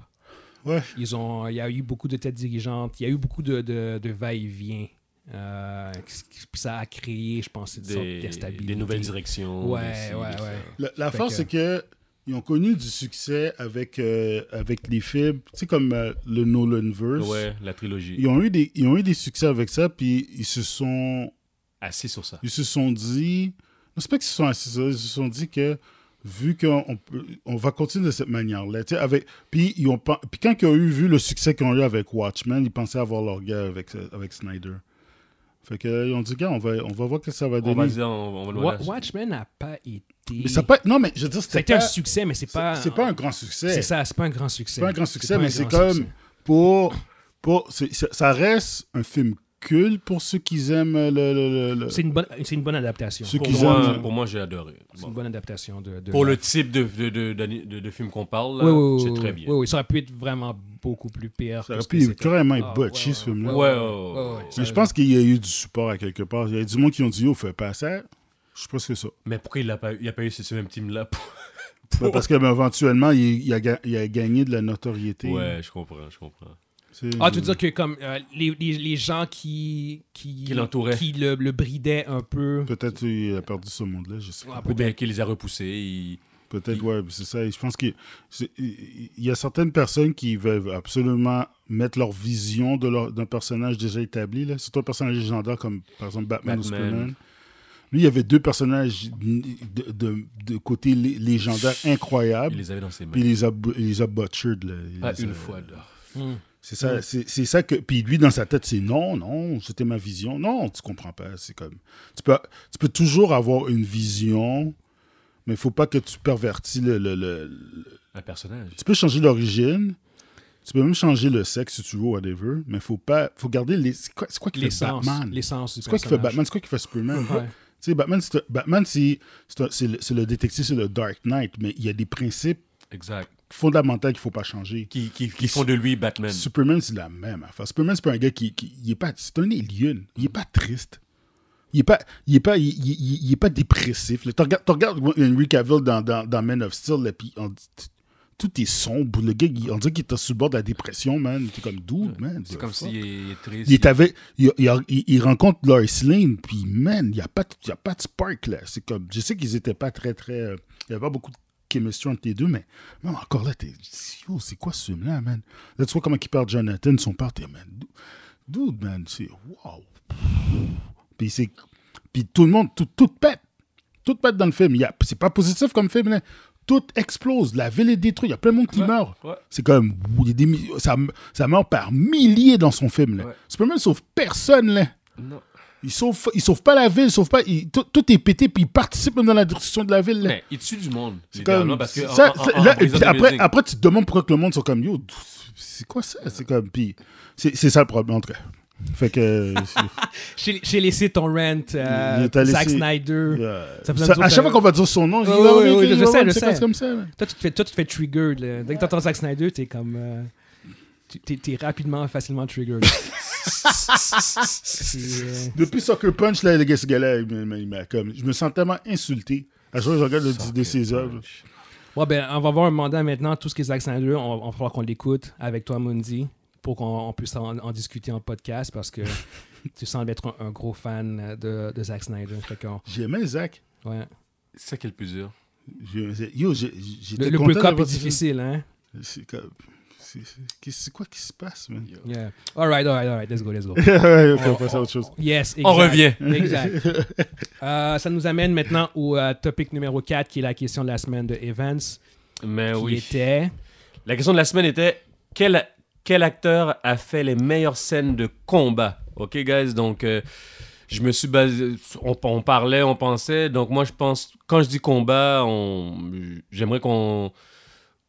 Speaker 3: Ouais.
Speaker 1: Ils ont, il y a eu beaucoup de têtes dirigeantes, il y a eu beaucoup de, de, de va-et-vient. Euh, puis ça a créé, je pense, une sorte
Speaker 2: Des,
Speaker 1: d'instabilité.
Speaker 2: des nouvelles directions.
Speaker 1: Ouais,
Speaker 2: des ci, des
Speaker 1: ouais,
Speaker 2: ça.
Speaker 1: ouais.
Speaker 3: La, la
Speaker 1: Fait
Speaker 3: force,
Speaker 1: que-
Speaker 3: c'est que ils ont connu du succès avec, euh, avec les films, tu sais, comme euh, le Nolanverse.
Speaker 2: Ouais, la trilogie.
Speaker 3: Ils ont, eu des, ils ont eu des succès avec ça, puis ils se sont,
Speaker 2: Assez sur ça.
Speaker 3: ils se sont dit. Non, c'est pas qu'ils se sont assis sur ça, ils se sont dit que vu qu'on on peut- on va continuer de cette manière-là. tu sais, avec- Puis, ils ont pas- puis quand ils ont eu vu le succès qu'ils ont eu avec Watchmen, ils pensaient avoir leur gars avec, avec Snyder. Fait que, euh, ils ont dit, gars, on va, on va voir que ça va
Speaker 2: On va,
Speaker 3: donner.
Speaker 2: dire, on, on va le
Speaker 1: Wa-
Speaker 2: voir.
Speaker 1: Watchmen n'a pas été.
Speaker 3: Mais ça peut être- Non, mais je veux dire,
Speaker 1: Ça a
Speaker 3: c'était
Speaker 1: été un
Speaker 3: pas-
Speaker 1: succès, mais c'est
Speaker 3: C'est
Speaker 1: pas.
Speaker 3: c'est pas un grand succès.
Speaker 1: C'est ça, c'est pas un grand succès.
Speaker 3: C'est pas un grand succès,
Speaker 1: pas un
Speaker 3: mais c'est
Speaker 1: grand
Speaker 3: quand
Speaker 1: succès.
Speaker 3: même pour. pour c'est- c'est- ça reste un film culte pour ceux qui aiment le. le- le- le-
Speaker 1: C'est une bonne, c'est une bonne adaptation.
Speaker 3: Ceux
Speaker 1: Pour
Speaker 2: Pour
Speaker 3: qu'ils
Speaker 1: moi,
Speaker 2: moi,
Speaker 3: aiment.
Speaker 2: pour moi, j'ai adoré.
Speaker 1: C'est
Speaker 2: Bon.
Speaker 1: une bonne adaptation de. de
Speaker 2: Pour le type de, de, de, d'ani- de- de film qu'on parle, là,
Speaker 1: Oui, oui,
Speaker 2: c'est
Speaker 1: oui,
Speaker 2: très
Speaker 1: oui.
Speaker 2: bien.
Speaker 1: Oui, oui, ça aurait pu être vraiment beaucoup plus pire.
Speaker 3: Ça
Speaker 1: que
Speaker 3: aurait
Speaker 1: ce que
Speaker 3: pu
Speaker 1: c'était.
Speaker 3: carrément être
Speaker 1: Ah,
Speaker 3: botché, ce film-là.
Speaker 2: Ouais, ouais, ouais, ouais.
Speaker 3: Mais je pense qu'il y a eu du support à quelque part. Il y a du monde qui ont dit Yo, fais pas ça. Je pense que ça.
Speaker 2: Mais pourquoi il n'a pas, eu- il a pas eu ce, ce même team-là pour-
Speaker 3: Ben, parce que ben, éventuellement, il, il a, ga- il a gagné de la notoriété.
Speaker 2: Ouais, je comprends, je comprends.
Speaker 3: C'est-
Speaker 1: Ah, tu veux dire que comme euh, les, les, les gens qui. Qui,
Speaker 2: Qui l'entouraient.
Speaker 1: Qui le, le bridaient un peu.
Speaker 3: Peut-être qu'il a perdu ce monde-là, je sais pas.
Speaker 1: Ah,
Speaker 2: Ou bien qu'il les a repoussés. il-
Speaker 3: Peut-être,
Speaker 2: Il-
Speaker 3: ouais, c'est ça. Et je pense qu'il c'est- il il y a certaines personnes qui veulent absolument mettre leur vision de leur- d'un personnage déjà établi. Là. Surtout un personnage légendaire comme, par exemple, Batman, ou
Speaker 2: Batman.
Speaker 3: Superman. Lui, il y avait deux personnages de, de- de côté lé- légendaire
Speaker 2: Il
Speaker 3: incroyables.
Speaker 2: les avait dans ses mains.
Speaker 3: Ah, Puis il les a, bu- il les a butchered. là. Il
Speaker 2: Pas
Speaker 3: les a-
Speaker 2: Ah, une fois. là.
Speaker 1: Hmm.
Speaker 3: C'est ça, c'est c'est ça que. Puis lui, dans sa tête, c'est non, non, c'était ma vision. Non, tu comprends pas. C'est comme. Tu peux, tu peux toujours avoir une vision, mais il faut pas que tu pervertis le- le- le,
Speaker 2: Un personnage.
Speaker 3: tu peux changer l'origine. Tu peux même changer le sexe si tu veux, whatever. Mais faut pas. Faut garder les. C'est quoi, c'est quoi qui fait
Speaker 1: L'essence.
Speaker 3: Batman
Speaker 1: L'essence du
Speaker 3: C'est quoi qui fait
Speaker 1: personnage.
Speaker 3: Batman C'est quoi qui fait Superman
Speaker 1: Ouais.
Speaker 3: Tu sais, Batman, c'est un- Batman, c'est c'est un- c'est le, c'est le détective, c'est le Dark Knight. Mais il y a des principes
Speaker 2: Exact.
Speaker 3: fondamentaux qu'il faut pas changer.
Speaker 2: Qui, qui, qui font de lui Batman.
Speaker 3: Superman, c'est la même affaire. Superman, c'est pas un gars qui. qui- il est pas, c'est un alien. Il est pas triste. Il est pas, il est pas, il, il- il- il est pas dépressif. là. Tu regardes, tu regardes Henry Cavill dans, dans, dans Men of Steel, là, puis on- tout est sombre. Le gars, il- on dirait qu'il était sur le bord de la dépression, man. T'es comme doux, man.
Speaker 2: C'est comme s'il est- il est triste.
Speaker 3: Il, est avec- il, il- il- il rencontre Lois Lane, puis man, il n'y a, pas de- il y a pas de spark là. C'est comme, je sais qu'ils n'étaient pas très, très. euh, Il n'y avait pas beaucoup de chemistry entre les deux, mais même encore là, t'es. Yo, c'est quoi ce film-là, man? Là, tu vois comment il perd Jonathan, son père, t'es, man. du- Dude, man, c'est. Wow. Puis c'est. Puis tout le monde, tout, tout pète. Tout pète dans le film. Il y a- C'est pas positif comme film, là. Tout explose. La ville est détruite. Il y a plein de monde qui meurt.
Speaker 2: ouais.
Speaker 3: C'est comme. ouh, il y a des mi- ça, ça meurt par milliers dans son film, là.
Speaker 2: Ouais.
Speaker 3: Superman sauve personne, là.
Speaker 2: Non.
Speaker 3: Il sauve, il sauve pas la ville, il sauve pas. il- tout, tout est pété, puis il participe même dans la destruction de la ville, là.
Speaker 2: Mais il tue du monde.
Speaker 3: C'est
Speaker 2: littéralement,
Speaker 3: comme-
Speaker 2: Parce que en-
Speaker 3: ça-
Speaker 2: en-
Speaker 3: ça-
Speaker 2: en-
Speaker 3: là,
Speaker 2: en
Speaker 3: et puis
Speaker 2: prison de
Speaker 3: après,
Speaker 2: building.
Speaker 3: après, tu te demandes pourquoi que le monde sont comme yo. C'est quoi ça C'est comme puis c'est c'est ça le problème en tout cas. Fait que
Speaker 1: J'ai j'ai laissé ton rant, euh,
Speaker 3: Il t'a laissé-
Speaker 1: Zack Snyder.
Speaker 3: euh,
Speaker 1: Ça faisait
Speaker 3: ça-
Speaker 1: un peu
Speaker 3: à chaque
Speaker 1: que-
Speaker 3: fois qu'on va dire son nom, je dis,
Speaker 1: Ouais,
Speaker 3: Ah,
Speaker 1: ouais,
Speaker 3: oui,
Speaker 1: ouais,
Speaker 3: ok,
Speaker 1: je
Speaker 3: je
Speaker 1: sais,
Speaker 3: sais,
Speaker 1: je
Speaker 3: c'est quoi,
Speaker 1: sais.
Speaker 3: c'est comme ça. là.
Speaker 1: Toi, tu te fais, toi, tu te fais trigger. là. Dès que t'entends Zack Snyder, t'es comme. euh, tu- t'es- T'es rapidement, facilement trigger. euh,
Speaker 3: Depuis Soccer Punch, là, le gars, ce gars-là, il m'a- il m'a comme, je me sens tellement insulté. À chaque fois que je regarde le- de ses œuvres,
Speaker 1: Ouais, ben, on va avoir un mandat maintenant, tout ce qui est Zack Snyder, on, on va falloir qu'on l'écoute avec toi, Mundi, pour qu'on on puisse en, en discuter en podcast, parce que tu sembles être un, un gros fan de, de Zack Snyder. Fait qu'on-
Speaker 3: j'aimais Zach.
Speaker 1: ouais.
Speaker 2: C'est ça qui est le plus dur.
Speaker 3: Je- Yo, j'ai-
Speaker 1: Le,
Speaker 3: j'étais
Speaker 1: le
Speaker 3: content
Speaker 1: break-up est
Speaker 3: d'avoir-
Speaker 1: difficile, hein?
Speaker 3: C'est comme- c'est- c'est- qu'est-ce- c'est quoi qui se passe, man?
Speaker 1: Yeah. All right, all right, all right, let's go, let's go.
Speaker 3: Ouais, ok,
Speaker 1: On-
Speaker 3: on passe à autre chose.
Speaker 1: Yes,
Speaker 2: On
Speaker 1: exact.
Speaker 2: revient.
Speaker 1: Exact. Euh, ça nous amène maintenant au euh, topic numéro 4, qui est la question de la semaine de Evans, qui
Speaker 2: Mais Ah oui.
Speaker 1: était...
Speaker 2: La question de la semaine était quel, quel acteur a fait les meilleures scènes de combat Ok, guys, donc euh, je me suis basé. On, on parlait, on pensait. Donc, moi, je pense, quand je dis combat, on, j'aimerais qu'on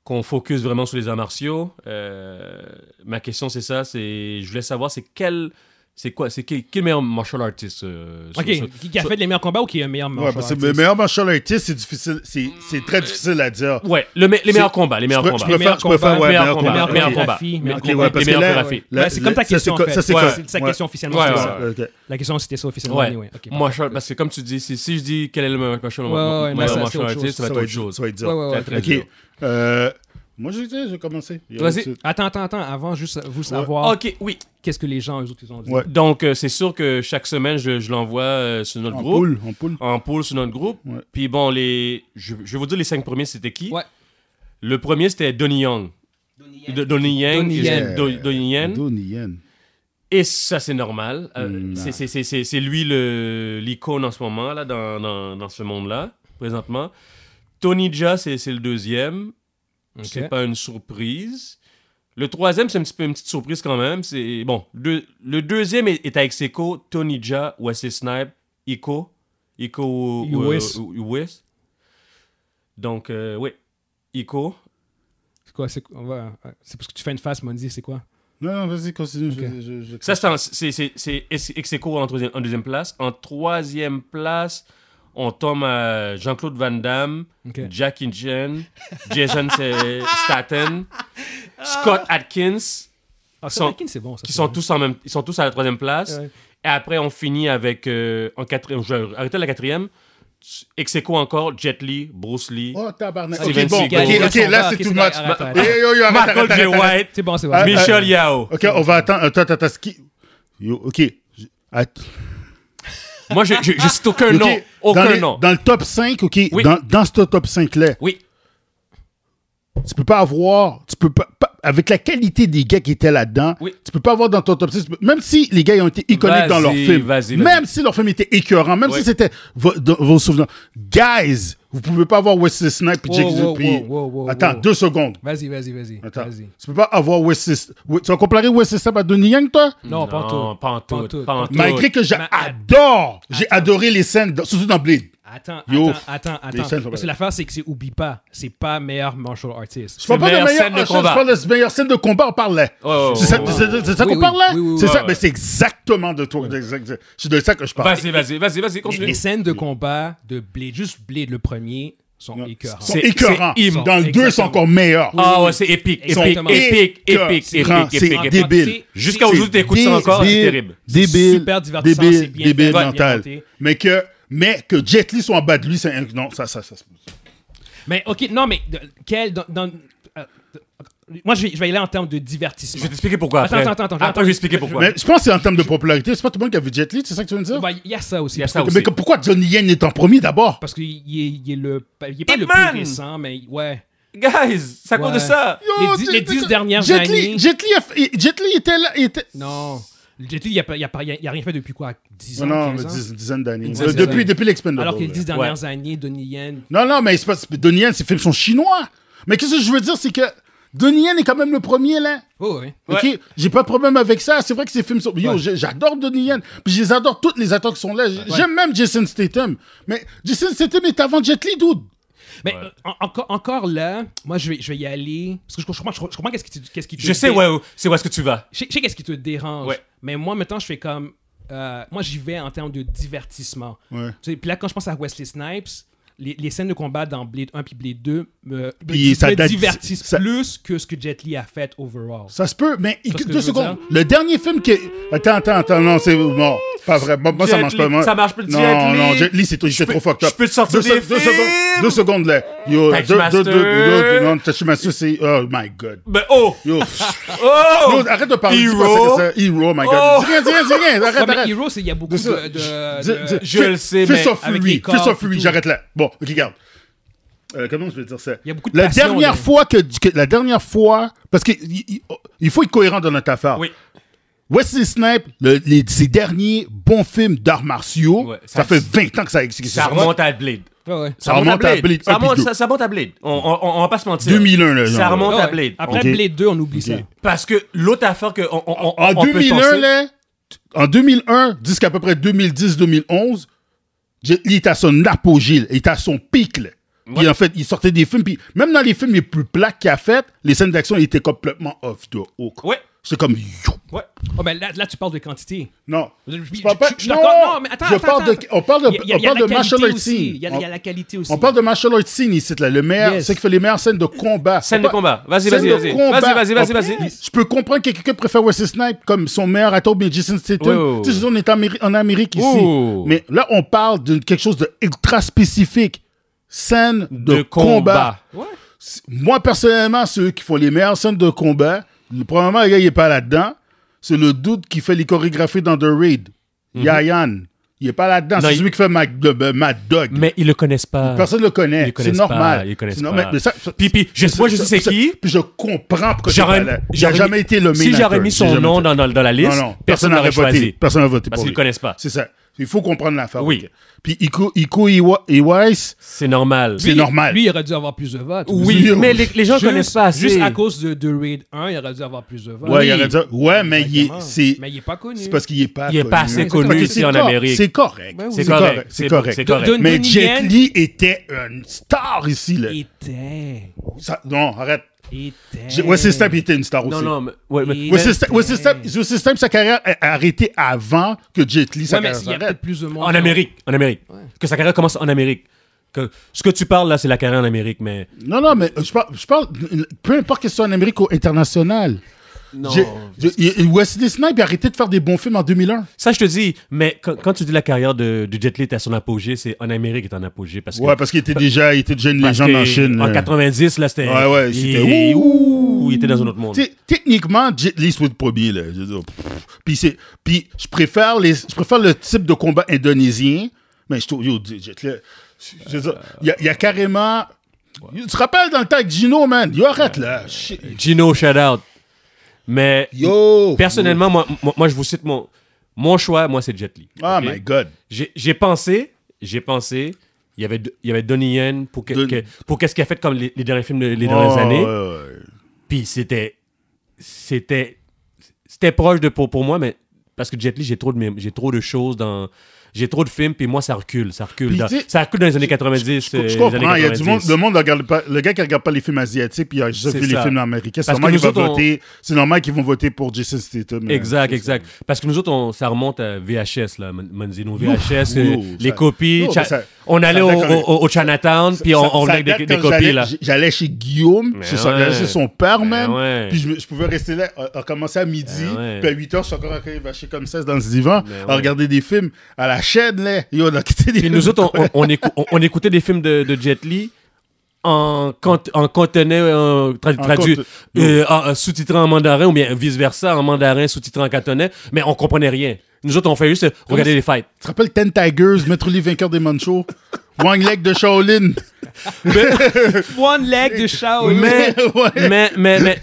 Speaker 2: qu'on focus vraiment sur les arts martiaux. Euh, ma question, c'est ça c'est je voulais savoir, c'est quel. C'est quoi C'est qui, qui est le meilleur martial artist euh, sur-
Speaker 1: Ok,
Speaker 2: sur-
Speaker 1: qui qui a fait les meilleurs combats ou qui est un meilleur
Speaker 3: Ouais,
Speaker 1: martial
Speaker 3: parce que le
Speaker 1: artist?
Speaker 3: meilleur martial artist, c'est difficile, c'est c'est très difficile à dire.
Speaker 2: Ouais, le me- les meilleurs
Speaker 3: C'est-
Speaker 2: combats. Les meilleurs
Speaker 3: je
Speaker 2: combats.
Speaker 3: peux-
Speaker 1: Les meilleurs
Speaker 3: faire- je peux faire,
Speaker 1: combats,
Speaker 3: ouais,
Speaker 1: les
Speaker 2: meilleurs combats,
Speaker 1: meilleurs
Speaker 2: meilleurs
Speaker 1: combats,
Speaker 2: combats.
Speaker 1: filles, meilleurs
Speaker 3: Ok,
Speaker 1: combats,
Speaker 3: ouais,
Speaker 1: les
Speaker 3: parce que
Speaker 1: meilleurs
Speaker 3: là-
Speaker 1: chorégraphies.
Speaker 3: là-
Speaker 1: Ouais, C'est comme
Speaker 3: là,
Speaker 1: ta
Speaker 3: ça,
Speaker 1: question, en
Speaker 3: c'est co-
Speaker 1: fait.
Speaker 3: ça, c'est
Speaker 1: Ouais,
Speaker 3: co-
Speaker 1: c'est- la question officiellement.
Speaker 2: Ouais,
Speaker 1: c'est
Speaker 2: ouais,
Speaker 1: ça.
Speaker 3: Ok.
Speaker 1: La question, c'était ça officiellement.
Speaker 2: Ouais.
Speaker 1: anyway. Ok,
Speaker 2: Moi, je- parce que comme tu dis, si, si je dis quel est le meilleur martial
Speaker 1: Ouais, ouais, ouais,
Speaker 2: meilleur
Speaker 1: là, ça, c'est
Speaker 2: martial
Speaker 1: autre
Speaker 2: artist,
Speaker 1: chose.
Speaker 2: ça va être autre chose.
Speaker 3: Ça va être dur.
Speaker 1: Ouais, ouais, ouais,
Speaker 2: Très, très
Speaker 3: Ok.
Speaker 2: dur.
Speaker 3: Euh, moi, je vais commencer.
Speaker 2: Vas-y.
Speaker 1: Attends, attends, attends. Avant, juste vous savoir
Speaker 2: Ok, oui.
Speaker 1: qu'est-ce que les gens, eux autres, ils ont dit.
Speaker 3: Ouais.
Speaker 2: Donc, euh, c'est sûr que chaque semaine, je, je l'envoie euh, sur notre
Speaker 3: En
Speaker 2: groupe.
Speaker 3: poule, en poule.
Speaker 2: En pool sur notre groupe.
Speaker 3: Ouais.
Speaker 2: Puis bon, les, je, je vais vous dire les cinq premiers, c'était qui
Speaker 1: Ouais.
Speaker 2: Le premier, c'était Donnie Young. Do- Donnie Yang.
Speaker 1: Donnie Yen.
Speaker 2: Do- Donnie Yen.
Speaker 3: Donnie Yen.
Speaker 2: Et ça, c'est normal. Euh,
Speaker 3: Mm.
Speaker 2: c'est- c'est- c'est- C'est c'est lui le- l'icône en ce moment, là, dans, dans, dans ce monde-là, présentement. Tony Jaa, c'est c'est le deuxième.
Speaker 1: Ok.
Speaker 2: C'est pas une surprise. Le troisième, c'est un petit peu une petite surprise quand même. C'est bon. Le, le deuxième est, est avec Seko, Tony Ja, Wesley Snipe, Iko, Iko
Speaker 1: Uwais.
Speaker 2: euh, Uwais. Donc euh, oui, Iko.
Speaker 1: C'est quoi C'est on va- ouais. C'est parce que tu fais une face, Mondi, c'est quoi
Speaker 3: Non, non, vas-y, continue. je-
Speaker 1: Ok.
Speaker 3: je- je-
Speaker 2: Ça c'est en- c'est c'est- c'est ex ex aequo en, troisième- en deuxième place. En troisième place, on tombe à Jean-Claude Van Damme,
Speaker 1: Ok.
Speaker 2: Jackie Chan, Jason euh, Statham, Scott Atkins.
Speaker 1: Ah,
Speaker 2: sont-
Speaker 1: ça, Anakin, c'est bon. ça,
Speaker 2: qui
Speaker 1: c'est
Speaker 2: sont
Speaker 1: bon.
Speaker 2: tous en même, ils sont tous à la troisième place.
Speaker 1: Ouais.
Speaker 2: Et après, on finit avec euh, en quatrième. Je vais arrêter à la quatrième. Ex aequo encore, Jet Li, Bruce Lee,
Speaker 3: Oh, tabarnak. Ok,
Speaker 2: Steven
Speaker 3: bon, ok,
Speaker 2: Seagal.
Speaker 3: ok,
Speaker 1: Gaston
Speaker 3: là,
Speaker 1: Bar,
Speaker 3: c'est
Speaker 1: qu'est-ce
Speaker 3: too
Speaker 1: que-
Speaker 3: much.
Speaker 1: arrête, arrête,
Speaker 3: Hey, yo, yo, arrête, arrête,
Speaker 2: Michael J.
Speaker 3: arrête, arrête.
Speaker 2: White,
Speaker 1: C'est bon, c'est bon.
Speaker 3: Ah,
Speaker 1: Michel-
Speaker 2: Michel Yao.
Speaker 3: Ok, on va attendre. Attends, attends, attends. ce qui- Yo, ok. Je- att-
Speaker 2: Moi, je, je, je cite aucun
Speaker 3: ok,
Speaker 2: nom.
Speaker 3: dans
Speaker 2: Aucun
Speaker 3: les-
Speaker 2: nom.
Speaker 3: Dans le top 5, ok.
Speaker 2: Oui.
Speaker 3: Dans, dans ce top 5-là,
Speaker 2: Oui,
Speaker 3: tu peux pas avoir, tu peux pas, pas- avec la qualité des gars qui étaient là-dedans,
Speaker 2: Oui.
Speaker 3: tu peux pas avoir dans ton top 6, tu peux- même si les gars ils ont été iconiques
Speaker 2: Vas-y,
Speaker 3: dans leur film,
Speaker 2: vas-y, vas-y.
Speaker 3: même si leur film était écœurant, même
Speaker 2: Oui.
Speaker 3: si c'était vos, dans vos souvenirs, guys, vous pouvez pas avoir Wesley Snipes et
Speaker 1: Wow,
Speaker 3: Jake
Speaker 1: wow,
Speaker 3: puis-
Speaker 1: wow, wow, wow,
Speaker 3: Attends,
Speaker 1: wow.
Speaker 3: deux secondes.
Speaker 1: Vas-y, vas-y, vas-y.
Speaker 3: Attends.
Speaker 1: Vas-y.
Speaker 3: Tu peux pas avoir Wesley. Snipes- Tu vas comparer Wesley Snipes à Donnie Yang, toi?
Speaker 1: Non, pas en
Speaker 2: Non,
Speaker 1: tout.
Speaker 2: pas en tout, pas en tout.
Speaker 3: Malgré que
Speaker 1: Ma-
Speaker 3: j'adore, j'ai
Speaker 1: Attends.
Speaker 3: adoré les scènes, dans- surtout dans Blade.
Speaker 1: Attends,
Speaker 3: Yo.
Speaker 1: attends,
Speaker 3: Les
Speaker 1: attends,
Speaker 3: scènes
Speaker 1: attends.
Speaker 3: sont
Speaker 1: Parce que
Speaker 3: belles.
Speaker 1: l'affaire, c'est que c'est oublie pas. C'est pas meilleur martial artist.
Speaker 3: Je parle pas de
Speaker 2: meilleures
Speaker 3: meilleure
Speaker 2: scènes de
Speaker 3: ah, je-
Speaker 2: combat.
Speaker 3: Je parle de meilleure scène de combat, on parle là.
Speaker 2: Ouais, ouais,
Speaker 3: c'est ça,
Speaker 2: ouais,
Speaker 3: c'est- c'est- c'est ça
Speaker 1: Oui,
Speaker 3: qu'on
Speaker 1: oui,
Speaker 3: parle là?
Speaker 1: oui, oui,
Speaker 3: c'est
Speaker 1: oui,
Speaker 3: ça,
Speaker 2: ouais.
Speaker 3: mais c'est exactement de toi. exact- exact. C'est de ça que je parle.
Speaker 2: Vas-y, vas-y, vas-y, vas-y,
Speaker 1: Les
Speaker 2: continue.
Speaker 1: scènes de combat de Blade, juste Blade le premier, sont
Speaker 3: Ouais.
Speaker 1: écœurants.
Speaker 3: Ils sont
Speaker 2: C'est-
Speaker 3: écœurants.
Speaker 2: c'est im-
Speaker 3: Dans le 2, ils sont
Speaker 1: exactement.
Speaker 3: encore meilleurs.
Speaker 2: Ah ouais, c'est épique, épique,
Speaker 1: Exactement.
Speaker 2: épique,
Speaker 3: Écœur.
Speaker 2: épique,
Speaker 3: C'est grand,
Speaker 2: épique,
Speaker 3: c'est
Speaker 2: épique, épique.
Speaker 3: débile.
Speaker 1: C'est-
Speaker 2: Jusqu'à
Speaker 1: c'est
Speaker 2: aujourd'hui, t'écoutes ça encore, c'est terrible.
Speaker 3: Débile,
Speaker 1: super divertissant,
Speaker 3: débile,
Speaker 1: c'est bien
Speaker 3: débile
Speaker 1: fait, bien
Speaker 3: mental.
Speaker 1: monté.
Speaker 3: mais que, mais que Jet Li soit en bas de lui, c'est inc- non, ça, ça, ça. se-
Speaker 1: Mais ok, non, mais de- quel dans, dans- euh, moi je vais, je vais y aller en termes de divertissement.
Speaker 2: Je vais t'expliquer pourquoi
Speaker 1: Attends,
Speaker 2: après.
Speaker 1: attends, attends, attends.
Speaker 2: Après, je vais expliquer pourquoi.
Speaker 3: Mais je pense que c'est en termes de popularité, c'est pas tout le monde qui a vu Jet Li, c'est ça que tu veux me dire?
Speaker 1: Ouais, Il y a ça aussi.
Speaker 2: Il y a
Speaker 1: parce
Speaker 2: ça
Speaker 1: que-
Speaker 2: aussi.
Speaker 3: mais que- pourquoi Johnny Yen est en premier d'abord?
Speaker 1: Parce qu'il il est, il est le, il est pas
Speaker 2: Ip
Speaker 1: le
Speaker 2: Man!
Speaker 1: plus récent, mais ouais.
Speaker 2: Guys, c'est à cause
Speaker 1: Ouais.
Speaker 2: de ça.
Speaker 1: Les dix-
Speaker 3: Yo,
Speaker 1: les
Speaker 3: Jet-
Speaker 1: dix
Speaker 3: Jet-
Speaker 1: dernières
Speaker 3: Jet Li-
Speaker 1: années.
Speaker 3: Jet Li, a fait- Jet Li était là. il était-
Speaker 1: Non. Jet Li, il n'y a, pas- il y a, pas- il y a- il y a rien fait depuis quoi 10 ans
Speaker 3: Non, non,
Speaker 1: 15 ans?
Speaker 3: dix- dizaine d'années.
Speaker 1: dizaine
Speaker 3: Euh, Depuis,
Speaker 1: d'années.
Speaker 3: depuis l'Expendable.
Speaker 1: Alors que les 10 dernières années, Donnie Yen.
Speaker 3: Non, non, mais c'est pas. Donnie Yen, ses films sont chinois. Mais qu'est-ce que je veux dire, c'est que Donnie Yen est quand même le premier, là.
Speaker 1: Oh, ouais.
Speaker 2: Ouais.
Speaker 3: Ok, j'ai pas de problème avec ça. C'est vrai que ces films sont. Yo,
Speaker 1: Ouais.
Speaker 3: j'ai- j'adore Donnie Yen. Puis je les adore toutes les attentes qui sont là. J- J'aime même Jason Statham. Mais Jason Statham est avant Jet Li, dude.
Speaker 1: Mais euh, en- encore, encore là, moi je vais, je vais y aller. Parce que je, comprends, je comprends qu'est-ce qui te, qu'est-ce qui te
Speaker 2: Je sais
Speaker 1: dé-
Speaker 2: ouais, où- c'est où est-ce que tu vas.
Speaker 1: Je sais, je sais qu'est-ce qui te dérange.
Speaker 2: Ouais.
Speaker 1: Mais moi, maintenant, je fais comme. euh, moi, j'y vais en termes de divertissement.
Speaker 3: Ouais.
Speaker 1: Tu sais, Puis là, quand je pense à Wesley Snipes, les, les scènes de combat dans Blade 1 puis Blade 2 me,
Speaker 3: Puis
Speaker 1: me-
Speaker 3: ça
Speaker 1: me
Speaker 3: date-
Speaker 1: divertissent
Speaker 3: ça-
Speaker 1: plus que ce que Jet Li a fait overall.
Speaker 3: Ça se peut, mais
Speaker 1: ce que
Speaker 3: deux
Speaker 1: je veux
Speaker 3: secondes.
Speaker 1: dire?
Speaker 3: Le dernier film qui. Attends, attends, attends, non, c'est. Non, pas vrai. Moi, moi, ça
Speaker 2: Jet
Speaker 3: marche
Speaker 2: Li,
Speaker 3: pas. Moi.
Speaker 2: ça marche pas,
Speaker 3: Non,
Speaker 2: Jet Li.
Speaker 3: non, Jet Li, c'est trop- j'étais
Speaker 2: peux-
Speaker 3: trop fucked up.
Speaker 2: je peux te sortir
Speaker 3: deux, se-
Speaker 2: des
Speaker 3: deux
Speaker 2: films.
Speaker 3: secondes. Deux secondes, là. Yo, deux, deux, deux,
Speaker 2: Touchmaster.
Speaker 3: deux, deux, non, Touchmaster, c'est. Oh my god.
Speaker 2: Ben oh!
Speaker 3: Yo,
Speaker 2: Oh!
Speaker 3: yo, arrête de parler. dis pas
Speaker 2: Hero.
Speaker 3: ça que c'est. Hero, my god.
Speaker 2: Oh.
Speaker 3: Dis rien, dis rien, dis rien.
Speaker 1: Ouais,
Speaker 3: Arrête,
Speaker 1: mais
Speaker 3: arrête.
Speaker 1: Hero, c'est- il y a beaucoup
Speaker 3: De
Speaker 1: de.
Speaker 3: ça,
Speaker 1: de,
Speaker 3: je-
Speaker 1: de-
Speaker 3: dis- dis-
Speaker 2: Je le sais,
Speaker 3: Fist
Speaker 2: mais
Speaker 3: of
Speaker 1: avec
Speaker 3: Fury,
Speaker 1: les corps
Speaker 3: Fist of
Speaker 1: et
Speaker 3: Fury,
Speaker 1: tout.
Speaker 3: j'arrête là. Bon, ok, regarde. Euh, comment je vais dire ça?
Speaker 1: Il y a beaucoup de
Speaker 3: la
Speaker 1: passion,
Speaker 3: dernière
Speaker 1: là.
Speaker 3: fois que, que- la dernière fois parce que il, il- oh, il faut être cohérent dans notre affaire.
Speaker 2: Oui.
Speaker 3: Wesley Snipes, le- les, ses derniers bons films d'arts martiaux,
Speaker 2: Ouais,
Speaker 3: ça,
Speaker 2: ça-
Speaker 3: fait 20 ans que ça existe.
Speaker 2: Ça remonte à Blade.
Speaker 1: Ouais, ouais.
Speaker 3: Ça remonte à Blade. Mm.
Speaker 2: Ça
Speaker 3: un puis
Speaker 2: remonte,
Speaker 3: deux.
Speaker 2: ça, ça remonte à Blade. On, on, on- on va pas se mentir.
Speaker 3: 2001, là,
Speaker 2: Ça
Speaker 3: genre.
Speaker 2: remonte
Speaker 1: Ouais, ouais. Ah,
Speaker 2: à Blade.
Speaker 1: Après
Speaker 3: Ok.
Speaker 1: Blade 2, on oublie
Speaker 3: Ok.
Speaker 1: ça.
Speaker 2: Parce que l'autre affaire que on, on, on,
Speaker 3: En
Speaker 2: on peut se
Speaker 3: 2001,
Speaker 2: penser-
Speaker 3: là, en 2001, jusqu'à peu près 2010-2011, Jet Li est à son apogée, il est à son pic. là. Puis en fait, il sortait des films, puis même dans les films les plus plats qu'il a fait, les scènes d'action étaient complètement off the hook.
Speaker 2: Ouais.
Speaker 3: C'est comme yo.
Speaker 2: Ouais.
Speaker 1: Oh, ben là, là, tu parles de quantité.
Speaker 3: Non.
Speaker 1: Je- je-
Speaker 3: parle pas-
Speaker 1: je- je suis d'accord. Non, mais attends,
Speaker 3: je
Speaker 1: attends,
Speaker 3: parle de-
Speaker 1: attends.
Speaker 3: on parle de,
Speaker 1: Il y a- il y a-
Speaker 3: on
Speaker 1: il y a
Speaker 3: parle
Speaker 1: la
Speaker 3: de martial
Speaker 1: qualité
Speaker 3: arts
Speaker 1: aussi.
Speaker 3: scene.
Speaker 1: Il y a il y a la qualité aussi.
Speaker 3: On parle de martial arts scene ici, là. Le meilleur,
Speaker 1: Yes.
Speaker 3: c'est qui fait les meilleures scènes de combat.
Speaker 2: Scène
Speaker 3: On
Speaker 2: de
Speaker 3: par-
Speaker 2: combat. Vas-y,
Speaker 3: scène
Speaker 2: vas-y,
Speaker 3: de
Speaker 2: vas-y.
Speaker 3: combat.
Speaker 2: Vas-y, vas-y, vas-y,
Speaker 3: On-
Speaker 2: vas-y.
Speaker 3: Je peux comprendre que quelqu'un préfère Wesley Snipes comme son meilleur acteur, mais Jason Statham.
Speaker 2: Oui, oui, oui.
Speaker 3: Tu sais, on est en Amérique, en Amérique ici.
Speaker 2: Ouh.
Speaker 3: Mais là, on parle de quelque chose de ultra spécifique. Scène de,
Speaker 2: De combat.
Speaker 1: Ouais.
Speaker 3: Moi, personnellement, ceux qui font les meilleures scènes de combat, le premièrement, le gars, il n'est pas là-dedans. C'est le doute qui fait les chorégraphies dans The Raid. Yayan. Il n'est pas là-dedans.
Speaker 2: Mm-hmm. Non,
Speaker 3: C'est
Speaker 2: il-
Speaker 3: celui qui fait Mad, de- Mad Dog.
Speaker 2: Mais ils le connaissent pas.
Speaker 3: Ah. Personne ne le connaît.
Speaker 2: Ils le
Speaker 3: C'est
Speaker 2: connaissent pas,
Speaker 3: normal.
Speaker 2: ils le connaissent
Speaker 3: C'est normal.
Speaker 2: pas.
Speaker 3: Mais ça- ça-
Speaker 2: Puis- puis, je-
Speaker 3: ça-
Speaker 2: moi, je
Speaker 3: ça-
Speaker 2: sais c'est
Speaker 3: ça-
Speaker 2: qui.
Speaker 3: Puis je comprends pourquoi
Speaker 2: J'aurais-
Speaker 3: il n'est pas là. Il n'a
Speaker 2: j'aurais-
Speaker 3: jamais été le
Speaker 2: Si
Speaker 3: main
Speaker 2: j'aurais
Speaker 3: actor.
Speaker 2: mis
Speaker 3: Il n'a
Speaker 2: son
Speaker 3: jamais
Speaker 2: nom
Speaker 3: été-
Speaker 2: dans, dans, dans la liste,
Speaker 3: Non, non.
Speaker 2: personne n'aurait
Speaker 3: voté.
Speaker 2: choisi.
Speaker 3: Personne n'a voté
Speaker 2: Parce
Speaker 3: pour
Speaker 2: qu'ils
Speaker 3: lui.
Speaker 2: connaissent pas.
Speaker 3: C'est ça. Il faut comprendre l'affaire.
Speaker 2: Oui.
Speaker 3: Puis Iko, Iko Iwa- Iwais,
Speaker 2: C'est normal.
Speaker 3: C'est
Speaker 1: Lui-
Speaker 3: normal.
Speaker 1: Lui, il aurait dû avoir plus de votes.
Speaker 2: Oui,
Speaker 3: Zero.
Speaker 2: mais les, les gens
Speaker 1: Juste-
Speaker 2: connaissent pas assez.
Speaker 1: Juste à cause de, de Raid 1, il aurait dû avoir plus de votes.
Speaker 3: ouais, il aurait dit, ouais, mais il est-
Speaker 1: Exactement.
Speaker 3: c'est
Speaker 1: Mais il n'est pas connu.
Speaker 3: C'est parce qu'il n'est pas
Speaker 2: Il est
Speaker 3: connu.
Speaker 2: pas assez
Speaker 1: connu
Speaker 3: Fait que
Speaker 1: ici
Speaker 3: c'est
Speaker 2: en
Speaker 3: cor-
Speaker 2: Amérique.
Speaker 3: C'est correct.
Speaker 1: Ben oui.
Speaker 3: C'est correct. C'est correct.
Speaker 2: C'est correct.
Speaker 1: De- de-
Speaker 3: Mais
Speaker 1: Donnie
Speaker 3: Jet
Speaker 1: Yen-
Speaker 3: Li était une star ici. Là.
Speaker 1: Était.
Speaker 3: Ça- non, arrête.
Speaker 1: Était.
Speaker 3: J- Wesley Snipes était une star
Speaker 2: Non,
Speaker 3: aussi.
Speaker 2: non, mais, ouais, mais-
Speaker 1: Et-
Speaker 2: mais-
Speaker 3: Wesley Snipes- Wesley Snipes- Wesley Snipes, sa carrière est arrêtée avant que Jet Li, sa
Speaker 1: Ouais, mais il y a
Speaker 3: carrière
Speaker 1: peut-être
Speaker 3: s'arrête.
Speaker 1: plus de monde.
Speaker 2: en Amérique. En Amérique. Que sa carrière commence en Amérique. Que, ce que tu parles là, c'est la carrière en Amérique, mais.
Speaker 3: Non, non, mais euh, je parle, je parle peu importe que ce soit en Amérique ou international.
Speaker 2: Non.
Speaker 3: J'ai- j'ai- il- Wesley Snipes a arrêté de faire des bons films en 2001.
Speaker 2: Ça, je te dis, mais quand, quand tu dis la carrière de, de Jet Li était à son apogée, c'est en Amérique qui est en apogée. Parce que,
Speaker 3: Ouais, parce qu'il était déjà, il était déjà une
Speaker 2: parce
Speaker 3: légende
Speaker 2: que
Speaker 3: en Chine. euh.
Speaker 2: En
Speaker 3: là.
Speaker 2: 90, là, c'était.
Speaker 3: Ouais, ouais, c'était-
Speaker 2: Il, ouh, il était dans un autre monde.
Speaker 3: Tu sais, techniquement, Jet Li c'est le premier, là. Je veux dire, pff. Puis, c'est, puis je, préfère les, je préfère le type de combat indonésien, mais je trouve, yo, Jet Li, je veux dire, il y a, il y a carrément... Tu te rappelles dans le temps avec Gino, man? Yo, arrête, là. Shit.
Speaker 2: Gino, shout out. Mais
Speaker 3: Yo!
Speaker 2: personnellement, moi, moi, moi, je vous cite mon, mon choix, moi, c'est Jet Li.
Speaker 3: Ah,
Speaker 2: Ok?
Speaker 3: my God.
Speaker 2: J'ai j'ai pensé, j'ai pensé, il y avait, il y avait Donnie Yen pour que-
Speaker 3: Don-
Speaker 2: que- pour qu'est-ce qu'il a fait comme les, les derniers films de- les dernières
Speaker 3: Oh,
Speaker 2: années.
Speaker 3: ouais, ouais.
Speaker 2: Puis c'était, c'était, c'était proche de pour, pour moi, mais parce que Jet Li, j'ai trop de, mém- j'ai trop de choses dans, j'ai trop de films, puis moi ça recule, ça recule,
Speaker 3: Puis
Speaker 2: dans-
Speaker 3: tu sais,
Speaker 2: ça recule dans les années 90.
Speaker 3: Je-
Speaker 2: euh,
Speaker 3: Je
Speaker 2: les
Speaker 3: comprends,
Speaker 2: années
Speaker 3: il y a du monde,
Speaker 2: 90.
Speaker 3: le monde ne regarde pas, le gars qui regarde pas les films asiatiques, puis il a juste
Speaker 2: C'est
Speaker 3: vu les
Speaker 2: ça.
Speaker 3: films américains, c'est
Speaker 2: Parce que
Speaker 3: normal,
Speaker 2: nous
Speaker 3: qu'il va
Speaker 2: autres, on-
Speaker 3: voter, c'est normal qu'ils vont voter pour Jason Statham. là.
Speaker 2: Exact,
Speaker 3: C'est-
Speaker 2: exact. Parce que nous autres, on, ça remonte à VHS, là, Mon- Manzino. VHS,
Speaker 3: Ouh,
Speaker 2: euh,
Speaker 3: ouh,
Speaker 2: les
Speaker 3: ça-
Speaker 2: copies.
Speaker 3: Yo,
Speaker 2: cha-
Speaker 3: ça-
Speaker 2: on on allait
Speaker 3: Ça
Speaker 2: au,
Speaker 3: date quand-
Speaker 2: au- au Chinatown, puis on,
Speaker 3: Ça-
Speaker 2: on
Speaker 3: ça
Speaker 2: venait avec des,
Speaker 3: date
Speaker 2: des
Speaker 3: quand j'allais-
Speaker 2: copies, là.
Speaker 3: j- J'allais chez Guillaume,
Speaker 2: Mais
Speaker 3: chez, son, j'allais
Speaker 2: ouais.
Speaker 3: chez son père
Speaker 2: Mais
Speaker 3: même.
Speaker 2: ouais.
Speaker 3: Puis je, me- je pouvais rester là, à, à commencer à midi,
Speaker 2: Mais ouais.
Speaker 3: puis à 8 h je suis encore arrivé vaché comme ça dans le divan,
Speaker 2: Mais
Speaker 3: à
Speaker 2: ouais.
Speaker 3: regarder des films à la chaîne, là. Yo, on a quitté des
Speaker 2: Puis nous autres, on, on- on écou- on- on écoutait des films de, de Jet Li en, cont- en contenait euh, tra-
Speaker 3: En
Speaker 2: traduit
Speaker 3: conte-
Speaker 2: euh, en- en sous-titré en mandarin ou bien vice versa en mandarin sous-titré en cantonais mais on comprenait rien nous autres on fait juste euh, regarder les fights
Speaker 3: Tu te rappelles Ten Tigers, Maître Lee, vainqueur des Manchos, Wang Leg de Shaolin.
Speaker 1: One leg de Shaolin.
Speaker 2: mais,
Speaker 3: Ah Ouais.
Speaker 2: mais, mais, mais,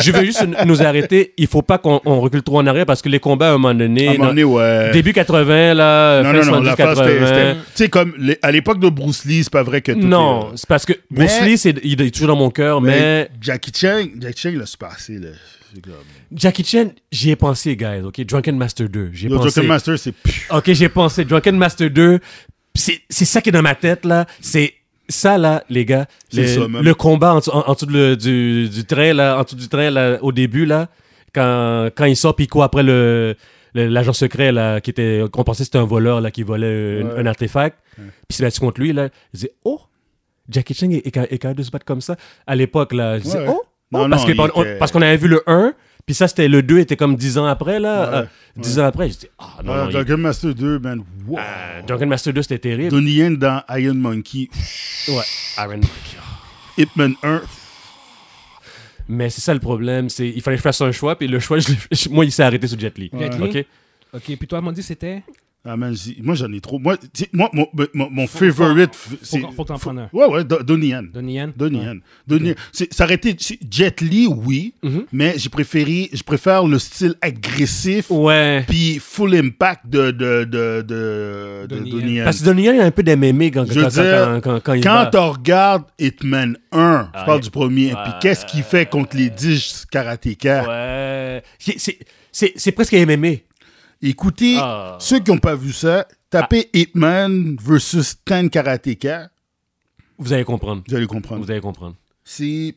Speaker 2: je veux juste n- nous arrêter. Il faut pas qu'on on recule trop en arrière parce que les combats, à un moment donné,
Speaker 3: À un moment
Speaker 2: dans-
Speaker 3: donné, ouais.
Speaker 2: début 80, là,
Speaker 3: Non,
Speaker 2: fin
Speaker 3: non, non,
Speaker 2: 70,
Speaker 3: la phase, c'était-
Speaker 2: 80.
Speaker 3: c'était. Tu sais, comme les- à l'époque de Bruce Lee, c'est pas vrai que tout.
Speaker 2: Non, c'est parce que Bruce
Speaker 3: Mais-
Speaker 2: Lee, c'est- il est toujours dans mon cœur,
Speaker 3: est-
Speaker 2: mais...
Speaker 3: euh, Jackie Chan, Jackie Chan, il a surpassé, là. C'est comme-
Speaker 2: Jackie Chan, j'y ai pensé, guys, OK? Drunken Master 2, j'y ai
Speaker 3: Yo,
Speaker 2: pensé.
Speaker 3: Drunken Master, c'est. pff,
Speaker 2: OK, j'ai pensé. Drunken Master 2, c'est c'est ça qui est dans ma tête, là. C'est ça, là, les gars.
Speaker 3: C'est
Speaker 2: Le,
Speaker 3: ça, même.
Speaker 2: le combat en, dessous- en- en dessous de le- du, du train, là, en dessous du train, là, au début, là, quand, quand il sort, puis quoi, après le le- l'agent secret là qui était qu'on pensait que c'était un voleur là qui volait un,
Speaker 3: Ouais.
Speaker 2: un artefact puis s'est battu contre lui là il disait oh Jackie Chan est, est ca- est capable de se battre comme ça à l'époque là je disais
Speaker 3: Ouais.
Speaker 2: oh,
Speaker 3: Non,
Speaker 2: oh, parce
Speaker 3: non,
Speaker 2: que
Speaker 3: il
Speaker 2: par- on-
Speaker 3: était-
Speaker 2: parce qu'on avait vu le 1 puis ça c'était le 2 était comme 10 ans après là
Speaker 3: Ouais,
Speaker 2: euh, 10 ans après je dis ah non,
Speaker 3: Ah,
Speaker 2: non, il-
Speaker 3: Drunken Master 2, man. Wow.
Speaker 1: Ah.
Speaker 2: euh, Drunken Master 2, c'était terrible.
Speaker 3: Donnie Yen dans Iron Monkey.
Speaker 2: Ouais. Iron Man.
Speaker 3: Ip Man 1.
Speaker 2: Mais c'est ça le problème. c'est Il fallait que je fasse un choix, puis le choix, je l'ai- moi, il s'est arrêté sur Jet Li.
Speaker 1: Jet Li.
Speaker 2: OK?
Speaker 1: Ok, puis toi, Mandy, c'était.
Speaker 3: Ah, man, j'ai- moi, j'en ai trop. Moi, tu sais, moi mon, ben, mon, mon favorite. f- c'est-
Speaker 1: faut que t'en prennes un.
Speaker 3: Ouais, ouais, Do- Donnie Yen.
Speaker 1: Donnie Yen.
Speaker 3: Donnie Yen. Donnie Yen. C'est- Ça aurait été c'est- Jet Li, oui,
Speaker 1: Mhm.
Speaker 3: mais j'ai préféré, je préfère le style agressif
Speaker 2: Ouais.
Speaker 3: puis full impact de, de, de, de, de
Speaker 1: Donnie
Speaker 3: Donnie Yen.
Speaker 2: Parce que Donnie Yen, il y a un peu d'MMA quand, quand,
Speaker 3: Je veux
Speaker 2: quand,
Speaker 3: dire,
Speaker 2: quand, quand- quand il
Speaker 3: quand
Speaker 2: bat.
Speaker 3: tu regardes Hitman 1, je parle
Speaker 2: Ah, ouais.
Speaker 3: du premier, puis qu'est-ce qu'il fait contre les 10 karatékas?
Speaker 2: Ouais. C'est- c'est- C'est c'est presque MMA.
Speaker 3: Écoutez,
Speaker 2: Ah.
Speaker 3: ceux qui n'ont pas vu ça, tapez Hitman versus 10 karatékas,
Speaker 2: Vous allez comprendre.
Speaker 3: vous allez comprendre.
Speaker 2: Vous allez comprendre.
Speaker 3: C'est...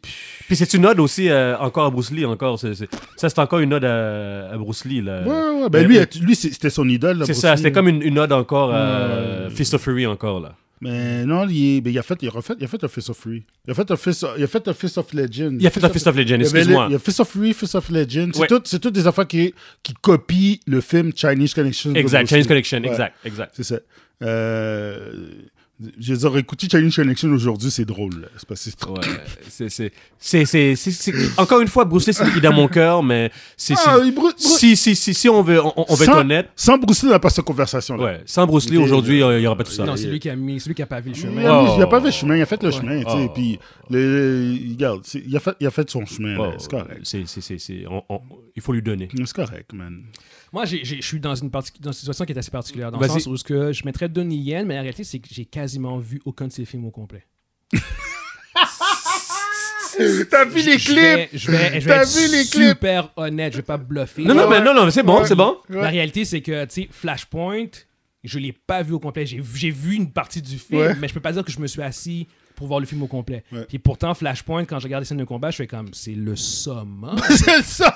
Speaker 2: Puis c'est une ode aussi, euh, encore à Bruce Lee, encore. c'est- c'est- Ça, c'est encore une ode à, à Bruce Lee. Là.
Speaker 3: Ouais, ouais, ouais. Ben, lui, lui, c'est- c'était son idole. là,
Speaker 2: C'est
Speaker 3: Bruce
Speaker 2: ça,
Speaker 3: Lee,
Speaker 2: c'était
Speaker 3: là.
Speaker 2: comme une, une ode encore à Fist of Fury, encore, là.
Speaker 3: Mais non, il, est- ben, il a fait, il a refait, il a fait Office of Free. Il a fait Office, il a fait Office of Legend.
Speaker 2: Il a fait la Fist of Legend,
Speaker 3: Il y avait le-
Speaker 2: excuse-moi.
Speaker 3: Il y a Fist of Free, Fist of Legend. C'est
Speaker 2: Ouais.
Speaker 3: tout- c'est toutes des affaires qui, qui copient le film Chinese Connection. de
Speaker 2: Exact,
Speaker 3: Bruce
Speaker 2: Chinese
Speaker 3: Lee.
Speaker 2: Collection,
Speaker 3: Ouais,
Speaker 2: exact, exact.
Speaker 3: C'est ça. Euh, je veux dire, écouter Chinese Connection aujourd'hui, c'est drôle. là. C'est parce que c'est trop.
Speaker 2: Ouais, c'est- c'est- c'est- c'est- c'est- c'est- Encore une fois, Bruce Lee, c'est lui qui est dans mon cœur, mais si, si,
Speaker 3: Ah, il brou- brou-
Speaker 2: si, si, si- si on veut, on, on veut être
Speaker 3: sans-
Speaker 2: honnête,
Speaker 3: Sans Bruce Lee, on n'a pas cette conversation. là
Speaker 2: ouais, sans Bruce Lee, aujourd'hui, euh, il n'y aura pas tout ça.
Speaker 1: Non, c'est lui qui a mis, celui qui a pavé le
Speaker 3: Il
Speaker 1: chemin.
Speaker 3: a,
Speaker 2: Oh.
Speaker 3: mis- il a pas fait le chemin, il a fait le
Speaker 1: Ouais.
Speaker 3: chemin. tu sais,
Speaker 2: Oh.
Speaker 3: Puis, le- le- regarde, c'est- il a, fait, il a fait son chemin. là.
Speaker 2: Oh,
Speaker 3: C'est correct.
Speaker 2: c'est- c'est- c'est- c'est- on- on- il faut lui donner.
Speaker 3: C'est correct, man.
Speaker 1: Moi, j'ai- j'ai- je suis dans une, parti- dans une situation qui est assez particulière. Dans le
Speaker 2: Vas-y.
Speaker 1: sens où ce que je mettrais Donnie Yen, mais la réalité, c'est que j'ai quasiment vu aucun de ses films au complet.
Speaker 3: T'as vu les
Speaker 1: Je vais, je vais, je vais
Speaker 3: T'as
Speaker 1: être
Speaker 3: vu les clips?
Speaker 1: super honnête, je vais pas bluffer.
Speaker 2: Non, non,
Speaker 3: Ouais,
Speaker 2: mais non, non, c'est bon,
Speaker 3: ouais.
Speaker 2: c'est bon.
Speaker 3: Ouais.
Speaker 1: La réalité, c'est que, tu sais, Flashpoint, je l'ai pas vu au complet. J'ai vu- j'ai vu une partie du film,
Speaker 3: Ouais.
Speaker 1: mais je peux pas dire que je me suis assis pour voir le film au complet.
Speaker 3: Ouais.
Speaker 1: Puis pourtant, Flashpoint, quand je regarde les scènes de combat, je fais comme, c'est le summum.
Speaker 3: C'est le seum.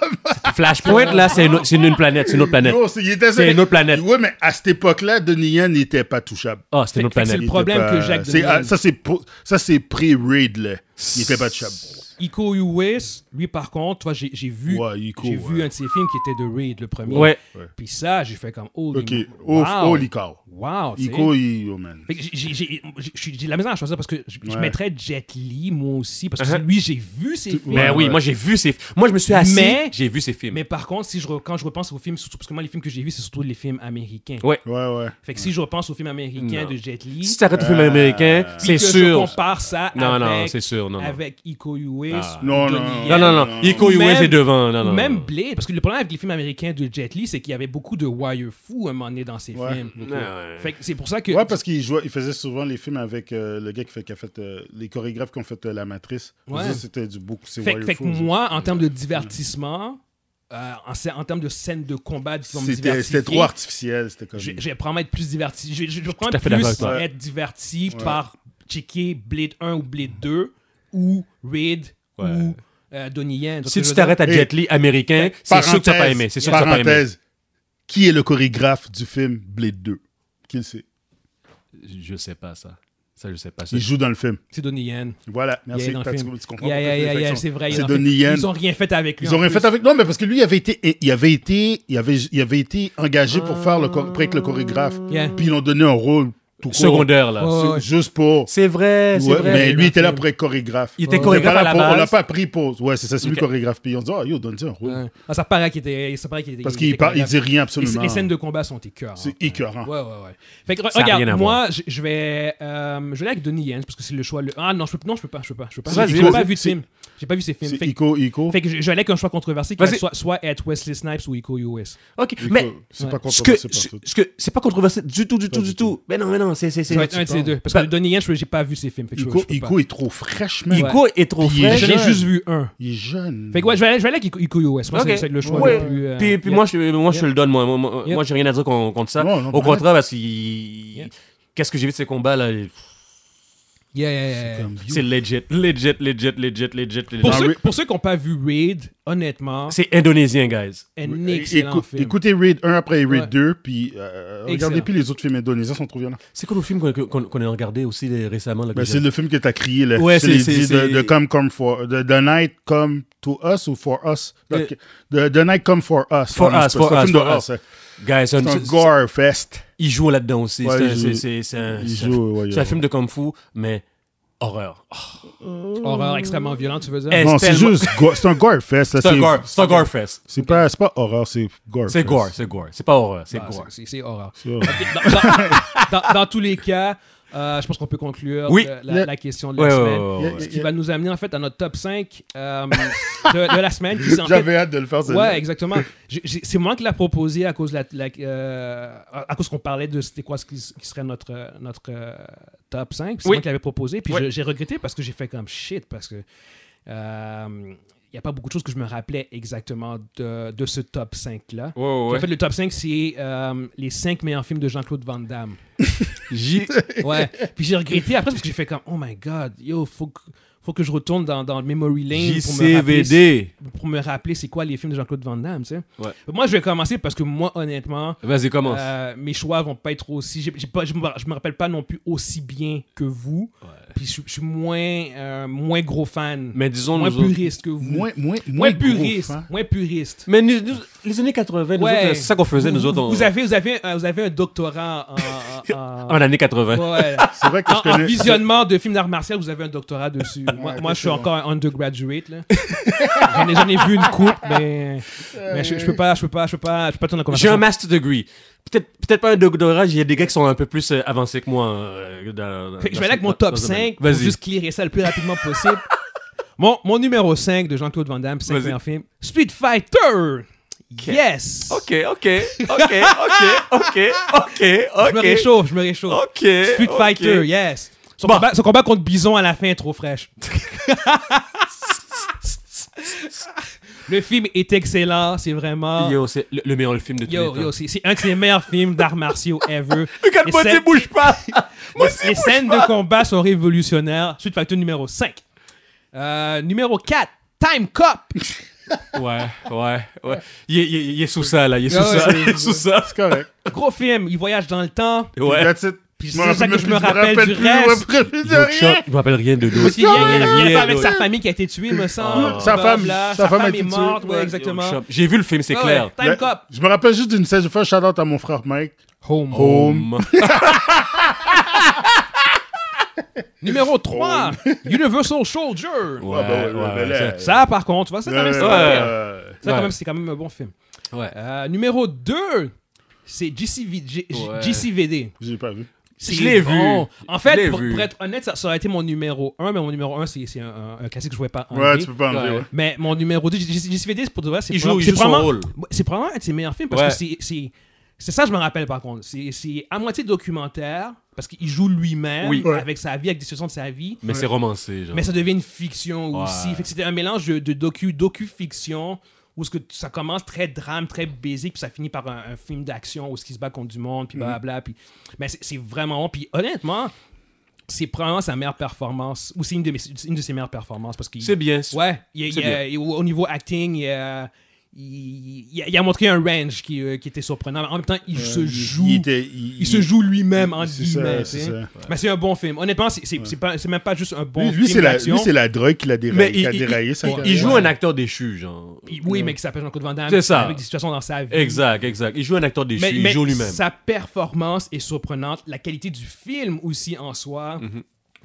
Speaker 2: Flashpoint, là, c'est une, c'est une planète, c'est une autre planète.
Speaker 3: Yo, c'est- il était-
Speaker 2: C'est une autre planète.
Speaker 3: Ouais, mais à cette époque-là, Donnie Yen n'était pas touchable.
Speaker 2: Ah, c'est une autre
Speaker 1: Fait que c'est
Speaker 2: planète.
Speaker 1: Le
Speaker 3: Il
Speaker 1: problème
Speaker 3: était pas-
Speaker 1: que Jacques
Speaker 3: c'est-
Speaker 1: Donnie Yen-
Speaker 3: ah, Ça, c'est pour- ça, c'est pré-raid, là. Il était pas touchable.
Speaker 1: Iko Uwais, lui, par contre, toi, j'ai j'ai vu,
Speaker 3: Ouais, Iko,
Speaker 1: j'ai vu
Speaker 3: ouais.
Speaker 1: un de ses films qui était The Raid, le premier.
Speaker 2: Ouais.
Speaker 1: Puis ça, j'ai fait comme, oh,
Speaker 3: OK.
Speaker 1: les-
Speaker 3: Oh,
Speaker 1: wow.
Speaker 3: oh, Licor.
Speaker 1: Wow, tu sais.
Speaker 3: Ico, il... oh, man.
Speaker 1: Fait que j'ai- j'ai- j'ai- j'ai- j'ai j'ai de la misère à choisir parce que je, je
Speaker 3: Ouais.
Speaker 1: mettrais Jet Li, moi aussi, parce que
Speaker 2: Uh-huh.
Speaker 1: lui, j'ai vu ses films.
Speaker 2: Mais
Speaker 3: Ouais,
Speaker 2: oui,
Speaker 3: ouais.
Speaker 2: moi, j'ai vu ces... Moi, je me suis assis,
Speaker 1: Mais-
Speaker 2: j'ai vu ces films.
Speaker 1: Mais par contre, si je re- quand je repense aux films, surtout parce que moi, les films que j'ai vus, c'est surtout les films américains.
Speaker 2: Ouais.
Speaker 3: Ouais, ouais.
Speaker 1: Fait que si je repense aux films américains
Speaker 2: Non.
Speaker 1: de Jet Li,
Speaker 2: Si t'arrêtes de film américain,
Speaker 1: puis
Speaker 2: c'est
Speaker 1: Euh, que
Speaker 2: sûr.
Speaker 1: Je compare ça
Speaker 2: Non, non,
Speaker 1: avec,
Speaker 2: c'est sûr, non, non.
Speaker 1: avec Iko Uwais.
Speaker 2: Ah.
Speaker 1: ou
Speaker 3: Non,
Speaker 1: Donnie
Speaker 3: non,
Speaker 2: Non,
Speaker 1: Yen,
Speaker 2: non,
Speaker 3: Non.
Speaker 2: non. Iko
Speaker 1: Ou
Speaker 2: Uwais
Speaker 1: même-
Speaker 2: est devant.
Speaker 1: ou
Speaker 2: Non, non.
Speaker 1: même
Speaker 2: non.
Speaker 1: Blade, parce que le problème avec les films américains de Jet Li, c'est qu'il y avait beaucoup de wire fou à un moment donné dans ces
Speaker 3: Ouais.
Speaker 1: films.
Speaker 2: Ouais, ouais.
Speaker 1: Fait que c'est pour ça que.
Speaker 3: Ouais, parce qu'il jouait, il faisait souvent les films avec euh, le gars qui, fait, qui a fait euh, les chorégraphes qui ont fait euh, la matrice.
Speaker 1: Ouais.
Speaker 3: Ça, C'était du beaucoup. C'est
Speaker 1: fait, fait que
Speaker 3: Wireful, ça.
Speaker 1: moi, en termes de divertissement, euh, en, sc- en termes de scènes de combat, disons, me
Speaker 3: C'était
Speaker 1: diversifier,
Speaker 3: c'était trop artificiel. C'était comme.
Speaker 1: Je, je vais probablement être plus diverti. Je, je, je vais
Speaker 2: à
Speaker 1: probablement
Speaker 2: fait d'accord avec
Speaker 1: plus
Speaker 2: toi.
Speaker 1: être diverti par checker Blade 1 ou Blade 2 ou Raid
Speaker 2: Ouais.
Speaker 1: ou euh, Donnie Yen.
Speaker 2: Si tu t'arrêtes à
Speaker 3: Hey. Ben,
Speaker 2: Jet Li américain, c'est sûr que t'as pas aimé. C'est sûr que t'as pas aimé.
Speaker 3: Parenthèse. Qui est le chorégraphe du film Blade 2 Qui le sait
Speaker 2: Je sais pas ça. Ça, je sais pas. Ça,
Speaker 3: Il
Speaker 2: je-
Speaker 3: joue dans le film.
Speaker 1: C'est Donnie Yen.
Speaker 3: Voilà,
Speaker 1: Il
Speaker 3: merci.
Speaker 1: est dans le
Speaker 3: T'as- Tu,
Speaker 1: film.
Speaker 3: tu comprends
Speaker 1: Yeah,
Speaker 3: pourquoi
Speaker 1: yeah,
Speaker 3: j'ai
Speaker 1: yeah,
Speaker 3: fait
Speaker 1: yeah,
Speaker 3: ça.
Speaker 1: c'est vrai. il est
Speaker 3: C'est
Speaker 1: dans le film.
Speaker 3: Donnie Yen.
Speaker 1: Ils ont rien fait avec lui.
Speaker 3: Ils ont
Speaker 1: en
Speaker 3: rien
Speaker 1: plus.
Speaker 3: fait avec. Non, mais parce que lui, il avait été, il avait été, il avait, il avait été engagé pour faire le chor- pour être le chorégraphe.
Speaker 1: Yeah.
Speaker 3: Puis ils l'ont donné un rôle tout court.
Speaker 2: Secondaire, là.
Speaker 1: Ouais,
Speaker 3: C'est
Speaker 1: ouais.
Speaker 3: Juste pour.
Speaker 2: C'est vrai, c'est
Speaker 3: Ouais,
Speaker 2: vrai.
Speaker 3: mais
Speaker 1: il
Speaker 3: lui
Speaker 1: l'a
Speaker 3: était là
Speaker 1: fait.
Speaker 3: pour être chorégraphe.
Speaker 2: Il était
Speaker 3: On était
Speaker 2: chorégraphe
Speaker 3: pas
Speaker 2: à
Speaker 3: là
Speaker 2: la
Speaker 3: pour- On l'a
Speaker 2: base.
Speaker 3: pas pris pour. Ouais, c'est ça, c'est lui
Speaker 2: Ok.
Speaker 3: chorégraphe. Puis on dit, oh, yo, donne-lui un rôle.
Speaker 1: Ouais. Ah, ça paraît qu'il était. Ça paraît qu'il était.
Speaker 3: Parce
Speaker 1: était
Speaker 3: qu'il parle, il
Speaker 1: chorégraphe.
Speaker 3: dit rien
Speaker 1: Les- Les,
Speaker 3: absolument.
Speaker 1: scènes de combat sont écœurantes.
Speaker 3: C'est Ah. écœurant.
Speaker 1: Ouais, ouais, ouais. Fait que, re-
Speaker 2: Ça a rien
Speaker 1: regarde,
Speaker 2: à
Speaker 1: moi, je, je vais, euh, je vais aller avec Donnie Yen parce que c'est le choix. le- Ah non, je peux, non, je peux pas, je peux pas, je peux pas.
Speaker 2: Vas-y,
Speaker 1: J'ai pas
Speaker 3: vas-y.
Speaker 1: vu de
Speaker 3: C'est-
Speaker 1: film. J'ai pas vu ces films.
Speaker 3: C'est
Speaker 1: Fait, que-
Speaker 3: Ico, Ico.
Speaker 1: fait que je, je vais aller avec un choix controversé qui va
Speaker 2: Vas-y.
Speaker 1: soit, soit être Wesley Snipes ou Iko US.
Speaker 2: Ok,
Speaker 3: Ico,
Speaker 2: mais
Speaker 3: C'est pas
Speaker 2: ce que,
Speaker 3: controversé par
Speaker 2: ce,
Speaker 3: tout.
Speaker 2: ce que, c'est pas controversé du tout, du tout,
Speaker 3: du
Speaker 2: du tout. Mais non, mais non, c'est, c'est, c'est. Bah
Speaker 1: Ça va être un de ces deux. Parce que Donnie Yen, je- j'ai pas vu ces films. Fait que je-
Speaker 3: Ico,
Speaker 1: je peux pas.
Speaker 3: Ico est trop fraîche, man.
Speaker 1: Ouais.
Speaker 2: Ico est trop
Speaker 3: Puis il est
Speaker 2: frais.
Speaker 1: J'en ai
Speaker 3: jeune.
Speaker 1: juste vu un.
Speaker 3: Il est jeune.
Speaker 1: Fait que ouais, je vais aller, je vais aller avec Iko US. Moi,
Speaker 2: Ok.
Speaker 1: c'est- c'est le choix
Speaker 2: Ouais.
Speaker 1: le plus. euh,
Speaker 2: Puis, puis
Speaker 1: yeah.
Speaker 2: moi, je, moi je te le donne, moi. Moi, moi,
Speaker 1: Yep.
Speaker 2: moi, j'ai rien à dire con- contre ça.
Speaker 3: Non, non,
Speaker 2: Au
Speaker 3: arrête.
Speaker 2: contraire, parce que
Speaker 1: Yeah.
Speaker 2: qu'est-ce que j'ai vu de ces combats-là
Speaker 1: Yeah, yeah, yeah, yeah.
Speaker 3: Comme you.
Speaker 2: C'est legit, legit, legit, legit, legit, legit.
Speaker 1: Pour
Speaker 3: Dans
Speaker 1: ceux,
Speaker 3: Ra-
Speaker 1: pour ceux qui n'ont pas vu Raid, honnêtement, c'est
Speaker 2: C'est indonésien, guys.
Speaker 1: un
Speaker 3: Euh,
Speaker 1: excellent
Speaker 3: écou-
Speaker 1: film.
Speaker 3: Écoutez Raid 1 après Raid
Speaker 1: Ouais.
Speaker 3: 2, puis euh,
Speaker 1: Excellent.
Speaker 3: regardez puis les autres films indonésiens sont trop violents.
Speaker 2: C'est quoi le film qu'on, qu'on- qu'on a regardé aussi là, récemment là, que
Speaker 3: Ben,
Speaker 2: j'ai-
Speaker 3: c'est le film que t'as crié, là.
Speaker 2: Ouais,
Speaker 3: c'est
Speaker 2: c'est-
Speaker 3: les
Speaker 2: c'est-
Speaker 3: dix
Speaker 2: c'est-
Speaker 3: de, de Come Come For... De, the Night Come To Us ou For Us?
Speaker 2: Le-
Speaker 3: De, the Night Come For Us.
Speaker 2: Euh, For
Speaker 3: Non, non,
Speaker 2: Us,
Speaker 3: c'est pas-
Speaker 2: For
Speaker 3: c'est un
Speaker 2: Us,
Speaker 3: film de
Speaker 2: For Us.
Speaker 3: Us, hein.
Speaker 2: Guys, c'est un-
Speaker 3: C'est un
Speaker 2: c'est-
Speaker 3: gore fest.
Speaker 2: il joue là-dedans aussi.
Speaker 3: Ouais,
Speaker 2: c'est, un,
Speaker 3: il
Speaker 2: c'est,
Speaker 3: joue.
Speaker 2: c'est- c'est un-
Speaker 3: Il
Speaker 2: c'est un-
Speaker 3: joue, ouais,
Speaker 2: c'est
Speaker 3: ouais.
Speaker 2: un film de kung fu, mais horreur.
Speaker 3: Ah,
Speaker 2: Oh,
Speaker 1: Horreur extrêmement violent, tu veux dire? Bah,
Speaker 2: Eh,
Speaker 3: Non, c'est
Speaker 2: tellement-
Speaker 3: juste... gore- C'est un gore fest. là.
Speaker 2: c'est, un gore, c'est un gore fest.
Speaker 3: C'est pas, c'est pas horreur, c'est gore
Speaker 2: C'est
Speaker 3: fest.
Speaker 2: gore, c'est gore. C'est pas horreur, c'est
Speaker 1: Ah,
Speaker 2: gore.
Speaker 1: c'est- C'est horreur.
Speaker 3: C'est horreur.
Speaker 1: dans, dans- dans- dans tous les cas, euh, je pense qu'on peut conclure
Speaker 2: Oui.
Speaker 1: le- la,
Speaker 3: Le-
Speaker 1: la question de la
Speaker 2: Ouais, ouais,
Speaker 1: semaine.
Speaker 2: ouais, ouais, ouais.
Speaker 1: Ce qui va nous amener en fait à notre top 5 euh, de, de la semaine. qui, en fait-
Speaker 3: J'avais hâte de le faire,
Speaker 1: Ouais,
Speaker 3: celle-là.
Speaker 1: exactement. J'ai- j'ai- C'est moi qui l'a proposé à cause, de la, la- euh, à à cause qu'on parlait de c'était quoi ce qui, s- qui serait notre, euh, notre euh, top 5. C'est
Speaker 2: Oui.
Speaker 1: moi qui l'avais proposé. Puis
Speaker 2: Oui.
Speaker 1: je- j'ai regretté parce que j'ai fait comme shit. Parce que. euh, il n'y a pas beaucoup de choses que je me rappelais exactement de, de ce top 5-là.
Speaker 2: Ouais, ouais,
Speaker 1: En
Speaker 2: ouais.
Speaker 1: fait, le top 5, c'est euh, les 5 meilleurs films de Jean-Claude Van Damme.
Speaker 2: J'ai-
Speaker 1: Ouais. Puis j'ai regretté après parce que j'ai fait comme, oh my god, yo, faut que, faut que je retourne dans, dans le Memory Lane pour me, rappeler,
Speaker 2: JCVD.
Speaker 1: pour me rappeler c'est quoi les films de Jean-Claude Van Damme, tu sais.
Speaker 2: Ouais.
Speaker 1: Moi, je vais commencer parce que moi, honnêtement,
Speaker 2: Vas-y, commence.
Speaker 1: euh, mes choix vont pas être aussi. j'ai- j'ai pas- je, me, je me rappelle pas non plus aussi bien que vous. Puis je, je suis moins, euh, moins gros fan.
Speaker 2: mais disons,
Speaker 1: moins
Speaker 2: nous autres-
Speaker 1: puriste que vous.
Speaker 3: Moins, moins,
Speaker 1: Moins
Speaker 3: moins
Speaker 1: puriste.
Speaker 3: gros, hein.
Speaker 1: Moins puriste.
Speaker 2: Mais nous- nous- les années 80, nous
Speaker 1: Ouais.
Speaker 2: autres, c'est ça qu'on faisait, nous
Speaker 1: Vous-
Speaker 2: autres, on-
Speaker 1: Vous avez, vous, avez, un- vous avez un doctorat en- en- en- en-
Speaker 2: en années 80.
Speaker 1: Ouais.
Speaker 3: C'est vrai que je
Speaker 1: En, en
Speaker 3: connais...
Speaker 1: visionnement de films d'art martial, vous avez un doctorat dessus. moi,
Speaker 3: Ouais,
Speaker 1: moi, je suis
Speaker 3: exactement.
Speaker 1: encore un undergraduate. là. j'en, ai, j'en ai vu une coupe, mais, mais je, je peux pas, je peux pas, je peux pas, je peux pas tourner la
Speaker 2: J'ai
Speaker 1: conversation.
Speaker 2: un master degree. Peut-être peut-être pas un doctorat, il y a des gars qui sont un peu plus euh, avancés que moi. euh, dans- dans-
Speaker 1: Fait que je
Speaker 2: dans
Speaker 1: vais aller avec
Speaker 2: ce-
Speaker 1: mon
Speaker 2: dans-
Speaker 1: top
Speaker 2: dans ce domaine.
Speaker 1: 5 pour
Speaker 2: Vas-y.
Speaker 1: juste clearer ça le plus rapidement possible. Mon, mon numéro 5 de Jean-Claude Van Damme, 5
Speaker 2: Vas-y.
Speaker 1: meilleurs films. Street Fighter! Yes!
Speaker 2: Ok, ok, ok, ok, ok, ok, ok.
Speaker 1: Je me réchauffe, je me réchauffe.
Speaker 2: Ok.
Speaker 1: Street
Speaker 2: ok.
Speaker 1: Fighter, yes! Son,
Speaker 2: Bon.
Speaker 1: combat, son combat contre Bison à la fin est trop fraîche. le film est excellent, c'est vraiment...
Speaker 2: Yo, c'est le, le meilleur film de tous
Speaker 1: Yo,
Speaker 2: les
Speaker 1: yo,
Speaker 2: temps.
Speaker 1: c'est c'est un de ses meilleurs films d'arts martiaux ever.
Speaker 2: Regarde,
Speaker 1: Les
Speaker 2: moi,
Speaker 1: scènes-
Speaker 2: tu bouge pas.
Speaker 1: les les scènes de combat sont révolutionnaires. Street Fighter numéro 5. Euh, numéro 4, Time Cop.
Speaker 2: Ouais, ouais, ouais. Il est, il est- il est sous ça, là. Il est sous
Speaker 1: Ah ouais,
Speaker 2: ça.
Speaker 1: c'est-
Speaker 2: Il est sous ça.
Speaker 3: C'est correct.
Speaker 1: Gros film, il voyage dans le temps.
Speaker 2: Ouais.
Speaker 3: That's it.
Speaker 1: Puis
Speaker 3: m'en
Speaker 1: c'est ça que
Speaker 3: même
Speaker 1: je
Speaker 3: plus,
Speaker 1: me rappelle du
Speaker 3: plus, je me
Speaker 1: reste.
Speaker 3: rappelle plus de
Speaker 2: Yo,
Speaker 3: rien.
Speaker 2: Chuck, je me rappelle rien de
Speaker 1: Parce
Speaker 2: d'autre.
Speaker 1: qu'il y a rien à
Speaker 2: Yeah,
Speaker 1: faire avec
Speaker 2: ouais.
Speaker 1: sa famille qui a été tuée, me semble.
Speaker 3: Ah. Sa
Speaker 1: Bla,
Speaker 3: femme-
Speaker 1: bla.
Speaker 3: sa femme a
Speaker 1: femme est
Speaker 3: été tuée.
Speaker 1: morte,
Speaker 3: Ouais,
Speaker 1: ouais,
Speaker 3: yo,
Speaker 1: exactement. Ah
Speaker 2: Chuck, J'ai vu le film, c'est
Speaker 1: Ouais,
Speaker 2: clair.
Speaker 1: ouais, Time Cop.
Speaker 3: Je me rappelle juste d'une scène. Je fais un shout-out à mon frère Mike.
Speaker 1: Home.
Speaker 3: Home.
Speaker 1: Numéro 3, Universal Soldier.
Speaker 2: Ouais,
Speaker 3: Ah, ben ouais, ouais, ben là,
Speaker 1: Ça, par contre, tu vois, ça, quand même, c'est
Speaker 3: euh,
Speaker 1: pas pire.
Speaker 3: euh,
Speaker 1: Ça, quand
Speaker 2: Ouais.
Speaker 1: même, c'est quand même un bon film.
Speaker 2: Ouais.
Speaker 1: Euh, numéro 2, c'est GCV G- G-
Speaker 2: Ouais.
Speaker 1: GCVD.
Speaker 3: J'ai pas vu.
Speaker 1: C'est
Speaker 2: Je l'ai
Speaker 1: bon.
Speaker 2: vu.
Speaker 1: En
Speaker 2: Je
Speaker 1: fait,
Speaker 2: l'ai
Speaker 1: pour,
Speaker 2: vu.
Speaker 1: pour être honnête, ça, ça aurait été mon numéro 1, mais mon numéro 1, c'est c'est un, un- un classique que je ne pouvais pas
Speaker 3: Ouais,
Speaker 1: enlever.
Speaker 3: tu peux pas enlever,
Speaker 2: Ouais.
Speaker 3: ouais.
Speaker 1: Mais mon numéro 2, JCVD, c'est pour de vrai, c'est
Speaker 2: Il joue-
Speaker 1: probable-
Speaker 2: il
Speaker 1: c'est
Speaker 2: joue son
Speaker 1: probablement-
Speaker 2: rôle.
Speaker 1: Ouais, C'est probablement un de ses meilleurs films parce
Speaker 2: Ouais.
Speaker 1: que c'est- c'est. C'est ça, je me rappelle par contre. C'est- C'est à moitié documentaire parce qu'il joue lui-même
Speaker 2: Oui.
Speaker 3: Ouais.
Speaker 1: avec sa vie, avec des situations de sa vie.
Speaker 2: Mais c'est romancé, genre.
Speaker 1: Mais ça devient une fiction
Speaker 2: Ouais.
Speaker 1: aussi. Fait que c'était un mélange de, de docu, docu-fiction où ce que t- ça commence très drame, très basique, puis ça finit par un, un film d'action où ce qui se bat contre du monde, puis blablabla. Puis... Mais c'est c'est vraiment bon. Puis honnêtement, c'est probablement sa meilleure performance, ou c'est une, de mes- une de ses meilleures performances parce qu'il
Speaker 2: C'est bien.
Speaker 1: Ouais, il-
Speaker 2: C'est
Speaker 1: il- il- au niveau acting, il, il, il a, il a montré un range qui, euh, qui était surprenant. Mais En même temps, il se
Speaker 3: Il-
Speaker 1: joue.
Speaker 3: Il,
Speaker 1: Il,
Speaker 3: était- il-
Speaker 1: se joue lui-même, en
Speaker 3: C'est ça,
Speaker 1: guillemets. tu
Speaker 3: c'est
Speaker 1: sais.
Speaker 3: ça.
Speaker 1: Mais c'est un bon film. Honnêtement, c'est- c'est c'est pas- c'est même pas juste un bon
Speaker 3: Lui, lui,
Speaker 1: film
Speaker 3: c'est la,
Speaker 1: d'action.
Speaker 3: lui, c'est la drogue qui l'a
Speaker 2: Mais
Speaker 3: déraillé.
Speaker 2: il,
Speaker 3: qui a
Speaker 2: il-
Speaker 3: déraillé sa
Speaker 2: il-
Speaker 3: carrière.
Speaker 2: il joue
Speaker 1: Ouais.
Speaker 2: un acteur déchu, genre.
Speaker 1: Il- Oui, mais qui s'appelle Jean-Claude Van Damme.
Speaker 2: C'est ça.
Speaker 1: Avec des situations dans sa vie.
Speaker 2: Exact, exact. Il joue un acteur déchu,
Speaker 1: Mais,
Speaker 2: il
Speaker 1: mais
Speaker 2: joue lui-même.
Speaker 1: sa performance est surprenante. La qualité du film aussi en soi,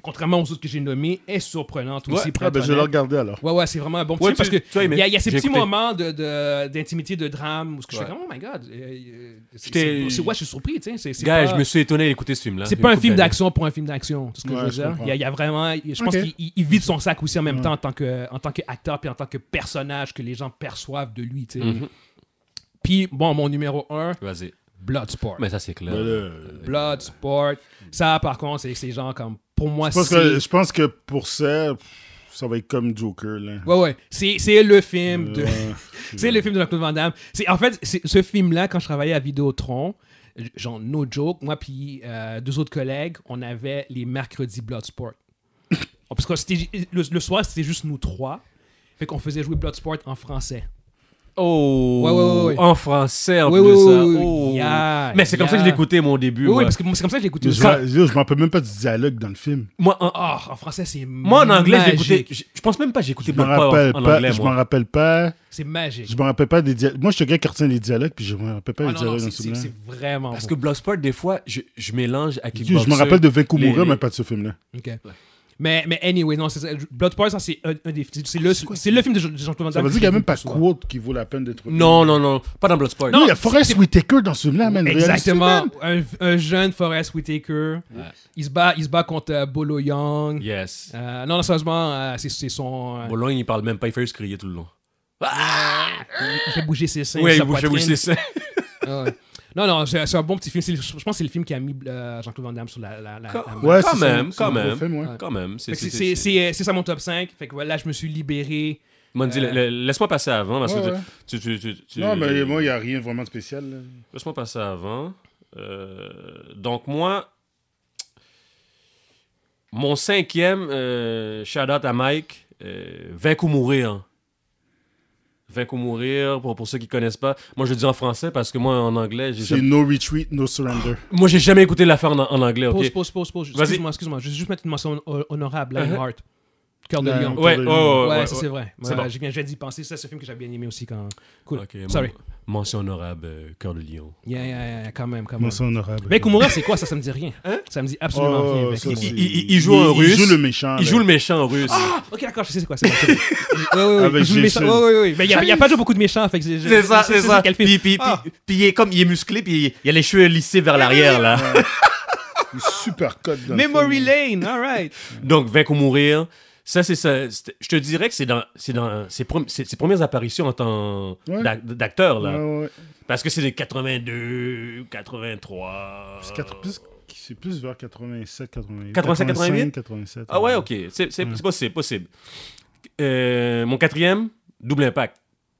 Speaker 1: contrairement aux autres que j'ai nommés, est surprenante
Speaker 2: Ouais.
Speaker 1: aussi. pour
Speaker 3: Ah,
Speaker 1: être
Speaker 3: ben, je vais le
Speaker 1: honnête.
Speaker 3: regarder alors.
Speaker 1: Ouais, ouais, c'est vraiment un bon petit
Speaker 2: Ouais,
Speaker 1: film parce
Speaker 2: tu-
Speaker 1: que
Speaker 2: tu as aimé.
Speaker 1: il y a, il y a ces
Speaker 2: J'ai
Speaker 1: petits
Speaker 2: écouté.
Speaker 1: moments de- de- d'intimité, de, drame où ce que je
Speaker 2: Ouais.
Speaker 1: fais comme, oh my god, euh, euh, c'est
Speaker 2: J'étais-
Speaker 1: c'est- c'est- ouais, je suis surpris, tu sais. c'est- c'est
Speaker 2: Gars,
Speaker 1: pas-
Speaker 2: je me suis étonné d'écouter ce film-là.
Speaker 1: C'est
Speaker 2: Une
Speaker 1: pas un
Speaker 2: couple
Speaker 1: film
Speaker 2: d'années.
Speaker 1: d'action pour un film d'action, c'est ce que
Speaker 3: Ouais,
Speaker 1: je veux
Speaker 3: je
Speaker 1: dire.
Speaker 3: comprends.
Speaker 1: Il y, a- il y a vraiment, je pense
Speaker 3: Ok.
Speaker 1: qu'il il- il vide son sac aussi en même temps en tant que en tant qu'acteur puis en tant que personnage que les gens perçoivent de lui, tu sais.
Speaker 2: Mhm.
Speaker 1: Puis bon, mon numéro 1,
Speaker 2: Vas-y.
Speaker 1: Bloodsport.
Speaker 2: Mais ça, c'est clair.
Speaker 3: Ben, là,
Speaker 1: Bloodsport. Ça, par contre, c'est- c'est genre comme. Pour moi,
Speaker 3: je, pense
Speaker 1: c'est.
Speaker 3: que, je pense que pour ça, pff, ça va être comme Joker. Là.
Speaker 1: Ouais, ouais. C'est c'est le film de.
Speaker 3: Ouais.
Speaker 1: C'est le film de Jean-Claude Van Damme. C'est- En fait, c'est- ce film-là, quand je travaillais à Vidéotron, j- genre no joke, moi puis euh, deux autres collègues, on avait les mercredis Bloodsport. Oh, Parce que c'était- le, le soir, c'était juste nous trois. Fait qu'on faisait jouer Bloodsport en français.
Speaker 2: Oh,
Speaker 1: Ouais, ouais, ouais, ouais.
Speaker 2: en français, en
Speaker 1: Oui,
Speaker 2: plus.
Speaker 1: oui,
Speaker 2: ça.
Speaker 1: oui, oui.
Speaker 2: Oh.
Speaker 1: Yeah,
Speaker 2: Mais c'est comme
Speaker 1: yeah.
Speaker 2: ça que je l'écoutais, mon début.
Speaker 1: Oui,
Speaker 2: ouais.
Speaker 1: oui, parce que moi, c'est comme ça que je l'écoutais.
Speaker 3: Je,
Speaker 1: Quand-
Speaker 3: je- je m'en rappelle même pas du dialogue dans le film.
Speaker 2: moi, en,
Speaker 1: Ah, en français, c'est
Speaker 2: moi, en anglais,
Speaker 1: magique.
Speaker 2: j'écoutais. Je je pense même pas que j'écoutais
Speaker 3: Je m'en
Speaker 2: Blood Power
Speaker 3: rappelle,
Speaker 2: en
Speaker 3: pas-
Speaker 2: anglais,
Speaker 3: je m'en
Speaker 2: moi.
Speaker 3: rappelle pas.
Speaker 1: C'est magique.
Speaker 3: Je m'en rappelle pas des dialogues. Moi, je suis le gars qui retient les dialogues, puis je me rappelle pas
Speaker 1: Ah,
Speaker 3: les
Speaker 1: non, non,
Speaker 3: dialogues dans
Speaker 1: c'est-
Speaker 3: ce
Speaker 1: c'est
Speaker 3: film-là.
Speaker 1: c'est vraiment.
Speaker 2: Parce que
Speaker 1: bon.
Speaker 2: Bloodsport, des fois, je, je mélange avec
Speaker 3: Je me rappelle de Vekomura,
Speaker 2: les-
Speaker 3: mais pas de ce film-là.
Speaker 1: Ok. Mais, mais anyway, non, c'est ça. Bloodsport, ça, c'est un, un des. C'est le, c'est le film de Jean- Jean-Claude Van Damme.
Speaker 3: Ça veut
Speaker 1: que
Speaker 3: dire qu'il n'y a même pas
Speaker 1: je vois.
Speaker 3: quote qui vaut la peine d'être.
Speaker 2: Non, non, non. Pas dans Bloodsport.
Speaker 1: Non,
Speaker 3: il y a Forrest Whitaker dans ce film-là, man.
Speaker 1: Exactement.
Speaker 3: Réaliste,
Speaker 1: Un, un jeune Forrest Whitaker. Il, se bat, il se bat contre euh, Bolo Young.
Speaker 2: Yes.
Speaker 1: Euh, non, non, sérieusement, euh, c'est, c'est son. euh,
Speaker 2: Bologne, il parle même pas. Il fait juste crier tout le long.
Speaker 1: il- il fait bouger ses seins.
Speaker 2: Oui,
Speaker 1: sa
Speaker 2: il bouge,
Speaker 1: poitrine.
Speaker 2: bouge, c'est ça.
Speaker 1: Ah ouais. Non, non, c'est, c'est un bon petit film. C'est le- je pense que c'est le film qui a mis euh, Jean-Claude Van Damme sur la. la, la-
Speaker 2: Quand-
Speaker 1: la-
Speaker 3: man. Ouais,
Speaker 2: quand
Speaker 3: c'est ça,
Speaker 2: même,
Speaker 3: c'est un
Speaker 2: quand
Speaker 3: gros
Speaker 2: même.
Speaker 3: film, ouais.
Speaker 2: Quand même. C'est
Speaker 1: Ah, Fait que c'est,
Speaker 2: c'est-
Speaker 1: c'est,
Speaker 2: c'est-
Speaker 1: c'est- c'est ça mon top 5. Fait que voilà, je me suis libéré.
Speaker 2: Mondi,
Speaker 1: Euh,
Speaker 2: la- la- laisse-moi passer avant. Parce
Speaker 3: Ouais,
Speaker 2: que
Speaker 3: ouais.
Speaker 2: tu, tu, tu, Ah, tu-
Speaker 3: Non, mais moi, il n'y a rien vraiment de spécial. là.
Speaker 2: Laisse-moi passer avant. Euh, donc, moi, mon cinquième, euh, shout out à Mike, euh, Vaincre ou mourir. Vaincre ou mourir, pour, pour ceux qui connaissent pas. Moi, je le dis en français parce que moi, en anglais, j'ai
Speaker 3: C'est
Speaker 2: jamais,
Speaker 3: No Retreat, No Surrender.
Speaker 2: moi, j'ai jamais écouté l'affaire en, en anglais. ok?
Speaker 1: Pause, pause, pause, pause.
Speaker 2: Vas-y.
Speaker 1: Excuse-moi, excuse-moi. Je vais juste mettre une mention ho- honorable à
Speaker 2: Uh-huh.
Speaker 1: Heart. Cœur de
Speaker 3: Ouais.
Speaker 1: Lion.
Speaker 3: Ouais,
Speaker 2: Ouais, ouais, ouais,
Speaker 1: Ouais,
Speaker 2: ouais,
Speaker 1: ça
Speaker 2: ouais.
Speaker 1: c'est vrai.
Speaker 2: C'est
Speaker 1: Ouais,
Speaker 2: bon.
Speaker 1: J'ai bien, j'ai dit penser. Ça, c'est un film que j'ai bien aimé aussi quand. Cool.
Speaker 2: Ok,
Speaker 1: Sorry.
Speaker 2: mon- mention honorable, euh, Cœur de Lion.
Speaker 1: Yeah, yeah, yeah, yeah, quand même, quand même.
Speaker 3: Mention honorable.
Speaker 1: Mec Kumura, c'est quoi ça Ça me dit rien.
Speaker 2: Hein?
Speaker 1: Ça me dit absolument
Speaker 3: Oh,
Speaker 1: rien. mec.
Speaker 3: ça,
Speaker 1: Il-
Speaker 3: c'est-
Speaker 1: il-
Speaker 2: il- il- il joue un
Speaker 3: Il
Speaker 2: russe.
Speaker 3: joue le méchant.
Speaker 2: Il
Speaker 3: là.
Speaker 2: joue le méchant russe.
Speaker 1: Ah, ok, d'accord, je sais c'est quoi. C'est bon, c'est bon. Ouais, ouais, ouais,
Speaker 3: Avec
Speaker 1: il joue le méchant.
Speaker 3: Jason.
Speaker 1: Ouais, ouais, ouais. Mais il n'y a, pas de beaucoup de méchants. fait que je- je-
Speaker 2: C'est ça,
Speaker 1: je sais
Speaker 2: c'est ça.
Speaker 1: Quel
Speaker 2: Puis,
Speaker 1: film.
Speaker 2: puis-
Speaker 1: Ah.
Speaker 2: puis- puis il est comme, il est musclé, puis il a les cheveux lissés vers l'arrière, là.
Speaker 3: Une Super code. dans le
Speaker 1: Memory
Speaker 3: film.
Speaker 1: Lane, alright.
Speaker 2: Donc, Vaincre ou mourir, ça, c'est ça. c'est- Je te dirais que c'est dans, c'est dans ses, prom- ses- ses premières apparitions en tant
Speaker 3: Ouais.
Speaker 2: d'ac- d'acteur, là.
Speaker 3: Ouais, ouais.
Speaker 2: Parce que c'est des 82, 83.
Speaker 3: C'est quatre- plus- C'est plus vers 87, 88.
Speaker 2: 87, 88?
Speaker 3: 87.
Speaker 2: Ah ouais, ok. C'est c'est- c'est possible, possible. Euh, mon quatrième, double impact.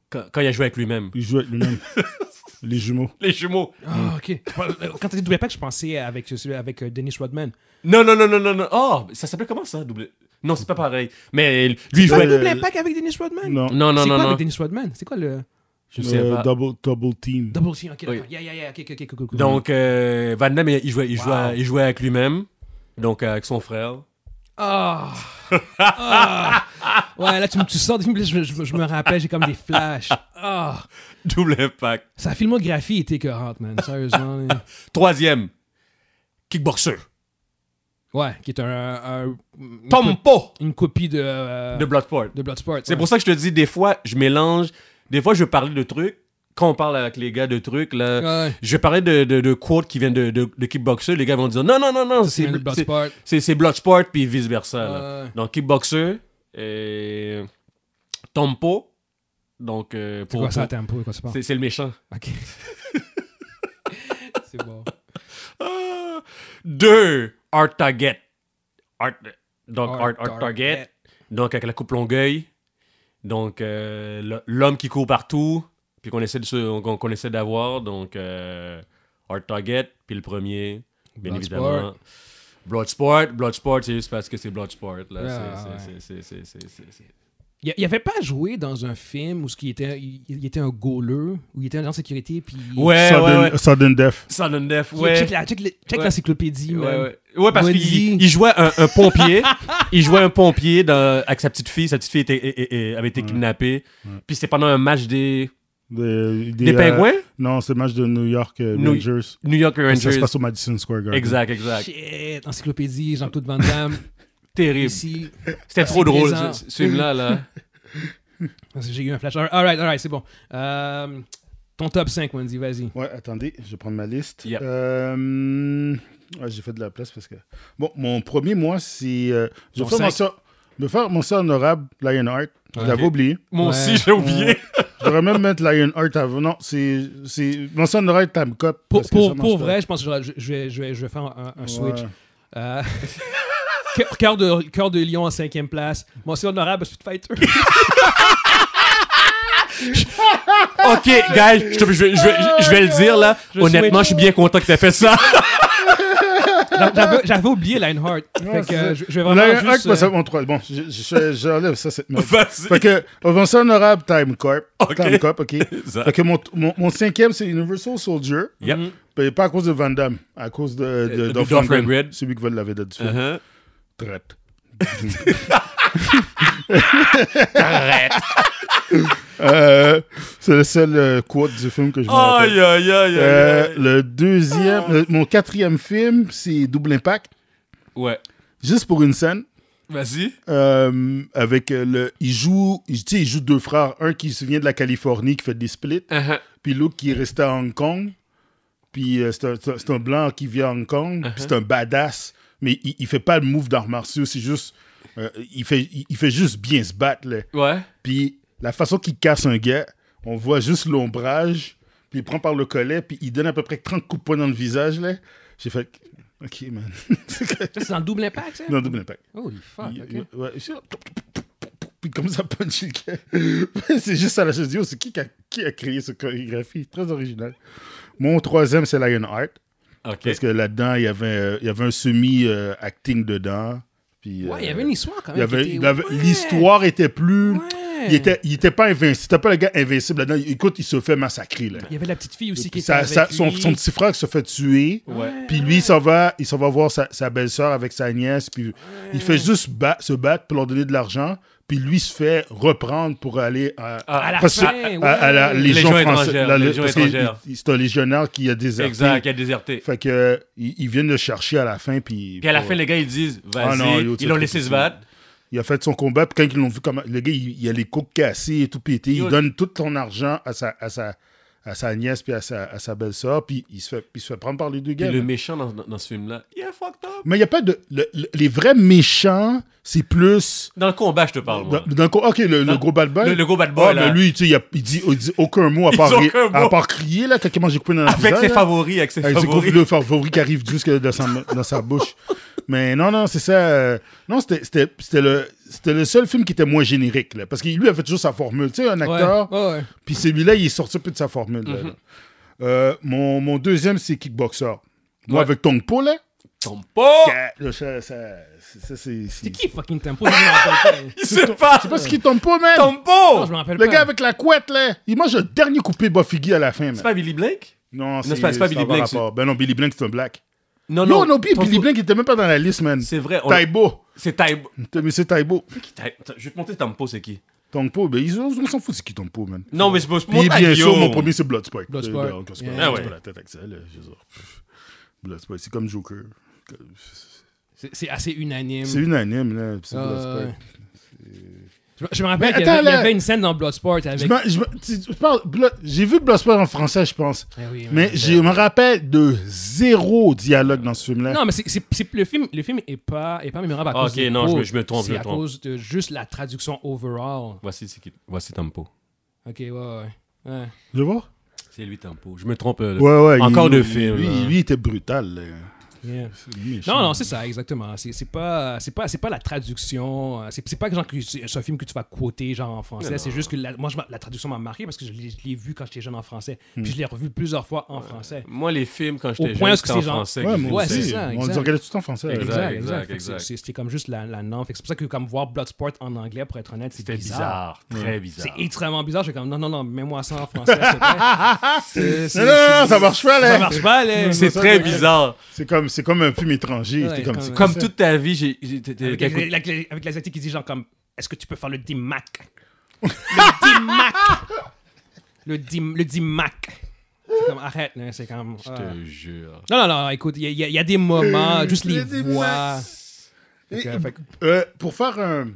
Speaker 2: Quand, quand il a joué avec lui-même.
Speaker 3: Il joue avec lui-même. Les jumeaux.
Speaker 2: Les jumeaux.
Speaker 3: Mm.
Speaker 1: Ah, ok. Quand t'as dit double pack, je pensais avec, celui avec euh, Dennis Rodman.
Speaker 2: Non, non, non, non, non, non. Oh, ça s'appelle comment ça, double. Non, c'est pas pareil. Mais lui, il
Speaker 1: Pas
Speaker 2: jouait.
Speaker 3: Euh,
Speaker 1: double impact avec Dennis Rodman
Speaker 3: Non.
Speaker 2: Non, non,
Speaker 1: C'est
Speaker 2: non,
Speaker 1: quoi
Speaker 2: non.
Speaker 1: avec Dennis Rodman C'est quoi le.
Speaker 2: Je sais
Speaker 3: Euh,
Speaker 2: pas.
Speaker 3: Double, double team.
Speaker 1: Double team, ok, d'accord.
Speaker 2: Oui.
Speaker 1: Yeah, yeah, yeah, ok, ok, ok, cool, cool, cool.
Speaker 2: Donc, euh, Van Damme, il jouait, il
Speaker 1: Wow.
Speaker 2: jouait, il jouait avec lui-même, donc euh, avec son frère.
Speaker 1: Ah! Ah. Ouais, là, tu, me- tu sors des films, puis là, je, je- je me rappelle, j'ai comme des flashs. Ah!
Speaker 2: Double impact.
Speaker 1: Sa filmographie était écœurante, man. Sérieusement. là.
Speaker 2: Troisième, kickboxer.
Speaker 1: Ouais, qui est un. un- une cop-
Speaker 2: Tompo
Speaker 1: Une copie de. euh,
Speaker 2: de
Speaker 1: de,
Speaker 2: Bloodsport.
Speaker 1: Bloodsport.
Speaker 2: C'est pour ça que je te dis, des fois, je mélange. Des fois, je veux parler de trucs. Quand on parle avec les gars de trucs, là,
Speaker 1: Ouais.
Speaker 2: je vais parler de, de, de quotes qui viennent de, de, de kickboxer. Les gars vont dire non, non, non, non, c'est
Speaker 1: C'est
Speaker 2: c'est-
Speaker 1: Bloodsport. Euh.
Speaker 2: c'est- c'est Bloodsport, puis vice-versa. là.
Speaker 1: Ouais.
Speaker 2: Donc, kickboxer, et... Tompo. Donc, euh,
Speaker 1: C'est
Speaker 2: pour,
Speaker 1: quoi ça,
Speaker 2: pour-
Speaker 1: Tempo? Quoi, c'est pas?
Speaker 2: c'est c'est le méchant.
Speaker 1: Ok. c'est bon.
Speaker 2: Ah. Deux, Art Target. Art, donc, Art, Art Target. Donc, avec la coupe Longueuil. Donc, euh, le- l'homme qui court partout. Puis qu'on essaie, de se- qu'on- qu'on essaie d'avoir. Donc, euh, Art Target. Puis le premier, bien
Speaker 1: Bloodsport.
Speaker 2: évidemment. Bloodsport. Bloodsport, c'est juste parce que c'est Bloodsport. Là.
Speaker 1: Ah,
Speaker 2: C'est-
Speaker 1: ouais.
Speaker 2: c'est- c'est- c'est- c'est- c'est- c'est- c'est-
Speaker 1: Il il avait pas joué dans un film où ce qui était, il, il était un goaler, où il était un agent de sécurité, puis...
Speaker 3: Eh,
Speaker 2: Ouais,
Speaker 3: Sudden,
Speaker 2: ouais, ouais.
Speaker 3: Sudden Death.
Speaker 2: Sudden Death,
Speaker 1: Check-
Speaker 2: ouais.
Speaker 1: Check la- check le- check
Speaker 2: Ouais.
Speaker 1: l'encyclopédie,
Speaker 2: Ouais,
Speaker 1: man.
Speaker 2: ouais. Ouais, parce
Speaker 1: Maudit.
Speaker 2: qu'il il jouait un, un pompier. il jouait un pompier dans- avec sa petite fille. Sa petite fille était- é- é- é- avait été kidnappée. Puis c'était pendant un match des,
Speaker 3: Des,
Speaker 2: des
Speaker 3: euh,
Speaker 2: pingouins,
Speaker 3: Non, c'est le match de New York euh,
Speaker 2: New-
Speaker 3: Rangers.
Speaker 2: New York
Speaker 3: Ça se
Speaker 2: Rangers.
Speaker 3: passe au Madison Square Garden.
Speaker 2: Exact, exact.
Speaker 1: Shit, encyclopédie, Jean-Claude Van Damme,
Speaker 2: Terrible.
Speaker 1: ici.
Speaker 2: C'était trop drôle,
Speaker 1: plaisant.
Speaker 2: ce, ce film-là. Là.
Speaker 1: Parce que J'ai eu un flash. All right, all right, c'est bon. Euh, ton top 5, Wendy, vas-y.
Speaker 3: Ouais, attendez, je vais prendre ma liste.
Speaker 2: Yep.
Speaker 3: Euh, ouais, j'ai fait de la place parce que. Bon, mon premier, moi, c'est. euh, je
Speaker 1: Ton
Speaker 3: vais faire mon
Speaker 1: cinq.
Speaker 3: sort- je vais faire mon sort honorable, Lionheart. Je
Speaker 1: Ok.
Speaker 3: l'avais oublié.
Speaker 2: Moi
Speaker 1: Ouais.
Speaker 2: aussi, j'ai oublié.
Speaker 3: Je devrais même mettre Lionheart avant. Non, c'est. c'est- Mon sort honorable, Tam Cop.
Speaker 1: Pour,
Speaker 3: parce que ça
Speaker 1: pour,
Speaker 3: marche
Speaker 1: pour
Speaker 3: pas.
Speaker 1: vrai, je pense que j'aurais- je, je vais, je, vais, je vais faire un, un switch.
Speaker 3: Ouais.
Speaker 1: Euh, Cœur- Cœur de, cœur de Lion en cinquième place. Mention honorable Street Fighter.
Speaker 2: Ok, guys, je, te- je vais- je vais- je vais le dire là.
Speaker 1: Je souhaite-
Speaker 2: Honnêtement, je suis bien content que t'aies fait ça.
Speaker 1: J'a- J'avais j'avais oublié Lionheart.
Speaker 3: Ouais,
Speaker 1: fait que,
Speaker 3: c'est
Speaker 1: euh,
Speaker 3: ça.
Speaker 1: je, je vais vraiment
Speaker 3: Lionheart,
Speaker 1: juste...
Speaker 3: moi,
Speaker 1: euh,
Speaker 3: c'est mon trois. Bon, je- je- j'enlève ça, cette merde. Fait
Speaker 2: Vas-y.
Speaker 3: que, mon sort honorable, Time Corp.
Speaker 2: Ok.
Speaker 3: Time Cop, ok.
Speaker 2: Ça.
Speaker 3: Fait que mon, mon, mon cinquième, c'est Universal Soldier.
Speaker 2: Yep.
Speaker 1: Mm.
Speaker 3: Ben, pas à cause de Van Damme, à cause de, de,
Speaker 1: Euh,
Speaker 2: de
Speaker 3: Dolph
Speaker 2: Dolph
Speaker 3: Lundgren,
Speaker 2: Lundgren.
Speaker 3: Celui qui va laver de du film.
Speaker 2: Uh-huh.
Speaker 3: Traite. Euh, c'est le seul euh, quote du film que je me rappelle.
Speaker 2: Aïe, aïe, aïe,
Speaker 3: Euh,
Speaker 2: aïe.
Speaker 3: le deuxième, le- mon quatrième film, c'est Double Impact,
Speaker 2: Ouais.
Speaker 3: juste pour une scène.
Speaker 2: Vas-y.
Speaker 3: euh, avec euh, le, il joue, il- tu sais, il joue deux frères, un qui se vient de la Californie qui fait des splits,
Speaker 2: Uh-huh.
Speaker 3: puis l'autre qui est resté à Hong Kong. Puis euh, c'est un, c'est un- c'est un blanc qui vit à Hong Kong. puis c'est un badass. Mais il, il fait pas le move d'arts martiaux. C'est juste. euh, il, fait, il, il fait juste bien se battre. là.
Speaker 2: Ouais.
Speaker 3: Puis la façon qu'il casse un gars, on voit juste l'ombrage. Puis il prend par le collet. Puis il donne à peu près 30 coups de poing dans le visage. là. J'ai fait. Ok, man.
Speaker 1: euh, C'est dans le double impact, ça?
Speaker 3: non, double impact.
Speaker 1: Holy fuck,
Speaker 3: Il-
Speaker 1: Ah, ok.
Speaker 3: il- ouais, je- puis comme ça, punch le gars. c'est juste à la chose oh, c'est qui qui a, qui a créé ce chorégraphie Très original. Mon troisième, c'est Lionheart.
Speaker 2: Ok.
Speaker 3: Parce que là-dedans, il y avait, euh, il y avait un semi-acting dedans. Puis,
Speaker 1: Ouais, il y
Speaker 3: euh,
Speaker 1: avait une histoire quand
Speaker 3: il y
Speaker 1: même.
Speaker 3: avait-
Speaker 1: qui
Speaker 3: il
Speaker 1: était-
Speaker 3: avait-
Speaker 1: Ouais.
Speaker 3: L'histoire était plus.
Speaker 1: Ouais.
Speaker 3: Il, était, il était pas invincible. C'était pas le gars invincible là-dedans. Écoute, il se fait massacrer. Là.
Speaker 1: Il y avait la petite fille aussi qui
Speaker 3: Puis
Speaker 1: était
Speaker 3: sa-
Speaker 1: avec
Speaker 3: sa- son,
Speaker 1: lui.
Speaker 3: son petit frère qui se fait tuer.
Speaker 2: Ouais.
Speaker 3: Puis lui, il s'en va, il s'en va voir sa, sa belle-sœur avec sa nièce. Puis il fait juste ba- se battre pour leur donner de l'argent. Puis lui se fait reprendre pour aller à,
Speaker 2: Ah,
Speaker 1: À la
Speaker 3: parce que-
Speaker 1: fin,
Speaker 3: à-
Speaker 1: ouais.
Speaker 3: à la Légion
Speaker 2: Légion
Speaker 3: française.
Speaker 2: étrangère,
Speaker 3: la-
Speaker 2: Légion
Speaker 3: parce qu'il-
Speaker 2: étrangère.
Speaker 3: il- C'est un légionnaire qui a déserté.
Speaker 2: Exact, il a déserté.
Speaker 3: Fait que ils, ils viennent le chercher à la fin puis.
Speaker 2: Puis à la
Speaker 3: pour-
Speaker 2: fin, les gars, ils disent, vas-y,
Speaker 3: Ah non, yo, tu
Speaker 2: ils l'ont
Speaker 3: sais,
Speaker 2: laissé
Speaker 3: tu-
Speaker 2: se battre.
Speaker 3: il a fait son combat puis quand ils l'ont vu comme le gars il, il a les coups cassés et tout pété, il
Speaker 2: Yo.
Speaker 3: donne tout son argent à sa à sa à sa nièce puis à sa, à sa belle-sœur puis il se fait il se fait prendre par les deux
Speaker 2: Puis
Speaker 3: gars.
Speaker 2: le
Speaker 3: là.
Speaker 2: méchant dans, dans, dans ce film-là, il est fucked up.
Speaker 3: Mais il y a pas de le- le- les vrais méchants, c'est plus
Speaker 2: Dans le combat, je te parle. moi.
Speaker 3: dans, dans le co- OK, le, le gros bad boy.
Speaker 2: Ah Le, le gros bad boy,
Speaker 3: Ah,
Speaker 2: là,
Speaker 3: mais lui, tu sais, il, a- il dit, il dit aucun mot à
Speaker 2: Ils
Speaker 3: part,
Speaker 2: ont
Speaker 3: ri-
Speaker 2: aucun
Speaker 3: à
Speaker 2: mot.
Speaker 3: part crier, là, quand il mange des coups dans la
Speaker 2: avec
Speaker 3: visage,
Speaker 2: ses
Speaker 3: là.
Speaker 2: favoris, avec ses
Speaker 3: Ah, C'est quoi
Speaker 2: favoris.
Speaker 3: le favori qui arrive jusque dans sa, dans sa bouche. Mais non, non, c'est ça. euh, non, c'était- c'était c'était le, c'était le seul film qui était moins générique. Là, parce qu'il lui avait toujours sa formule. Tu sais, un
Speaker 1: Ouais,
Speaker 3: acteur.
Speaker 1: ouais, ouais.
Speaker 3: Puis celui-là, il est sorti un peu de sa formule. là, là. Euh, mon, mon deuxième, c'est Kickboxer. Moi,
Speaker 2: Ouais.
Speaker 3: avec Tong Po, là.
Speaker 2: Tombe pas!
Speaker 3: là, ça, ça, ça, c'est.
Speaker 1: C'est
Speaker 3: Oh! C'est
Speaker 1: qui fucking Tempo? Je me rappelle pas.
Speaker 2: Il se passe!
Speaker 3: c'est pas ce qui tombe pas, man.
Speaker 2: Tombe
Speaker 1: Non,
Speaker 2: pas!
Speaker 1: je me rappelle
Speaker 3: Oh, Le
Speaker 1: pas.
Speaker 3: gars avec la couette, là. Il mange le dernier coupé Bafigui à la fin,
Speaker 2: C'est
Speaker 3: man.
Speaker 2: pas Billy Blake?
Speaker 3: Non,
Speaker 2: c'est pas- c'est pas
Speaker 3: ça
Speaker 2: Billy
Speaker 3: va
Speaker 2: Blank,
Speaker 3: rapport. Ben non, Billy Blank, c'est un black.
Speaker 2: Non,
Speaker 3: Yo, on a oublié
Speaker 2: Tombe
Speaker 3: Billy
Speaker 2: pas.
Speaker 3: Blank, il était même pas dans la liste, man.
Speaker 2: C'est vrai. on-
Speaker 3: Taibo.
Speaker 2: C'est Taib.
Speaker 3: T'as Monsieur Taibo.
Speaker 2: Taib- Taib- Je vais te montrer Tompo, c'est qui?
Speaker 3: Tongpo, ben ils, on s'en fout, c'est qui Tongpo, man.
Speaker 2: Non, mais c'est pas c'est
Speaker 3: Puis
Speaker 2: pas
Speaker 3: bien
Speaker 2: Taib,
Speaker 3: sûr,
Speaker 2: yo.
Speaker 3: mon premier, c'est Bloodsport.
Speaker 1: Bloodsport. Yeah.
Speaker 2: Ah
Speaker 3: Ah
Speaker 2: ouais.
Speaker 3: ouais. la tête avec ça, là. je veux dire. Bloodsport, c'est comme Joker.
Speaker 1: C'est- C'est assez
Speaker 2: Mm.
Speaker 1: unanime.
Speaker 3: C'est unanime, là. puis C'est
Speaker 1: Ah, ouais.
Speaker 3: Bloodsport.
Speaker 1: Je, me- je me rappelle
Speaker 3: Mais
Speaker 1: qu'il y, avait-
Speaker 3: attends,
Speaker 1: il y
Speaker 3: là.
Speaker 1: avait une scène dans Bloodsport avec...
Speaker 3: Je m'en- je m'en- tu- tu parles- Blood- J'ai vu Bloodsport en français, je pense.
Speaker 1: Eh oui,
Speaker 3: Mais
Speaker 1: man.
Speaker 3: je me rappelle de zéro dialogue dans ce film-là.
Speaker 1: Non, mais c'est, c'est- c'est- le film le film est pas, est pas mémorable à
Speaker 2: Ah,
Speaker 1: cause
Speaker 2: ok,
Speaker 1: des
Speaker 2: non, je me-
Speaker 1: quotes.
Speaker 2: je me trompe, je
Speaker 1: C'est
Speaker 2: me
Speaker 1: à
Speaker 2: trompe.
Speaker 1: cause de juste la traduction overall.
Speaker 2: Voici, c'est qui? Voici Tompo.
Speaker 1: Ok, ouais, ouais. ouais.
Speaker 3: Tu veux voir?
Speaker 2: C'est lui, Tompo. Je me trompe. euh,
Speaker 3: Ouais, ouais.
Speaker 2: Encore
Speaker 3: il-
Speaker 2: de film,
Speaker 3: Lui,
Speaker 2: hein.
Speaker 3: lui, il était brutal. là.
Speaker 1: Yeah.
Speaker 3: C'est méchant.
Speaker 1: Non, non, c'est ça, exactement. C'est c'est pas, c'est pas, c'est pas la traduction. euh, C'est c'est pas genre que c'est c'est un film que tu vas quoter genre en français. C'est juste que la, moi, je m'a- la traduction m'a marqué parce que je l'ai je l'ai vu quand j'étais jeune en français.
Speaker 3: Hmm.
Speaker 1: Puis je l'ai revu plusieurs fois en français.
Speaker 2: Moi, les films, quand j'étais
Speaker 1: point où
Speaker 2: jeune,
Speaker 1: ce que
Speaker 2: c'était en
Speaker 1: c'est genre-
Speaker 2: français.
Speaker 3: Ouais,
Speaker 2: que
Speaker 3: moi
Speaker 1: Ouais,
Speaker 3: aussi.
Speaker 1: c'est ça,
Speaker 3: on
Speaker 1: exact.
Speaker 3: les regardait tout en français.
Speaker 2: Exact.
Speaker 1: Exact, exact. Fait que
Speaker 2: exact.
Speaker 1: c'est- C'était comme juste la, la norme. Fait que C'est pour ça que comme voir Bloodsport en anglais, pour être honnête,
Speaker 2: C'était bizarre. Très
Speaker 1: C'est
Speaker 2: bizarre.
Speaker 1: extrêmement bizarre. J'étais comme non, non, non, mets-moi ça en français. s'il te plaît. C'est- c'est-
Speaker 3: Non, non, non, ça marche pas,
Speaker 1: Ça
Speaker 3: là.
Speaker 1: marche pas, là.
Speaker 2: C'est
Speaker 3: ça,
Speaker 2: très
Speaker 3: c'est-
Speaker 2: bizarre.
Speaker 3: C'est comme, c'est comme un film étranger.
Speaker 1: Ouais,
Speaker 3: c'est comme,
Speaker 1: quand
Speaker 3: c'est
Speaker 1: même.
Speaker 3: comme
Speaker 2: Comme
Speaker 3: ça.
Speaker 2: toute ta vie, j'ai- j'ai- t'étais-
Speaker 1: Avec,
Speaker 2: quelqu'un-
Speaker 1: les- avec, les- avec l'asiatique qui dit genre comme est-ce que tu peux faire le dimac le dimac le dim le dimac c'est comme arrête là c'est comme
Speaker 2: Je
Speaker 1: ah.
Speaker 2: te jure.
Speaker 1: non non non écoute il y, a- il y a- il y a des moments juste les
Speaker 3: Le dimac.
Speaker 1: voix
Speaker 3: Et-
Speaker 1: Fait que- fait que-
Speaker 3: euh, pour faire un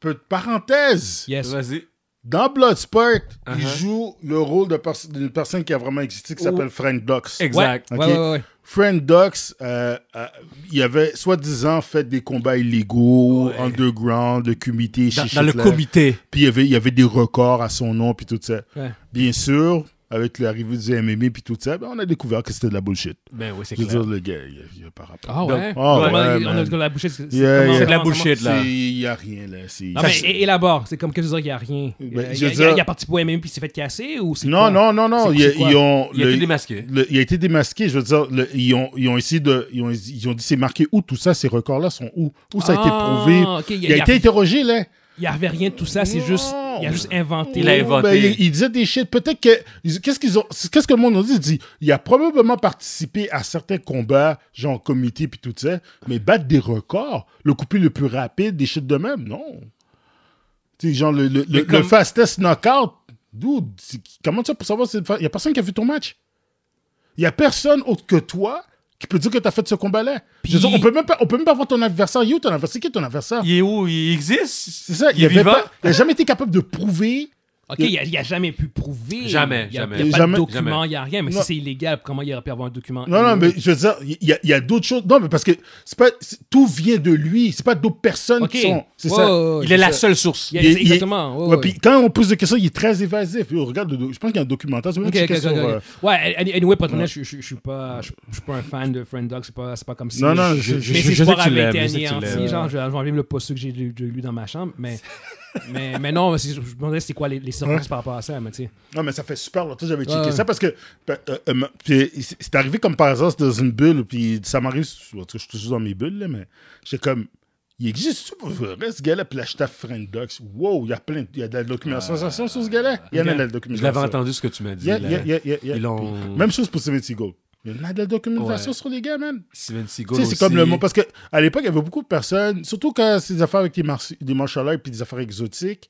Speaker 3: peu de parenthèse,
Speaker 1: yes
Speaker 2: Vas-y.
Speaker 3: dans Bloodsport, il
Speaker 2: Uh-huh.
Speaker 3: joue le rôle de pers- d'une personne qui a vraiment existé qui s'appelle Frank Dux.
Speaker 2: Exact.
Speaker 1: ouais,
Speaker 3: Ok.
Speaker 1: ouais, ouais, ouais.
Speaker 3: Friend Dux, euh, euh, il avait soi-disant fait des combats illégaux, underground, le comité,
Speaker 2: Dans,
Speaker 3: shit,
Speaker 2: dans le
Speaker 3: shit, là.
Speaker 2: comité.
Speaker 3: Puis il y avait, il y avait des records à son nom, puis tout ça.
Speaker 1: Ouais.
Speaker 3: Bien sûr, avec l'arrivée du MMA, puis tout ça, ben, on a découvert que c'était de la bullshit.
Speaker 2: Ben oui, c'est
Speaker 3: Je veux
Speaker 2: clair.
Speaker 3: dire, le gars, il n'y a, pas rapport.
Speaker 1: ah ouais
Speaker 3: Ah ouais,
Speaker 1: Comment- on a
Speaker 3: man.
Speaker 1: de la bouchée c'est
Speaker 3: Yeah,
Speaker 1: comment-
Speaker 3: yeah. C'est
Speaker 2: de la
Speaker 1: comment-
Speaker 2: bouchée. shit, là.
Speaker 3: C'est- Il n'y a rien, là. c'est-
Speaker 1: non, mais é- élabore, c'est comme que je veux dire, il n'y a rien. Il
Speaker 3: Ben,
Speaker 1: y
Speaker 3: je
Speaker 1: a,
Speaker 3: veux
Speaker 1: il y a-
Speaker 3: dire-
Speaker 1: il y a parti pour MM puis il s'est fait casser ou c'est quoi?
Speaker 3: non, non, non, non.
Speaker 1: C'est-
Speaker 3: ils-
Speaker 1: c'est quoi?
Speaker 3: ils ont-
Speaker 2: Il a
Speaker 3: le-
Speaker 2: été démasqué.
Speaker 3: le- il a été démasqué, je veux dire, le- ils, ont, ils ont essayé de. Ils ont, ils ont dit c'est marqué où tout ça, ces records-là sont où Où ça a été
Speaker 1: Ah,
Speaker 3: prouvé
Speaker 1: ok, il y a-
Speaker 3: Il a,
Speaker 1: il y a-
Speaker 3: été interrogé, là.
Speaker 1: Il n'y avait rien de tout ça, c'est juste. Il a juste inventé.
Speaker 2: Il a inventé.
Speaker 3: Ben, il, il disait des shit. Peut-être que. ils- Qu'est-ce qu'ils ont. c'est- Qu'est-ce que le monde a dit Il dit il a probablement participé à certains combats, genre comité puis tout ça, mais battre des records, le coupé le plus rapide, des shit de même, non. Tu sais, genre le, le, le-
Speaker 2: comme-
Speaker 3: le fastest knockout, dude, c'est- comment tu fais pour savoir si c'est le fa- Il n'y a personne qui a vu ton match. Il n'y a personne autre que toi qui peut dire que tu as fait ce combat-là. Je
Speaker 1: Puis-
Speaker 3: veux dire, on peut même pas, on peut même pas voir ton adversaire. Il est où ton adversaire C'est qui ton adversaire
Speaker 2: Il est où Il existe
Speaker 3: C'est ça,
Speaker 2: Il est
Speaker 3: avait
Speaker 2: vivant
Speaker 3: pas- il a jamais été capable de prouver
Speaker 1: OK, il n'y a, jamais pu prouver.
Speaker 2: Jamais,
Speaker 1: Il y a-
Speaker 2: jamais.
Speaker 1: Il n'y a pas
Speaker 3: Jamais.
Speaker 1: de document, il n'y a rien. Mais si
Speaker 3: Non.
Speaker 1: c'est illégal, comment il aurait pu avoir un document?
Speaker 3: Non, non, mais je veux dire, il y a, il y a d'autres choses. Non, mais parce que c'est pas, c'est- tout vient de lui. C'est pas d'autres personnes
Speaker 1: OK.
Speaker 3: qui sont. C'est
Speaker 1: Ouais,
Speaker 3: ça.
Speaker 1: ouais, ouais,
Speaker 2: Il
Speaker 1: c'est
Speaker 2: est la
Speaker 1: ça.
Speaker 2: seule source.
Speaker 1: Il y a-
Speaker 3: Il- il-
Speaker 1: exactement. ouais,
Speaker 3: Ouais,
Speaker 1: ouais.
Speaker 3: Puis quand on pose des questions, il est très évasif. Yo, regarde, le do- je pense qu'il y a un documentaire. Tu peux même
Speaker 1: Ok, ok,
Speaker 3: checker
Speaker 1: ok,
Speaker 3: sur,
Speaker 1: ok.
Speaker 3: euh,
Speaker 1: Ouais, any- anyway, pour être honnête, je je- je suis pas, je je suis pas un fan de Friend Dog, c'est pas, c'est pas comme si.
Speaker 3: Non, non, je-
Speaker 1: mais
Speaker 3: je-
Speaker 1: si
Speaker 2: je- je sais
Speaker 1: sport
Speaker 2: que tu
Speaker 1: avait
Speaker 2: l'aimes,
Speaker 1: été
Speaker 2: je sais que tu
Speaker 1: anéanti,
Speaker 2: l'aimes.
Speaker 1: genre, je vais je vais enlever le post que j'ai lu j'ai lu dans ma chambre, mais, mais, mais non, c'est- je me demandais c'est quoi les, les circonstances par rapport à ça, mais tu sais.
Speaker 3: Non, mais ça fait super longtemps que j'avais checké
Speaker 1: Ouais.
Speaker 3: ça parce que euh, euh, ma- puis c'est c'est arrivé comme par hasard c'est dans une bulle. Puis ça m'arrive. en tout cas, Je suis toujours dans mes bulles, là, mais j'ai comme. Il existe ça pour vrai, ce gars-là. Puis là, je tape Friend Docs. Wow, il y a plein. de- Il y a de la documentation sur ce gars-là. Il y en a de la
Speaker 2: Je
Speaker 3: documentation.
Speaker 2: l'avais entendu ce que tu m'as dit.
Speaker 3: Yeah,
Speaker 2: là.
Speaker 3: yeah, yeah, yeah, yeah.
Speaker 2: Ils l'ont-
Speaker 3: Puis, Même chose pour Steven Seagal. Il y en a de la documentation
Speaker 2: Ouais.
Speaker 3: sur les gars, man.
Speaker 2: Steven Seagal
Speaker 3: Tu sais, c'est comme
Speaker 2: aussi.
Speaker 3: le mot. Parce qu'à l'époque, il y avait beaucoup de personnes, surtout quand c'est des affaires avec des, mar- des martial arts puis des affaires exotiques.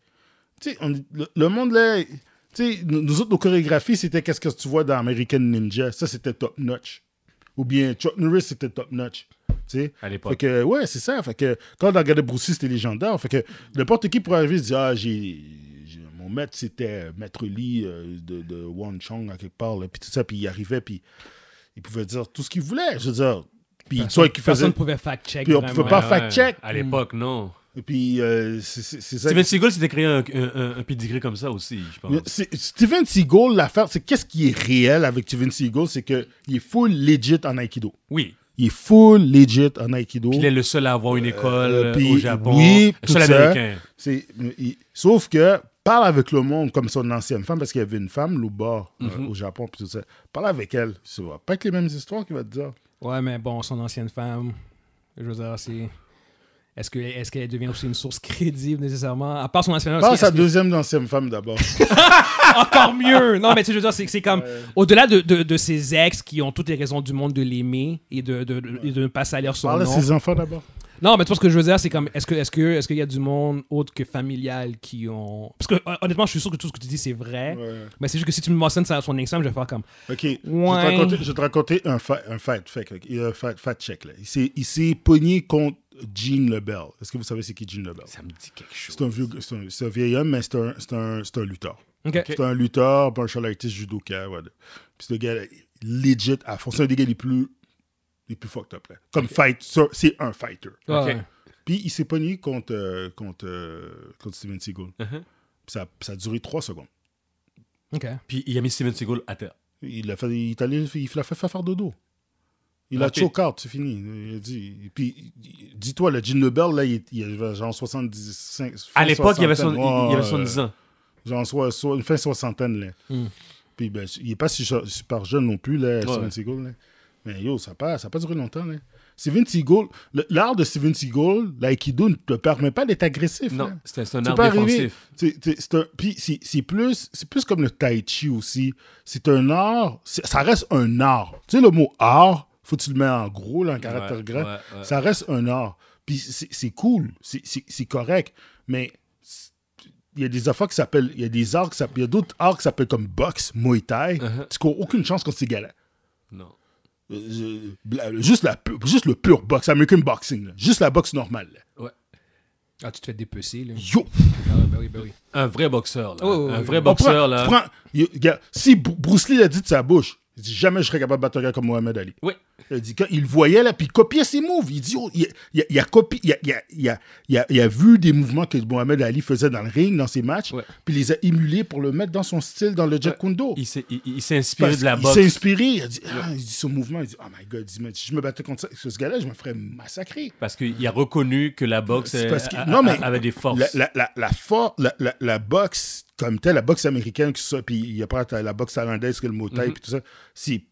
Speaker 3: Tu sais, on- le, le monde, là. Tu sais, nous nous autres, nos chorégraphies, c'était qu'est-ce que tu vois dans American Ninja. Ça, c'était top notch. Ou bien Chuck Norris, c'était top notch. Tu sais.
Speaker 2: À l'époque.
Speaker 3: Fait que, ouais, c'est ça. Fait que, quand on regardait Bruce Lee, c'était légendaire. Fait que, n'importe qui pourrait arriver et dire, ah, j'ai. j'ai- Mon maître, c'était euh, Maître Lee euh, de, de Wang Chong, à quelque part, là, puis tout ça, puis il arrivait, puis il pouvait dire tout ce qu'il voulait, je veux dire. Puis, soit qu'il
Speaker 1: Personne
Speaker 3: faisait.
Speaker 1: ne pouvait fact-check.
Speaker 3: Puis on
Speaker 1: vraiment.
Speaker 3: pouvait pas-
Speaker 2: Ouais,
Speaker 3: fact-check.
Speaker 2: À l'époque, non.
Speaker 3: Et Puis, euh, c'est- c'est c'est ça.
Speaker 2: Steven Seagal s'était créé un, un, un- un pedigree comme ça aussi, je pense.
Speaker 3: C'est- Steven Seagal, l'affaire, c'est qu'est-ce qui est réel avec Steven Seagal, c'est qu'il est full legit en Aikido.
Speaker 2: Oui.
Speaker 3: Il est full legit en Aikido.
Speaker 2: Puis il est le seul à avoir une école
Speaker 3: Euh, puis,
Speaker 2: au Japon.
Speaker 3: Oui,
Speaker 2: le
Speaker 3: tout
Speaker 2: seul
Speaker 3: ça.
Speaker 2: américain.
Speaker 3: C'est- il- sauf que parle avec le monde comme son ancienne femme, parce qu'il y avait une femme, Louba, euh,
Speaker 2: Mhm.
Speaker 3: au Japon, puis tout ça. Parle avec elle. Ça va pas être les mêmes histoires qu'il va te dire.
Speaker 1: Ouais, mais bon, son ancienne femme, je veux dire, c'est. Est-ce que- est-ce qu'elle devient aussi une source crédible nécessairement? À part son ancienne femme,
Speaker 3: Parle à
Speaker 1: est-ce que-
Speaker 3: sa deuxième ancienne femme d'abord.
Speaker 1: encore mieux. Non, mais tu sais, je veux dire, c'est c'est comme au-delà de, de, de ses ex qui ont toutes les raisons du monde de l'aimer et de, de, de- et de ne pas salir son
Speaker 3: Parle à
Speaker 1: nom.
Speaker 3: ses enfants d'abord.
Speaker 1: Non, mais tu vois ce que je veux dire, c'est comme est-ce que est-ce que est-ce qu'il y a du monde autre que familial qui ont parce que hon- honnêtement, je suis sûr que tout ce que tu dis c'est vrai.
Speaker 3: Ouais.
Speaker 1: Mais c'est juste que si tu me mentionnes ça à son exemple, je vais faire comme
Speaker 3: Ok, je, vais
Speaker 1: Ouais.
Speaker 3: te raconter, je vais te raconter un, fa- un fact, fact, ok, un fact- fact check. Là. Il s'est- Il s'est pogné contre Gene Lebel. Est-ce que vous savez c'est qui Gene Lebel?
Speaker 2: Ça me dit quelque chose.
Speaker 3: C'est un, vieux, c'est un, c'est un vieil homme, mais c'est un, c'est un, c'est un lutteur.
Speaker 1: OK.
Speaker 3: C'est un lutteur, martial artist, judoka. Voilà. Puis c'est un gars là, legit à fond. C'est un des gars les plus, les plus fucked up. Là. Comme fight, ça, c'est un fighter.
Speaker 1: Ah,
Speaker 2: Ok.
Speaker 1: ouais.
Speaker 3: Puis il s'est pogné contre, euh, contre, euh, contre Steven Seagal.
Speaker 2: Uh-huh.
Speaker 3: Puis ça, ça a duré trois secondes.
Speaker 1: OK.
Speaker 2: Puis il a mis Steven Seagal à terre.
Speaker 3: Il l'a fait, il est allé- il l'a fait faire dodo. Il a
Speaker 2: Rapide.
Speaker 3: choke out, c'est fini. Il a dit. Puis, il- dis-toi, le Gene Lebel, là, il, il avait genre 75.
Speaker 2: À
Speaker 3: fin
Speaker 2: l'époque, il y avait son-
Speaker 3: soixantaine. Ouais,
Speaker 2: il- il y avait 70 ans. Hmm.
Speaker 3: Genre, soit, soit une fin soixantaine, là. Puis, ben, il n'est pas si jo- super jeune non plus, là, Steven Seagal, là. Mais yo, ça n'a pas, ça a pas duré longtemps, là. Steven Seagal, le- l'art de Steven Seagal, l'aïkido, ne te permet pas d'être agressif.
Speaker 2: Non,
Speaker 3: là.
Speaker 2: c'était c'est un
Speaker 3: Tu
Speaker 2: art
Speaker 3: peux arriver-
Speaker 2: défensif.
Speaker 3: tu- tu- c'est un- Puis c'est c'est plus, c'est plus comme le tai chi aussi. C'est un art, c'est- ça reste un art. Tu sais, le mot art, faut que tu le mets en gros, là, en caractère
Speaker 2: Ouais,
Speaker 3: grand.
Speaker 2: ouais, ouais.
Speaker 3: Ça reste un art. Puis c'est c'est cool, c'est- c'est c'est correct. Mais c'est- il y a des affaires qui s'appellent, il y a des arts qui s'appellent, il y a d'autres arts qui s'appellent comme boxe, muay thai.
Speaker 2: Uh-huh.
Speaker 3: Tu n'as aucune chance contre ces gars-là.
Speaker 2: Non.
Speaker 3: Euh, bla- juste, la, pu- juste le pur boxe, American boxing, là. juste la boxe normale. là.
Speaker 1: Ah, tu te fais dépecer, là.
Speaker 3: Yo!
Speaker 1: Ah, ouais, ben oui, ben oui.
Speaker 2: Un vrai boxeur, là.
Speaker 1: Oh, oh,
Speaker 2: un
Speaker 1: oh, oh.
Speaker 2: vrai
Speaker 3: On prend-
Speaker 2: boxeur, là.
Speaker 3: tu prends- y- regarde, si Bru- Bruce Lee l'a dit de sa bouche, il dit jamais je serais capable de battre un gars comme Mohamed Ali.
Speaker 2: Oui.
Speaker 3: Il a dit quand il le voyait là, puis il copiait ses moves. Il dit, oh, il, il- il a copié, il, a- il a- il a- il a- il a vu des mouvements que Mohamed Ali faisait dans le ring, dans ses matchs,
Speaker 2: Ouais.
Speaker 3: puis il les a émulés pour le mettre dans son style, dans le Jeet Kundo.
Speaker 2: Il s'est il- il s'est inspiré
Speaker 3: Parce
Speaker 2: de la
Speaker 3: qu'il
Speaker 2: boxe.
Speaker 3: s'est inspiré, il a dit, ah, il dit son mouvement, il dit, oh my god, il dit, Mais si je me battais contre ça- ce gars-là, je me ferais massacrer.
Speaker 2: Parce qu'il a reconnu que la boxe
Speaker 3: C'est parce que-
Speaker 2: euh, a-
Speaker 3: non, mais
Speaker 2: a- avait des forces.
Speaker 3: La, la, la, la, for- la, la, la boxe comme telle, la boxe américaine, tout ça, puis il y a pas la boxe thaïlandaise, que le Muay Thai, puis tout ça, c'est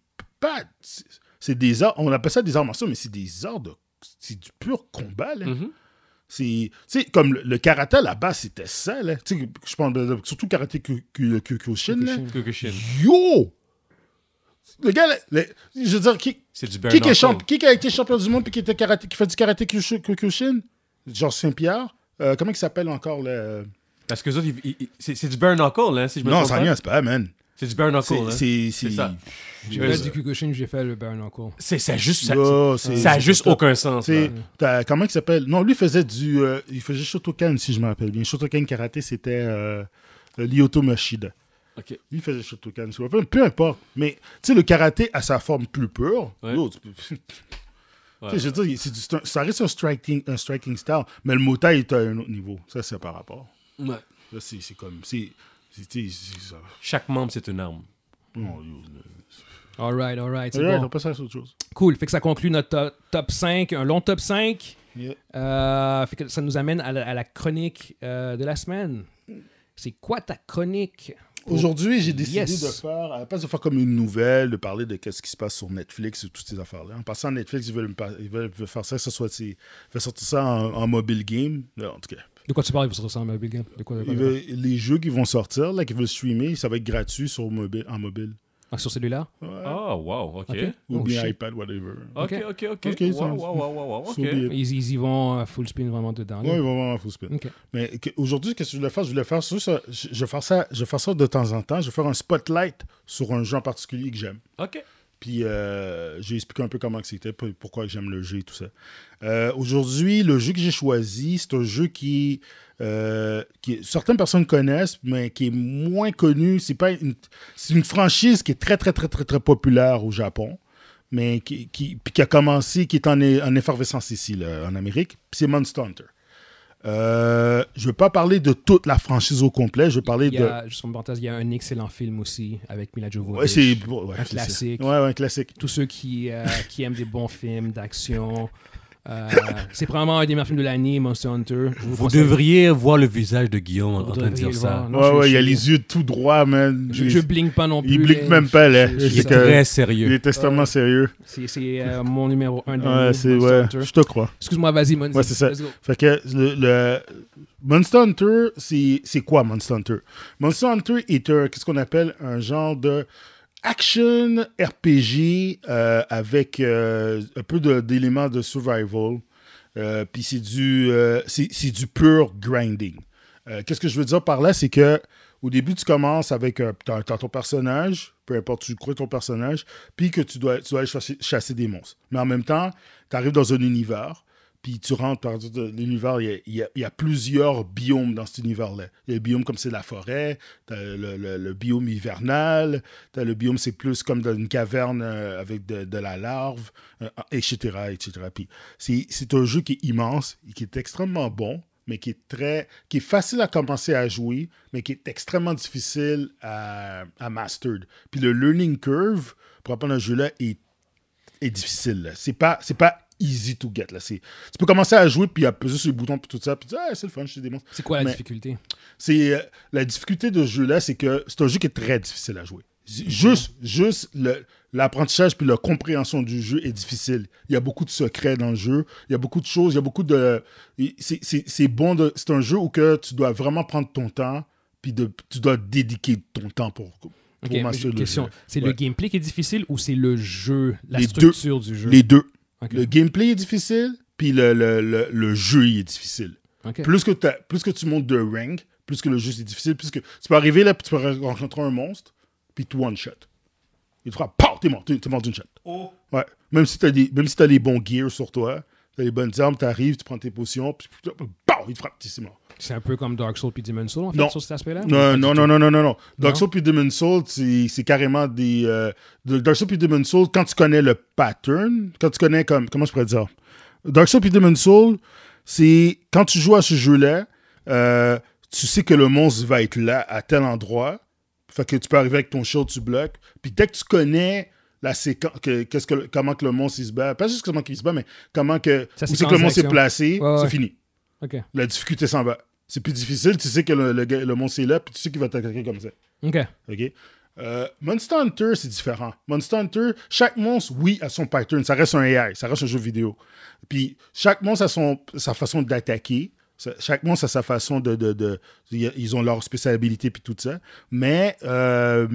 Speaker 3: pas. c'est- C'est des arts, on appelle ça des arts martiaux, mais c'est des arts de. C'est du pur combat, là.
Speaker 2: Mhm.
Speaker 3: C'est. Tu sais, comme le, le karaté là-bas, c'était ça, là. Tu sais, je pense, euh, surtout karaté Ky- Ky- Kyokushin, là.
Speaker 2: Kyokushin.
Speaker 3: Yo! Le gars, là, le- je veux dire, qui,
Speaker 2: C'est du bare
Speaker 3: qui, qui est
Speaker 2: knuckle.
Speaker 3: champ- qui qui a été champion du monde puis qui, était karaté, qui fait du karaté Kyushu- Kyokushin? Georges Saint-Pierre. Euh, comment il s'appelle encore le.
Speaker 2: Parce que eux autres, ils- ils- ils- c'est c'est du bare knuckle, hein, si je me
Speaker 3: Non,
Speaker 2: trompe
Speaker 3: ça
Speaker 2: pas.
Speaker 3: n'y est pas, man.
Speaker 2: C'est du bare
Speaker 3: C'est.
Speaker 2: knuckle. hein.
Speaker 3: c'est-
Speaker 2: C'est
Speaker 3: c'est-
Speaker 2: ça.
Speaker 1: J'ai
Speaker 2: Euh,
Speaker 1: fait du Kyokushin, j'ai fait le Baron Uncle.
Speaker 2: C'est ça a juste ça,
Speaker 3: Yo,
Speaker 2: ça a
Speaker 3: c'est- c'est
Speaker 2: juste
Speaker 3: pas top.
Speaker 2: aucun sens. là.
Speaker 3: C'est- t'as- Comment il s'appelle Non, lui faisait du. euh, il faisait Shotokan, si je me rappelle bien. Shotokan karaté, c'était euh, Lyoto Mashida.
Speaker 2: Ok.
Speaker 3: Lui faisait Shotokan, je me rappelle, peu importe. Mais, tu sais, le karaté à sa forme plus pure.
Speaker 2: Ouais.
Speaker 3: yo, tu peux-
Speaker 2: Ouais.
Speaker 3: Tu sais, je veux dire, c'est du- c'est un- ça reste un striking, un striking style, mais le Muay Thai est à un autre niveau. Ça, c'est par rapport.
Speaker 2: Ouais.
Speaker 3: Là, c'est c'est comme. C'est. c'est- tu sais, c'est ça.
Speaker 2: Chaque membre, c'est une arme.
Speaker 3: Non, yo, le-
Speaker 1: All right, all right, c'est
Speaker 3: Alright,
Speaker 1: bon.
Speaker 3: on passe à autre chose.
Speaker 1: Cool, fait que ça conclut notre to- top 5, un long top 5.
Speaker 3: Yeah.
Speaker 1: Euh, fait que ça nous amène à la, à la chronique euh, de la semaine. C'est quoi ta chronique
Speaker 3: Aujourd'hui, j'ai décidé
Speaker 1: Yes.
Speaker 3: de faire, à la place de faire comme une nouvelle, de parler de qu'est-ce qui se passe sur Netflix ou toutes ces affaires-là. En passant à Netflix, ils veulent, me par- ils veulent faire ça, que ce soit, ils veulent sortir ça en, en mobile game. Là, en tout cas,
Speaker 1: De quoi tu parles, il faut se ressembler à Big Game. De quoi, de quoi-
Speaker 3: Ils veulent- les jeux qui vont sortir, là, qui veulent streamer, ça va être gratuit sur mobile, en mobile.
Speaker 1: Ah, sur celui-là
Speaker 3: Ouais.
Speaker 2: Oh, wow, ok.
Speaker 1: Ok.
Speaker 3: Ou
Speaker 1: Oh,
Speaker 3: bien
Speaker 1: shit.
Speaker 3: iPad, whatever.
Speaker 2: Ok,
Speaker 1: Ok.
Speaker 2: ok, ok.
Speaker 3: Ok, ça-
Speaker 2: wow, wow, wow, wow, wow,
Speaker 3: So
Speaker 2: ok.
Speaker 3: be it.
Speaker 1: ils, ils y vont euh, full spin vraiment dedans. là.
Speaker 3: Ouais, ils vont vraiment full spin.
Speaker 1: Ok.
Speaker 3: Mais que- aujourd'hui, qu'est-ce que je voulais faire? Je voulais faire ça, ça- je, je vais faire ça, je vais faire ça de temps en temps. Je vais faire un spotlight sur un jeu en particulier que j'aime.
Speaker 2: Ok.
Speaker 3: Puis euh, j'ai expliqué un peu comment que c'était, pour- pourquoi j'aime le jeu et tout ça. Euh, Aujourd'hui, le jeu que j'ai choisi, c'est un jeu qui, euh, qui- certaines personnes connaissent, mais qui est moins connu. C'est pas une, c'est une franchise qui est très très très très très populaire au Japon, mais qui, qui- puis qui a commencé, qui est en, é- en effervescence ici, là, en Amérique. Puis c'est Monster Hunter. Euh, je ne veux pas parler de toute la franchise au complet. Je veux parler
Speaker 1: Il y
Speaker 3: de
Speaker 1: a, juste en parenthèse, il y a un excellent film aussi avec Mila Jovovich.
Speaker 3: ouais, c'est ouais, c'est ça.
Speaker 1: classique.
Speaker 3: Ouais, ouais, un classique.
Speaker 1: Tous ceux qui, euh, qui aiment des bons films d'action. euh, c'est probablement un des meilleurs films de l'année, Monster Hunter. Je
Speaker 2: Vous
Speaker 1: conseille-
Speaker 2: devriez voir le visage de Guillaume en
Speaker 1: Vous
Speaker 2: train de
Speaker 1: devriez
Speaker 2: dire
Speaker 1: le
Speaker 2: ça.
Speaker 1: voir. Non,
Speaker 3: Ouais,
Speaker 1: je-
Speaker 3: ouais, il y a
Speaker 1: je-
Speaker 3: les yeux tout droits, man.
Speaker 1: Je,
Speaker 3: Les-
Speaker 1: je blink pas non plus.
Speaker 3: il blink
Speaker 1: là.
Speaker 3: même pas, là.
Speaker 1: Je- je-
Speaker 2: Il est
Speaker 1: ça.
Speaker 2: très
Speaker 3: Il
Speaker 2: sérieux.
Speaker 3: est extrêmement sérieux.
Speaker 1: C'est c'est, euh, mon numéro 1 de
Speaker 3: Ouais,
Speaker 1: Monster
Speaker 3: c'est ouais,
Speaker 1: Hunter.
Speaker 3: je te crois.
Speaker 1: Excuse-moi, vas-y, Monster
Speaker 3: Ouais, c'est ça. Fait que le, le- Monster Hunter, c'est c'est quoi Monster Hunter Monster Hunter est un qu'est-ce qu'on appelle un genre de action RPG euh, avec euh, un peu de- d'éléments de survival. Euh, Puis c'est du euh, c'est c'est du pur grinding. Euh, qu'est-ce que je veux dire par là, c'est que au début, tu commences avec euh, t'as- t'as ton personnage, peu importe, tu crois ton personnage, puis que tu dois, tu dois aller chasser, chasser des monstres. Mais en même temps, tu arrives dans un univers, puis tu rentres par exemple, dans l'univers, il y, a, il y a- il y a plusieurs biomes dans cet univers-là. Il y a le biome comme c'est la forêt, t'as le, le- le biome hivernal, t'as le biome c'est plus comme dans une caverne euh, avec de, de la larve, euh, etc., etc. Puis c'est c'est un jeu qui est immense et qui est extrêmement bon, mais qui est très, qui est facile à commencer à jouer, mais qui est extrêmement difficile à, à mastered. Puis le learning curve pour apprendre un jeu là est est difficile. là. C'est pas, c'est pas easy to get. Là. C'est- Tu peux commencer à jouer, puis à peser sur les boutons, puis tout ça, puis tu dis, ah, c'est le fun, je suis des monstres.
Speaker 1: C'est quoi la
Speaker 3: Mais-
Speaker 1: difficulté
Speaker 3: C'est, euh, la difficulté de ce jeu-là, c'est que c'est un jeu qui est très difficile à jouer.
Speaker 1: Mhm.
Speaker 3: J- Juste, juste le- l'apprentissage puis la compréhension du jeu est difficile. Il y a beaucoup de secrets dans le jeu. Il y a beaucoup de choses. Il y a beaucoup de. C'est c'est- c'est bon de. C'est un jeu où que tu dois vraiment prendre ton temps puis de, tu dois dédiquer ton temps pour, pour
Speaker 1: Ok, mais j'ai
Speaker 3: master
Speaker 1: une
Speaker 3: le
Speaker 1: question.
Speaker 3: jeu.
Speaker 1: C'est
Speaker 3: Ouais.
Speaker 1: le gameplay qui est difficile ou c'est le jeu, la
Speaker 3: Les deux.
Speaker 1: structure du jeu
Speaker 3: Les deux.
Speaker 1: Ok,
Speaker 3: Le gameplay est difficile puis le, le, le, le jeu il est difficile.
Speaker 1: ok.
Speaker 3: Plus que, t'as- plus que tu montes de rank, plus que le jeu c'est difficile, plus que tu peux arriver là, puis tu peux rencontrer un monstre, puis tu one shot. Il te fera, pow, t'es mort, t'es t'es mort d'une shot.
Speaker 4: Oh.
Speaker 3: Ouais. Même si t'as des, même si t'as les bons gears sur toi, t'as les bonnes armes, t'arrives, tu prends tes potions, puis puis- pow, il te frappe, t'es c'est mort.
Speaker 1: C'est un peu comme Dark Souls puis Demon's Souls en fait
Speaker 3: Non.
Speaker 1: sur cet aspect-là.
Speaker 3: Non, non, non, non, non, non, non. Dark
Speaker 1: Non?
Speaker 3: Souls puis Demon's Souls, c'est c'est carrément des. euh, de- Dark Souls puis Demon's Souls, quand tu connais le pattern, quand tu connais comme. Comment je pourrais dire Dark Souls puis Demon's Souls, c'est. Quand tu joues à ce jeu-là, euh, tu sais que le monstre va être là, à tel endroit. Fait que tu peux arriver avec ton shield, tu bloques. Puis dès que tu connais la séquence, que, qu'est-ce que, comment que le monstre il se bat, pas juste comment qu'il se bat, mais comment que.
Speaker 1: Sa
Speaker 3: Où c'est que le
Speaker 1: séquence
Speaker 3: monstre est
Speaker 1: d'action.
Speaker 3: placé,
Speaker 1: Ouais,
Speaker 3: c'est
Speaker 1: ouais.
Speaker 3: fini
Speaker 1: Ok,
Speaker 3: la difficulté s'en va. C'est plus difficile, tu sais que le, le, gars- le monstre est là, puis tu sais qu'il va t'attaquer comme ça.
Speaker 1: ok.
Speaker 3: OK? Euh, Monster Hunter, c'est différent. Monster Hunter, chaque monstre, oui, a son pattern. Ça reste un AI, ça reste un jeu vidéo. Puis chaque monstre a son, sa façon d'attaquer. Ça- Chaque monstre a sa façon de. de, de- y a- ils ont leur spécialité, puis tout ça. Mais. euh,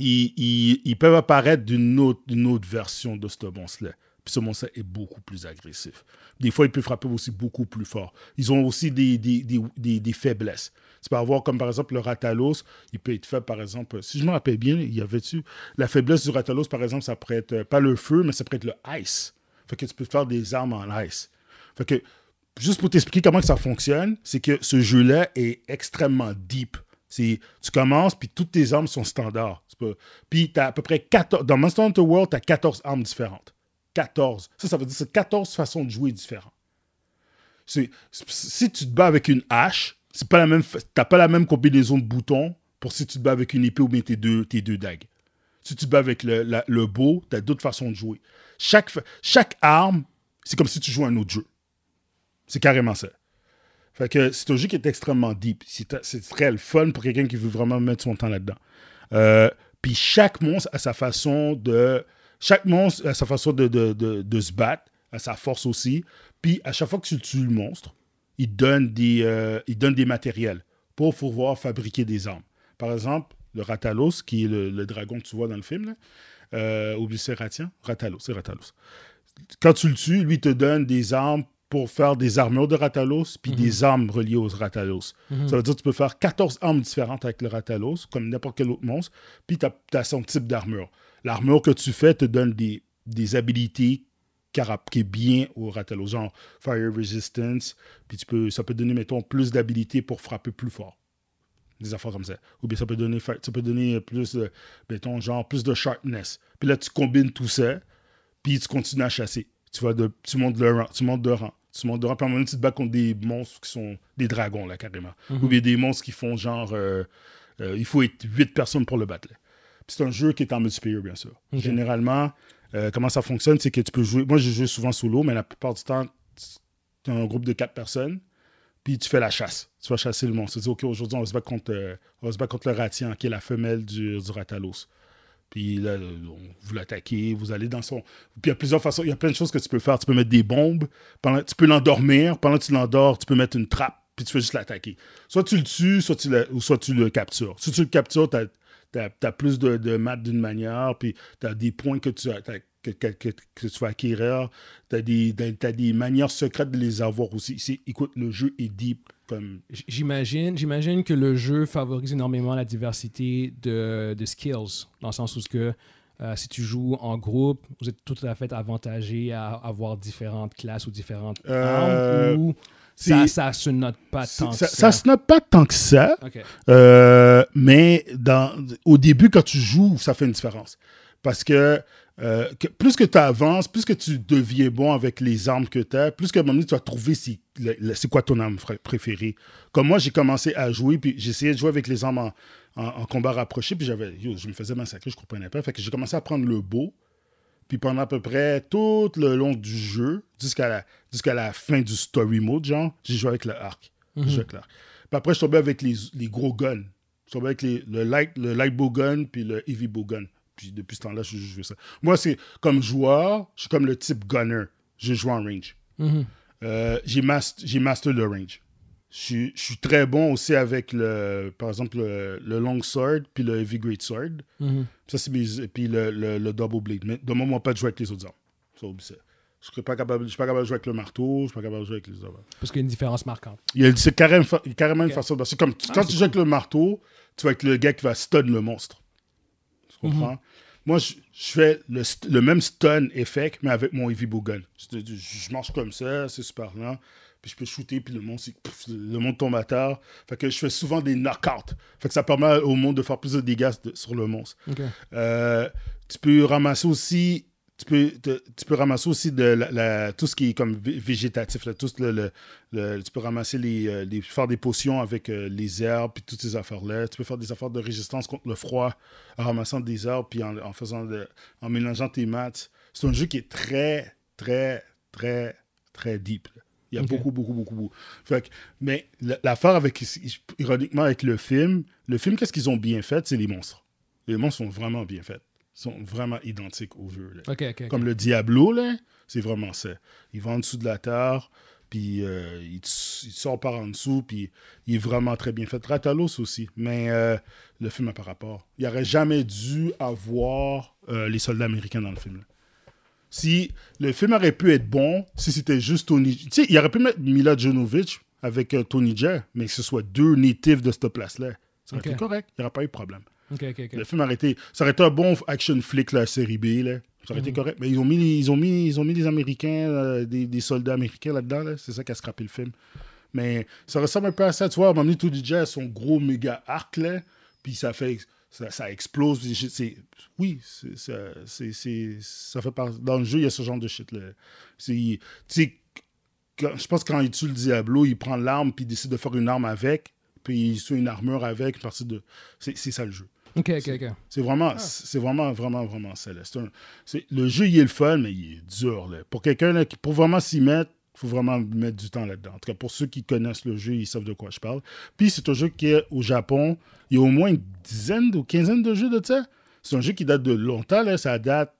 Speaker 3: ils, ils- ils peuvent apparaître d'une autre, d'une autre version de ce monstre-là. Puis ce monstre est beaucoup plus agressif. Des fois, il peut frapper aussi beaucoup plus fort. Ils ont aussi des, des, des- des- des faiblesses. Tu peux avoir, comme par exemple, le Ratalos, il peut être fait, par exemple, si je me rappelle bien, il y avait-tu la faiblesse du Ratalos, par exemple, ça pourrait être euh, pas le feu, mais ça pourrait être le ice. Fait que tu peux faire des armes en ice. Fait que, juste pour t'expliquer comment que ça fonctionne, c'est que ce jeu-là est extrêmement deep. C'est, tu commences, puis toutes tes armes sont standards. C'est pas- Puis t'as à peu près 14... Dans Monster Hunter World, tu as 14 armes différentes. 14. Ça, ça veut dire que c'est 14 façons de jouer différentes. C'est- Si tu te bats avec une hache, c'est pas la même, fa- t'as pas la même combinaison de boutons pour si tu te bats avec une épée ou bien tes deux, tes deux dagues. Si tu te bats avec le, la- le beau, tu as d'autres façons de jouer. Chaque, fa- chaque arme, c'est comme si tu jouais à un autre jeu. C'est carrément ça. Fait que c'est un jeu qui est extrêmement deep. C'est c'est très le fun pour quelqu'un qui veut vraiment mettre son temps là-dedans. Euh, Puis chaque monstre a sa façon de. Chaque monstre a sa façon de, de- de- de se battre, a sa force aussi. Puis à chaque fois que tu tues le monstre, il donne des, euh, il donne des matériels pour pouvoir fabriquer des armes. Par exemple, le Ratalos, qui est le, le dragon que tu vois dans le film, là, euh, Oblicératien, Ratalos, c'est Ratalos quand tu le tues, lui te donne des armes pour faire des armures de Ratalos, puis des armes reliées aux Ratalos. Ça veut dire que tu peux faire 14 armes différentes avec le Ratalos, comme n'importe quel autre monstre, puis tu as, son type d'armure. L'armure que tu fais te donne des, des habilités carap- qui est bien au Ratalos, genre Fire Resistance, puis tu peux, ça peut donner, mettons, plus d'habilités pour frapper plus fort. Des affaires comme ça. Ou bien ça peut donner, fa- ça peut donner euh, plus, de- mettons, genre plus de sharpness. Puis là, tu combines tout ça, puis tu continues à chasser. Tu vas de, tu montes de rang, tu montes de rang, tu montes de rang. Puis à un moment donné, tu te bats contre des monstres qui sont des dragons, là, carrément. Ou bien des monstres qui font genre, euh, euh, il faut être 8 personnes pour le battre. là. Puis c'est un jeu qui est en multiplayer, bien sûr.
Speaker 1: Ok.
Speaker 3: Généralement, euh, comment ça fonctionne, c'est que tu peux jouer. Moi, je joue souvent solo, mais la plupart du temps, tu as un groupe de 4 personnes. Puis tu fais la chasse. Tu vas chasser le monstre. Tu te dis, OK, aujourd'hui, on va se battre contre, euh, on va se battre contre le Ratian, qui est la femelle du, du Ratalos. Puis là, le- on- vous l'attaquez, vous allez dans son. Puis il y a plusieurs façons, il y a plein de choses que tu peux faire. Tu peux mettre des bombes, pendant, tu peux l'endormir, pendant que tu l'endors, tu peux mettre une trappe, puis tu fais juste l'attaquer. Soit tu le tues, soit tu le, ou soit tu le captures. Si tu le captures, tu as, plus de, de maths d'une manière, puis tu as des points que tu, as- t'as- que, que- que- que tu vas acquérir, tu as, des t'as des manières secrètes de les avoir aussi. C'est- Écoute, le jeu est deep comme
Speaker 1: J- J'imagine, j'imagine que le jeu favorise énormément la diversité de, de skills, dans le sens où ce que euh, si tu joues en groupe, vous êtes tout à fait avantagé à avoir différentes classes ou différentes
Speaker 3: Euh,
Speaker 1: armes, ou
Speaker 3: c'est-
Speaker 1: ça, ça se note pas tant
Speaker 3: Ça,
Speaker 1: que
Speaker 3: ça,
Speaker 1: ça.
Speaker 3: se note pas tant que ça,
Speaker 1: Ok.
Speaker 3: euh, mais dans, au début, quand tu joues, ça fait une différence. Parce que, euh, que- plus que tu avances, plus que tu deviens bon avec les armes que tu as, plus qu'à un moment donné, tu vas trouver si- le- le- c'est quoi ton arme fr- préférée. Comme moi, j'ai commencé à jouer, puis j'essayais de jouer avec les armes en, en- en combat rapproché, puis j'avais, yo, je me faisais massacrer, je comprenais pas. Fait que j'ai commencé à prendre le beau, Puis pendant à peu près tout le long du jeu, jusqu'à la, jusqu'à la fin du story mode, genre, j'ai joué avec le arc. J'ai joué avec l'arc. Puis après, je suis tombé avec les, les gros guns. Je suis tombé avec les- le, light, le light bow gun puis le heavy bow gun. Puis depuis ce temps-là, je joue ça. Moi, c'est comme joueur, je suis comme le type gunner. Je joue en range. Euh, j'ai, mas- j'ai master le range. Je suis- je suis très bon aussi avec, le, par exemple, le, le long sword puis le heavy great sword. Ça, c'est mes- puis le, le- le double blade. Mais de moment, pas de jouer avec les autres armes. Ça, oublie ça. Je ne pas capable, je suis pas capable de jouer avec le marteau, je suis pas capable de jouer avec les autres armes.
Speaker 1: Parce qu'il y a une différence marquante.
Speaker 3: Il y a- C'est carrément, carrément une façon de C'est comme tu- quand tu joues avec le marteau, tu vas être le gars qui va stun le monstre. Tu comprends? Moi, je, je fais le, st- le même stun effect, mais avec mon heavy bow gun. Je, te dis, je marche comme ça, c'est super lent. Puis je peux shooter, puis le monde, c'est- pff, le monde tombe à terre. Fait que je fais souvent des knockouts. Fait que ça permet au monde de faire plus de dégâts de- sur le monstre. Euh, tu peux ramasser aussi. Tu peux, te- tu peux ramasser aussi de la, la- tout ce qui est comme vé- végétatif. là, tout le, le- le- tu peux ramasser les, euh, les- faire des potions avec euh, les herbes puis toutes ces affaires-là. Tu peux faire des affaires de résistance contre le froid en ramassant des herbes puis en, en faisant de- en mélangeant tes maths. C'est un jeu qui est très, très, très, très deep. là. Il y a
Speaker 1: Ok.
Speaker 3: beaucoup, beaucoup, beaucoup, beaucoup. Fait que- mais la- l'affaire avec, ironiquement, avec le film, le film, qu'est-ce qu'ils ont bien fait? C'est les monstres. Les monstres sont vraiment bien faits. Ils sont vraiment identiques au jeu. là.
Speaker 1: Ok, ok. ok.
Speaker 3: Comme le Diablo, là, c'est vraiment ça. Il va en dessous de la terre, puis euh, il, t- il sort par en dessous, puis il est vraiment très bien fait. Ratalos aussi, mais euh, le film a par rapport. Il n'aurait jamais dû avoir euh, les soldats américains dans le film. là. Si le film aurait pu être bon, si c'était juste Tony... Tu sais, il aurait pu mettre Mila Jovovich avec euh, Tony Jaa, mais que ce soit deux natifs de cette place-là. Ça aurait
Speaker 1: Ok.
Speaker 3: été correct, il n'y aurait pas eu de problème.
Speaker 1: Ok, ok, ok.
Speaker 3: Le film aurait été, ça aurait été un bon action flick, la série B, là. Ça aurait été correct. Mais ils ont mis, les- ils ont mis, ils ont mis des Américains, euh, des, des soldats américains là-dedans, là. C'est ça qui a scrappé le film. Mais ça ressemble un peu à ça, tu vois. À un moment donné, Tony Jaa a son gros méga arc, là. Puis ça fait, ça, ça explose. puis je- c'est- oui, c'est- ça, c'est- c'est- ça fait part. Dans le jeu, il y a ce genre de shit, là. C'est- Tu sais, quand- je pense que quand il tue le Diablo, il prend l'arme, puis il décide de faire une arme avec. Puis il se fait une armure avec, une partie de. C'est c'est ça le jeu.
Speaker 1: Ok, ok, ok.
Speaker 3: C'est vraiment, c'est vraiment, vraiment, vraiment ça. là. C'est un- c'est- le jeu, il est le fun, mais il est dur. là. Pour quelqu'un là, qui, pour vraiment s'y mettre, il faut vraiment mettre du temps là-dedans. En tout cas, pour ceux qui connaissent le jeu, ils savent de quoi je parle. Puis c'est un jeu qui est au Japon. Il y a au moins une dizaine ou quinzaine de jeux de ça. C'est un jeu qui date de longtemps. Là. Ça date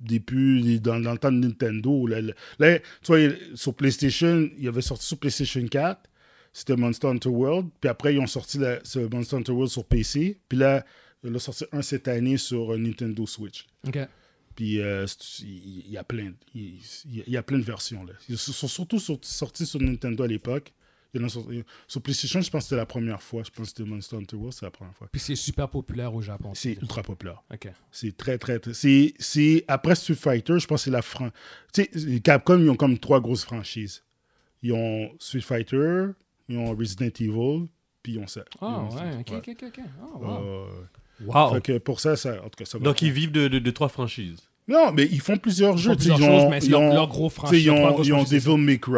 Speaker 3: depuis les- dans, dans le temps de Nintendo. Là, Là, là, tu vois, il- sur PlayStation, il avait sorti sur PlayStation 4. C'était Monster Hunter World. Puis après, ils ont sorti la- ce Monster Hunter World sur PC. Puis là, il a sorti un cette année sur euh, Nintendo Switch.
Speaker 1: Ok.
Speaker 3: Puis euh, c'est- il il y a plein, il il y a plein de versions. Là. Ils sont surtout sur- sortis sur Nintendo à l'époque. Il y en a sur, sur PlayStation, je pense que c'était la première fois. Je pense que c'était Monster Hunter World, c'est la première fois.
Speaker 1: Puis c'est super populaire au Japon.
Speaker 3: C'est ultra populaire.
Speaker 1: Ok.
Speaker 3: C'est très, très, très. C'est, c'est- après Street Fighter, je pense que c'est la France. Tu sais, Capcom, ils ont comme trois grosses franchises. Ils ont Street Fighter, ils ont Resident Evil, puis ils ont ça. Ils
Speaker 1: Ah
Speaker 3: ont Resident
Speaker 1: ouais,
Speaker 3: Evil.
Speaker 1: ok, ok, ok. ok. Ah,
Speaker 3: Ouais.
Speaker 1: wow.
Speaker 3: Euh,
Speaker 2: Wow.
Speaker 3: fait que pour ça, ça, en tout cas, ça va.
Speaker 2: Donc ils vivent de, de- de trois franchises.
Speaker 3: Non, mais ils font plusieurs
Speaker 1: Ils font
Speaker 3: jeux. tu sais,
Speaker 1: plusieurs
Speaker 3: ils ont-
Speaker 1: choses, mais c'est
Speaker 3: ils
Speaker 1: leur,
Speaker 3: ont-
Speaker 1: leur gros
Speaker 3: tu sais,
Speaker 1: franchise.
Speaker 3: ils
Speaker 1: leur trois
Speaker 3: ont,
Speaker 1: grosses
Speaker 3: ils ont
Speaker 1: franchises.
Speaker 3: Devil May Cry,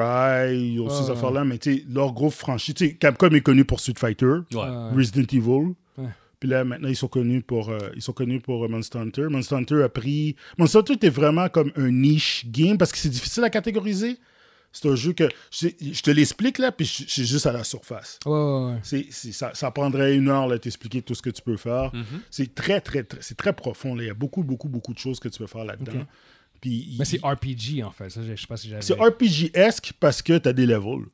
Speaker 3: ils ont
Speaker 1: Ouais,
Speaker 3: ces
Speaker 1: ouais.
Speaker 3: affaires-là, mais tu sais, leur gros franchise. tu sais, Capcom est connu pour Street Fighter,
Speaker 2: Ouais.
Speaker 1: Ouais.
Speaker 3: Resident Evil.
Speaker 1: Ouais.
Speaker 3: Puis là, maintenant, ils sont connus pour, euh, ils sont connus pour euh, Monster Hunter. Monster Hunter a pris. Monster Hunter était vraiment comme un niche game parce que c'est difficile à catégoriser. C'est un jeu que. Je, je te l'explique là, puis je je suis juste à la surface.
Speaker 1: Ouais, ouais, ouais.
Speaker 3: C'est, c'est- ça, ça prendrait une heure là, de t'expliquer tout ce que tu peux faire.
Speaker 1: Mm-hmm.
Speaker 3: C'est très, très, très, c'est très profond. là. Il y a beaucoup, beaucoup, beaucoup de choses que tu peux faire là-dedans.
Speaker 1: Ok.
Speaker 3: Puis, il-
Speaker 1: Mais c'est RPG en fait. Ça, je je sais pas si j'avais.
Speaker 3: c'est RPG-esque parce que tu as des levels.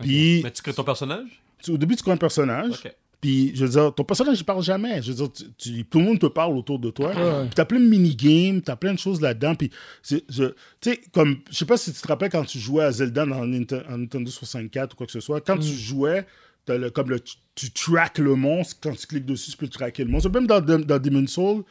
Speaker 3: Puis,
Speaker 2: Mais tu crées ton personnage
Speaker 3: tu- au début, tu crois un personnage.
Speaker 2: Ok.
Speaker 3: Puis, je veux dire, ton personnage, il parle jamais. Je veux dire, tu- tu- tout le monde te parle autour de toi.
Speaker 1: ouais.
Speaker 3: Puis, tu as plein de mini-games, tu as plein de choses là-dedans. Puis, c'est- je- tu sais, comme, je sais pas si tu te rappelles quand tu jouais à Zelda dans Ninte- en Nintendo 64 ou quoi que ce soit, quand
Speaker 1: Mm.
Speaker 3: tu jouais, t'as le, comme le, tu, tu traques le monstre. Quand tu cliques dessus, tu peux traquer le monstre. Même dans, Dem- dans Demon's Soul,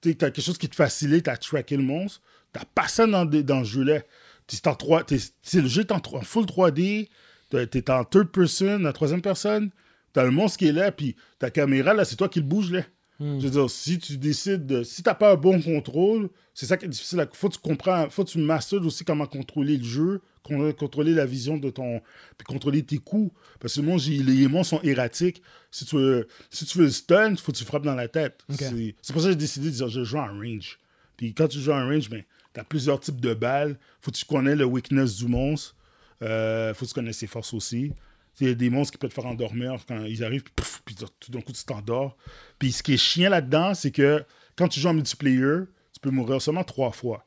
Speaker 3: tu as quelque chose qui te facilite à traquer le monstre. T'as pas ça dans, des- dans ce jeu-là. T'es en 3, t'es- t'sais, le jeu est en, trois- en full 3D. T'es t'es en third person, la troisième personne. T'as le monstre qui est là, puis ta caméra, là, c'est toi qui le bouge, là. Je veux dire, si tu décides de. Si t'as pas un bon contrôle, c'est ça qui est difficile. à- Faut que tu comprends, faut que tu masteres aussi comment contrôler le jeu, con- contrôler la vision de ton. Puis contrôler tes coups. Parce que le monstre, il- les monstres sont erratiques. Si tu veux, si tu veux le stun, faut que tu frappes dans la tête.
Speaker 1: Ok.
Speaker 3: C'est- C'est pour ça que j'ai décidé de dire je joue en range. Puis quand tu joues en range, ben, tu as plusieurs types de balles. Faut que tu connais le weakness du monstre. Euh, faut que tu connais ses forces aussi. Il y a des monstres qui peuvent te faire endormir quand ils arrivent, puis, pouf, puis tout d'un coup, tu t'endors. Puis ce qui est chiant là-dedans, c'est que quand tu joues en multiplayer, tu peux mourir seulement trois fois.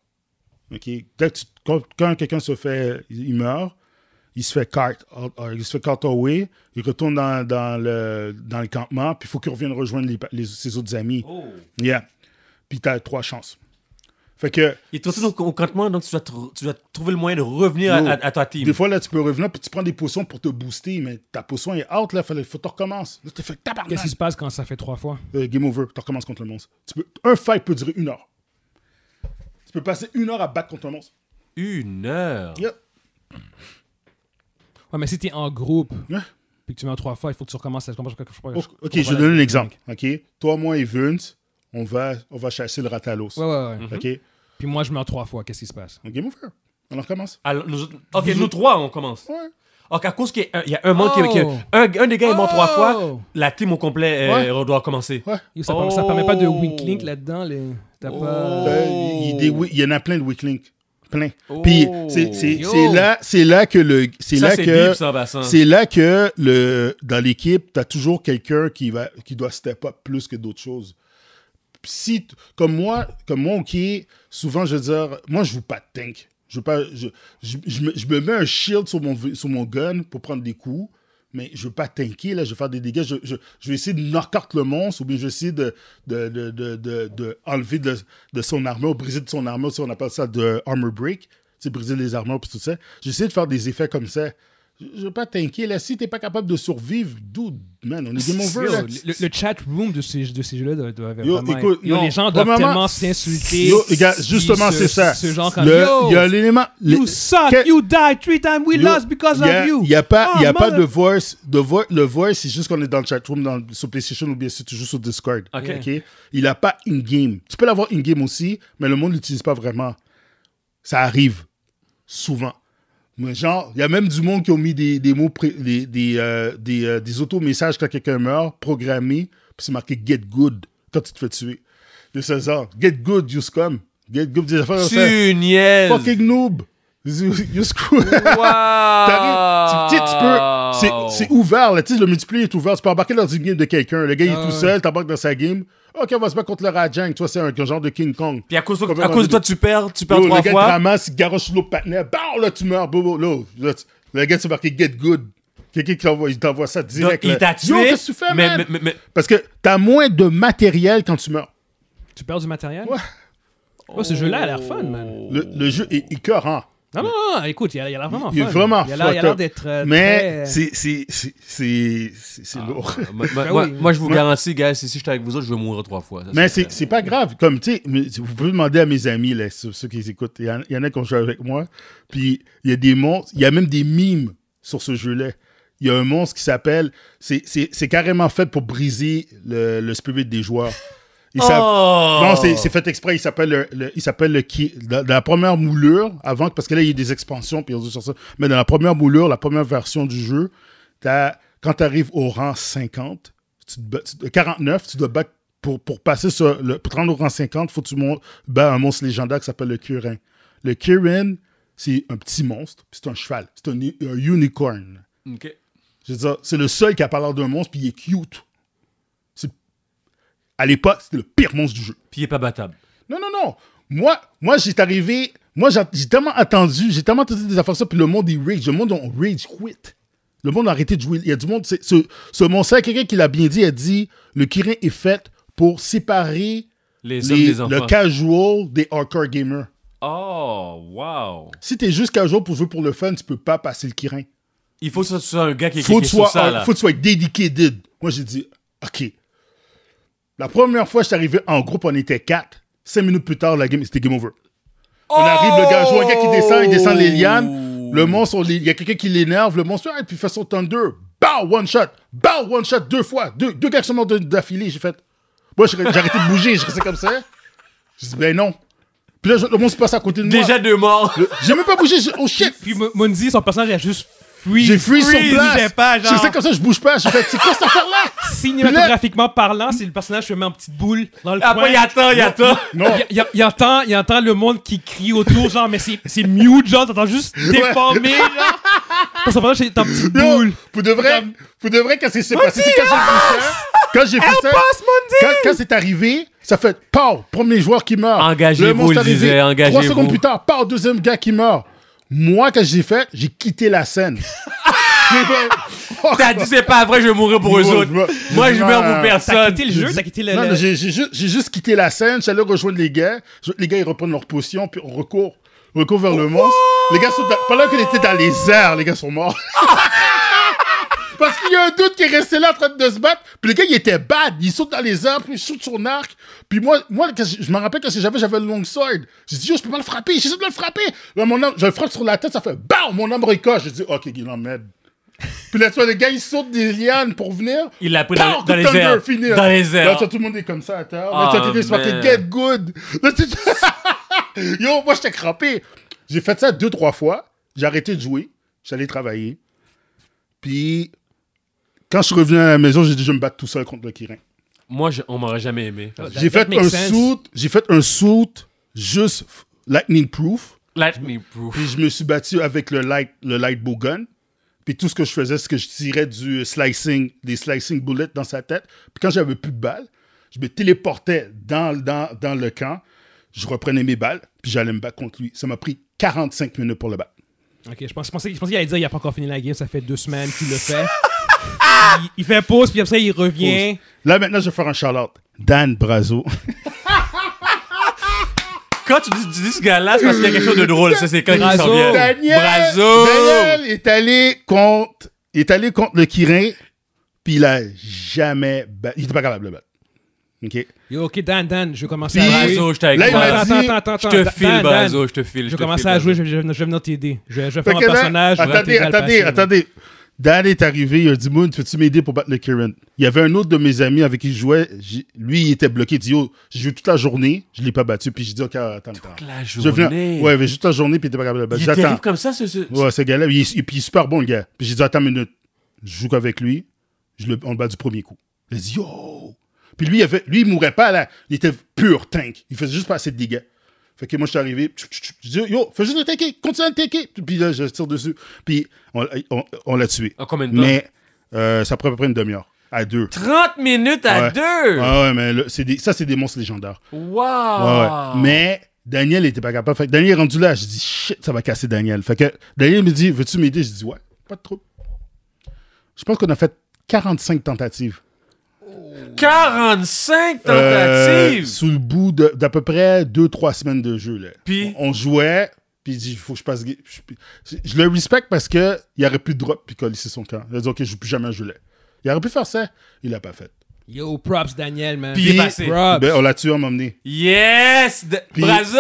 Speaker 3: OK? Dès que tu- quand quand quelqu'un se fait, il meurt, il se fait cart, out- out- il se fait cart away, il retourne dans, dans le, dans le campement, puis il faut qu'il revienne rejoindre les pa- les- ses autres amis.
Speaker 2: Oh.
Speaker 3: Yeah. Puis t'as trois chances. Fait que
Speaker 2: Il est retourné au, au campement, donc tu dois, tr- tu dois trouver le moyen de revenir à,
Speaker 3: Yo.
Speaker 2: à- à ta team.
Speaker 3: des fois, là, tu peux revenir, puis tu prends des potions pour te booster, mais ta potion est out, là, fallait, faut que tu recommences. Là, t'es fait tabarnak.
Speaker 1: Qu'est-ce qui se passe quand ça fait trois fois
Speaker 3: Euh, game over, tu recommences contre le monstre. Tu peux, un fight peut durer une heure. Tu peux passer une heure à battre contre un monstre.
Speaker 2: Une heure.
Speaker 3: Yep.
Speaker 1: Ouais, mais si t'es en groupe
Speaker 3: Ouais.
Speaker 1: puis que tu meurs trois fois, il faut que tu recommences à comprendre.
Speaker 3: Oh, ok, je vais donner un exemple. Ok, toi, moi et Vince, on va, on va chasser le Ratalos.
Speaker 1: Ouais, ouais, ouais.
Speaker 3: Ok,
Speaker 1: Puis moi, je meurs trois fois. Qu'est-ce qui se passe
Speaker 3: Donc, game over. On en recommence.
Speaker 2: Alors, nous, autres- ok, nous trois, on commence.
Speaker 3: Ouais.
Speaker 2: Ok, à cause qu'il y a un, il y a un membre qui, qui-
Speaker 1: Oh.
Speaker 2: un, un des gars est mort trois
Speaker 1: Oh.
Speaker 2: fois, la team au complet euh, doit commencer.
Speaker 3: Ouais.
Speaker 1: Yo, ça, permet- ça
Speaker 2: Oh.
Speaker 1: permet pas de weak link là-dedans. Les... T'as
Speaker 2: Oh.
Speaker 1: pas.
Speaker 3: Euh, il, il y a des wi- il y en a plein de weak link. Plein. Puis c'est- c'est
Speaker 1: Yo.
Speaker 3: c'est là, c'est là que le. C'est
Speaker 2: Ça,
Speaker 3: là
Speaker 2: c'est
Speaker 3: que.
Speaker 2: deep, ça, Vincent.
Speaker 3: C'est là que le, dans l'équipe, tu as toujours quelqu'un qui, va, qui doit step up plus que d'autres choses. Si, t- comme moi, comme moi, OK, souvent, je veux dire, moi, je joue pas de tank. Je, veux pas, je, je, je me, je me mets un shield sur mon, v- sur mon gun pour prendre des coups, mais je veux pas tanker, là, je veux faire des dégâts. Je, je, je vais essayer de knock out le monstre ou bien je vais essayer de, de, de, de, de- de enlever de, de son armure, briser de son armure, si on appelle ça de armor break, c'est briser les armures puis tout ça. J'essaie de faire des effets comme ça. Je je veux pas t'inquiéter, là. Si t'es pas capable de survivre, dude, man, on est game over,
Speaker 1: Yo,
Speaker 3: là.
Speaker 1: le, le chat room de ces, de ces jeux-là doit, doit
Speaker 3: Yo,
Speaker 1: vraiment
Speaker 3: écoute,
Speaker 1: être- Yo,
Speaker 3: non.
Speaker 1: les gens doivent
Speaker 3: Premièrement,
Speaker 1: tellement s'insulter.
Speaker 3: Yo, les gars,
Speaker 1: si-
Speaker 3: justement,
Speaker 1: ce-
Speaker 3: c'est ça.
Speaker 1: Ce genre comme
Speaker 3: Le-
Speaker 1: Yo,
Speaker 3: Il y a l'élément.
Speaker 1: you
Speaker 3: le-
Speaker 1: suck,
Speaker 3: que-
Speaker 1: you die three times, we
Speaker 3: Yo,
Speaker 1: lost because
Speaker 3: y a-
Speaker 1: of you.
Speaker 3: Il n'y a pas,
Speaker 1: Ah,
Speaker 3: il y a pas de
Speaker 1: mother-
Speaker 3: voice. De vo- le voice, c'est juste qu'on est dans le chatroom dans, sur PlayStation ou bien si tu joues sur Discord.
Speaker 2: Ok.
Speaker 3: Ok? Il n'a pas in-game. Tu peux l'avoir in-game aussi, mais le monde ne l'utilise pas vraiment. Ça arrive. Souvent. Mais genre, il y a même du monde qui ont mis des, des mots, pré- des, des, euh, des, euh, des auto-messages quand quelqu'un meurt, programmés, puis c'est marqué Get Good quand tu te fais tuer. De ce genre, Get Good, you scum. Get Good, des affaires comme ça.
Speaker 2: Tu niaises.
Speaker 3: Fucking noob. You, you screw. T'arrives, tu, tu sais, tu
Speaker 1: Oh.
Speaker 3: peux. c'est- C'est ouvert, là. Tu sais, le multiplayer est ouvert. Tu peux embarquer dans une game de quelqu'un. Le gars, il est
Speaker 1: Ah
Speaker 3: tout
Speaker 1: ouais.
Speaker 3: seul, t'embarques dans sa game. Ok, on va se battre contre le Rajang. Toi, c'est un, un genre de King Kong.
Speaker 2: Puis à cause, de, à
Speaker 3: Complètement
Speaker 2: cause de toi, tu perds, tu perds
Speaker 3: Yo,
Speaker 2: trois
Speaker 3: le gars, te
Speaker 2: fois.
Speaker 3: ramasse, il garoche sur l'autre patinet. Bam, là, tu meurs. Bobo, là, là, tu- le gars, c'est marqué Get Good. Quelqu'un qui t'envoie, il t'envoie ça
Speaker 2: Donc,
Speaker 3: direct.
Speaker 2: il
Speaker 3: là.
Speaker 2: t'a
Speaker 3: Yo,
Speaker 2: tué.
Speaker 3: qu'est-ce que tu fais,
Speaker 2: mais,
Speaker 3: man?
Speaker 2: mais- mais- mais-
Speaker 3: Parce que t'as moins de matériel quand tu meurs.
Speaker 1: Tu perds du matériel
Speaker 3: Ouais.
Speaker 1: Oh, ce jeu-là a l'air fun,
Speaker 2: Oh.
Speaker 1: man.
Speaker 3: Le, le jeu est écœurant.
Speaker 1: Non, non, non, écoute, il a il a l'air vraiment Ah, fun.
Speaker 3: hein. Il est vraiment
Speaker 1: Il a l'air- il a
Speaker 3: fucked
Speaker 1: l'air
Speaker 3: up.
Speaker 1: d'être. euh,
Speaker 3: Mais
Speaker 1: très-
Speaker 3: c'est c'est- c'est- c'est- c'est- c'est lourd.
Speaker 2: Moi, moi-
Speaker 1: Ben
Speaker 2: moi-
Speaker 1: oui.
Speaker 2: moi, je vous garantis, gars, si si j'étais avec vous autres, je vais mourir trois fois. Ça,
Speaker 3: Mais
Speaker 2: c'est-
Speaker 3: c'est c'est pas grave. Comme, tu sais, mais vous pouvez demander à mes amis, là, ceux, ceux qui les écoutent. Il y, en- il y en a qui ont joué avec moi. Puis, il y a des monstres. Il y a même des mimes sur ce jeu-là. Il y a un monstre qui s'appelle. C'est- C'est c'est carrément fait pour briser le, le spirit des joueurs. Il s'appelle-
Speaker 2: Oh!
Speaker 3: Non, c'est c'est fait exprès. Il s'appelle le, le- il s'appelle le qui dans, dans la première moulure avant parce que là il y a des expansions puis ils ont dû sortir ça. Mais dans la première moulure, la première version du jeu, t'as- quand tu arrives au rang 50, tu te bats- tu- 49, tu dois battre pour, pour passer sur le pour te rendre au rang 50, faut que tu mon- bats un monstre légendaire qui s'appelle le Kirin. Le Kirin, c'est un petit monstre, puis c'est un cheval, c'est un, u- un unicorn.
Speaker 2: Ok.
Speaker 3: Je veux dire, c'est le seul qui a pas l'air d'un monstre puis il est cute. C'est- À l'époque, c'était le pire monstre du jeu.
Speaker 2: Puis il est pas battable.
Speaker 3: Non, non, non. Moi, moi j'étais arrivé. Moi, j'a- j'ai tellement attendu, j'ai tellement attendu des affaires ça, puis le monde est rage. Le monde on rage quit. Le monde a arrêté de jouer. Il y a du monde. c'est- Ce, ce monstre, quelqu'un qui l'a bien dit, a dit le Kirin est fait pour séparer
Speaker 2: Les, hommes,
Speaker 3: les-
Speaker 2: les enfants.
Speaker 3: le casual des hardcore gamers.
Speaker 2: Oh, wow.
Speaker 3: Si t'es juste casual pour jouer pour le fun, tu peux pas passer le Kirin.
Speaker 2: Il faut que ce soit un gars qui, qui-
Speaker 3: faut
Speaker 2: qui
Speaker 3: que
Speaker 2: est
Speaker 3: tu
Speaker 2: sur
Speaker 3: sois,
Speaker 2: ça, là.
Speaker 3: faut que tu sois dedicated. Moi, j'ai dit, OK. La première fois, je suis arrivé en groupe, on était quatre. Cinq minutes plus tard, la game, c'était game over. On arrive, le gars, je vois un gars qui descend, il descend les
Speaker 1: Oh.
Speaker 2: Oh!
Speaker 3: lianes. Le monstre, on les- il y a quelqu'un qui l'énerve. Le monstre, ah, puis il fait son thunder. Bow, one shot. Bow, one shot, deux fois. Deux, deux gars qui sont morts de- d'affilée. J'ai fait. Moi, j'ai j'ai arrêté de bouger. Je restais comme ça. Je dis, ben non. Puis là, je- le monstre passe à côté de moi.
Speaker 2: Déjà deux morts.
Speaker 3: J'ai même pas bougé. j'ai- Oh shit.
Speaker 1: Puis Mundi, son personnage a juste Freeze.
Speaker 3: J'ai fui sur
Speaker 1: Freeze, j'ai
Speaker 3: place.
Speaker 1: pas, genre-
Speaker 3: Je sais comme ça, je bouge pas. Je fais, c'est quoi cette affaire-là?
Speaker 1: Cinématographiquement parlant, c'est le personnage qui se met en petite boule dans
Speaker 3: Ah,
Speaker 1: le coin.
Speaker 2: Après, il attend, il attend.
Speaker 3: Non.
Speaker 1: Il, il- il entend, il entend le monde qui crie autour, genre, mais c'est c'est mute, genre, t'entends juste déformé, genre. Parce que pendant que j'étais en petite
Speaker 3: Yo,
Speaker 1: boule.
Speaker 3: pour de vrai, pour de vrai, quand c'est c'est passé, c'est quand j'ai fait ça, quand j'ai fait ça, quand, quand c'est arrivé, ça fait pow, premier joueur qui meurt.
Speaker 2: Engagez-vous,
Speaker 3: Le monstre
Speaker 2: il
Speaker 3: arrivé,
Speaker 2: disait, engagez-vous.
Speaker 3: Trois secondes plus tard, pow, deuxième gars qui meurt. Moi, quand j'ai fait, j'ai quitté la scène. J'ai fait, oh,
Speaker 2: T'as dit, c'est pas vrai, je vais mourir pour eux
Speaker 3: Moi,
Speaker 2: autres.
Speaker 3: je Ah. meurs-
Speaker 2: Moi,
Speaker 3: je
Speaker 2: je meurs
Speaker 1: T'as
Speaker 2: pour
Speaker 3: meurs.
Speaker 2: personne.
Speaker 1: quitté le jeu, t'as quitté le.
Speaker 3: non,
Speaker 1: le-
Speaker 3: non, j'ai j'ai ju- j'ai juste quitté la scène, j'allais rejoindre les gars, Je- les gars ils reprennent leur potion, puis on recourt, on recourt vers le monstre. Les gars sont dans- pendant qu'ils étaient dans les airs, les gars sont morts. Parce qu'il y a un doute qui est resté là en train de se battre, puis les gars ils étaient bad, ils sautent dans les airs, puis ils sautent son arc. Puis moi, moi quand je je me rappelle que j'avais j'avais le long sword. J'ai dit yo, je peux pas le frapper, j'essaie de le frapper. Là mon homme, je le frappe sur la tête, ça fait bam, mon homme ricoche. J'ai dit OK, il emmène. Puis là tu vois les gars ils sautent des lianes pour venir.
Speaker 2: Il l'a pris
Speaker 3: Pow,
Speaker 2: dans,
Speaker 3: coup
Speaker 2: dans
Speaker 3: de
Speaker 2: les
Speaker 3: thunder,
Speaker 2: airs.
Speaker 3: fini.
Speaker 2: Dans les
Speaker 3: Là,
Speaker 2: airs.
Speaker 3: tu vois, tout le monde est comme ça à terre.
Speaker 2: Ah,
Speaker 3: Là, tu vois, quelqu'un se
Speaker 2: man.
Speaker 3: marquait Get Good. Là, tu- Yo, moi, j'étais crampé. J'ai fait ça deux, trois fois. J'ai arrêté de jouer. J'allais travailler. Puis, quand je suis revenu à la maison, j'ai dit, je vais me battre tout seul contre le Kirin.
Speaker 2: Moi, je- on m'aurait jamais aimé.
Speaker 1: That-
Speaker 3: J'ai
Speaker 1: that
Speaker 3: fait,
Speaker 1: makes
Speaker 3: un
Speaker 1: sense.
Speaker 3: suit, j'ai fait un suit juste f- lightning proof.
Speaker 2: Let me proof.
Speaker 3: Puis, je me suis battu avec le light, le light bow gun. Puis, tout ce que je faisais, c'est que je tirais du slicing, des slicing bullets dans sa tête. Puis, quand j'avais plus de balles, je me téléportais dans, dans, dans le camp. Je reprenais mes balles, puis j'allais me battre contre lui. Ça m'a pris 45 minutes pour le battre.
Speaker 1: Ok, je, pense, je pensais, je pensais qu'il allait dire il a pas encore fini la game, ça fait deux semaines qu'il le fait. il, il fait pause, puis après il revient.
Speaker 3: Là, maintenant, je vais faire un shout-out. Dan Brazo.
Speaker 1: Oh,
Speaker 2: Quand tu dis, tu dis ce gars-là, c'est parce qu'il y a quelque chose de drôle. Ça, c'est quand il s'en
Speaker 1: Brazo.
Speaker 2: vient.
Speaker 3: Daniel,
Speaker 2: Brazo!
Speaker 3: Daniel est allé contre, est allé contre le Kirin, puis il a jamais battu. Il était pas capable de le battre. OK?
Speaker 1: Yo, ok, Dan, Dan, je vais commencer
Speaker 3: Puis-
Speaker 1: à jouer.
Speaker 2: Brazo, je t'ai
Speaker 3: Là, il m'a
Speaker 1: Attends,
Speaker 3: dit-
Speaker 1: attends, attends, attends,
Speaker 2: Je
Speaker 1: attends.
Speaker 2: te
Speaker 1: Dan,
Speaker 2: file,
Speaker 1: Dan,
Speaker 2: Brazo, je te file.
Speaker 1: Je
Speaker 2: te
Speaker 1: vais commencer
Speaker 2: file,
Speaker 1: à
Speaker 2: Brazo.
Speaker 1: jouer, je vais, je vais- je vais venir t'aider. Je, vais- je vais faire
Speaker 3: Fait
Speaker 1: un
Speaker 3: que là,
Speaker 1: personnage. je vais
Speaker 3: attendez,
Speaker 1: t'aider à le
Speaker 3: attendez,
Speaker 1: passer.
Speaker 3: attendez. Dan est arrivé, il a dit Moon, peux-tu m'aider pour battre le Kieran Il y avait un autre de mes amis avec qui je jouais. j'ai- Lui, il était bloqué. Il dit Yo, j'ai joué toute la journée, je l'ai pas battu. Puis j'ai dit Ok, attends, attends.
Speaker 2: La
Speaker 3: Je venais-
Speaker 2: journée.
Speaker 3: Ouais, mais juste la journée, puis il était pas capable de le battre.
Speaker 2: Il
Speaker 3: J'attends.
Speaker 2: t'arrive comme ça, ce. ce-
Speaker 3: Ouais, ce gars-là, il, est- et puis il est super bon, le gars. Puis j'ai dit, attends une minute, je joue qu'avec lui, je le, on le bat du premier coup. Il a dit, yo! Puis lui, il avait, lui, il mourait pas, là. Il était pur tank. Il faisait juste pas assez de dégâts. Fait que moi, je suis arrivé, tchou, tchou, tchou. je dis, yo, fais juste le tanker, continue de tanker. Puis là, je tire dessus. Puis on, on- on l'a tué.
Speaker 2: En Ah, combien de temps?
Speaker 3: Mais euh, ça prend à peu près une demi-heure, à deux.
Speaker 2: 30 minutes à
Speaker 3: Ouais.
Speaker 2: deux!
Speaker 3: Ah ouais, mais le- c'est des- ça, c'est des monstres légendaires. Ouais, ouais.
Speaker 2: Wow!
Speaker 3: Mais Daniel était pas capable. Fait que Daniel est rendu là. Je dis shit, ça va casser Daniel. Fait que Daniel me dit Veux-tu m'aider Je dis Ouais, pas de trouble. Je pense qu'on a fait 45 tentatives.
Speaker 2: 45
Speaker 3: Euh,
Speaker 2: tentatives!
Speaker 3: sous le bout de- d'à peu près 2-3 semaines de jeu. Là.
Speaker 2: Puis-
Speaker 3: on, on jouait, puis il dit Faut que je passe. Je, je le respecte parce qu'il aurait pu drop puis coller son camp. Il a dit Ok, je joue plus jamais un jeu là. Il aurait pu faire ça. Il l'a pas fait.
Speaker 1: Yo, props, Daniel, man.
Speaker 2: Puis il est passé.
Speaker 1: props.
Speaker 3: ben, on l'a tué, on m'a emmené.
Speaker 2: Yes! de-
Speaker 3: Puis-
Speaker 2: Brazo!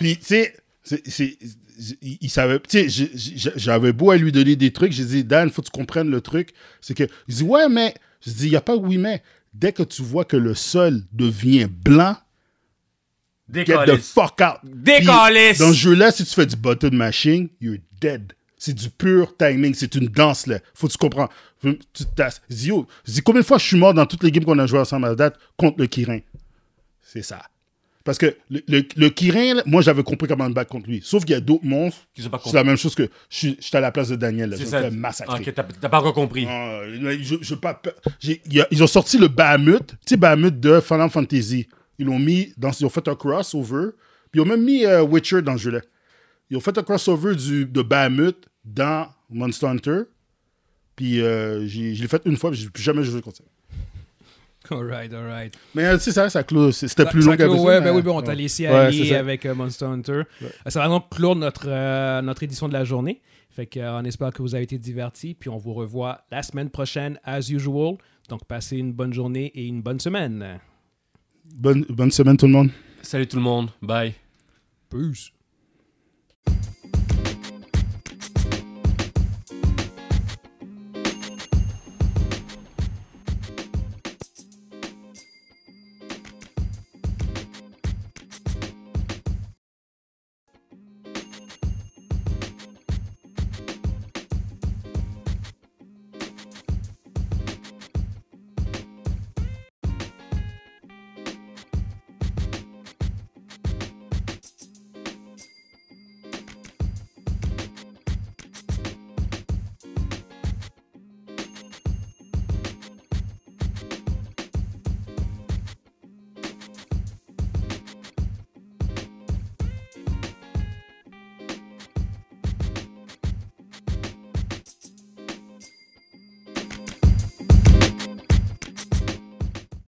Speaker 3: Puis, tu sais, c'est- c'est- c'est- il, il savait. Tu sais, j'ai- j'ai- j'avais beau à lui donner des trucs. J'ai dit, Dan, faut que tu comprennes le truc. C'est que, il dit, ouais, mais. Je dis, il n'y a pas oui, mais. Dès que tu vois que le sol devient blanc, get the
Speaker 2: Décolliste.
Speaker 3: fuck out.
Speaker 2: Décalisse.
Speaker 3: Puis, Dans ce jeu-là, si tu fais du button mashing, you're dead. C'est du pur timing. C'est une danse, là. Faut que tu comprends. Tu te tasses. Je dis, yo, je dis, combien de fois je suis mort dans toutes les games qu'on a jouées ensemble à la date contre le Kirin? C'est ça. Parce que le, le, le Kirin, là, moi, j'avais compris comment me battre contre lui. Sauf qu'il y a d'autres monstres.
Speaker 2: Qui sont pas
Speaker 3: C'est la même chose que je suis j'étais à la place de Daniel. Là. Je
Speaker 2: C'est ça.
Speaker 3: me fais massacrer.
Speaker 2: Ok, t'as t'as pas encore compris.
Speaker 3: Ah, là, je, je pas peur. J'ai- il y a- ils ont sorti le Bahamut, tu sais, Bahamut de Final Fantasy. Ils l'ont mis dans. Ils ont fait un crossover. Puis ils ont même mis euh, Witcher dans le jeu-là. Ils ont fait un crossover du, de Bahamut dans Monster Hunter. Puis euh, j'ai- je l'ai fait une fois, puis j'ai plus jamais joué contre ça.
Speaker 1: Alright, alright.
Speaker 3: Mais euh, tu sais, ça, ça clôt. c'est- C'était plus
Speaker 1: Ça-
Speaker 3: long
Speaker 1: ça
Speaker 3: qu'avec
Speaker 1: clôt, Ouais, ben oui, ben
Speaker 3: euh,
Speaker 1: on t'a laissé
Speaker 3: Ouais,
Speaker 1: aller
Speaker 3: c'est ça.
Speaker 1: avec euh, Monster Hunter. Euh, Ça va donc clore notre, euh, notre édition de la journée. Fait que, euh, on espère que vous avez été divertis. Puis on vous revoit la semaine prochaine, as usual. Donc, passez une bonne journée et une bonne semaine.
Speaker 3: Bonne, bonne semaine, tout le monde.
Speaker 2: Salut tout le monde. Bye.
Speaker 1: Peace.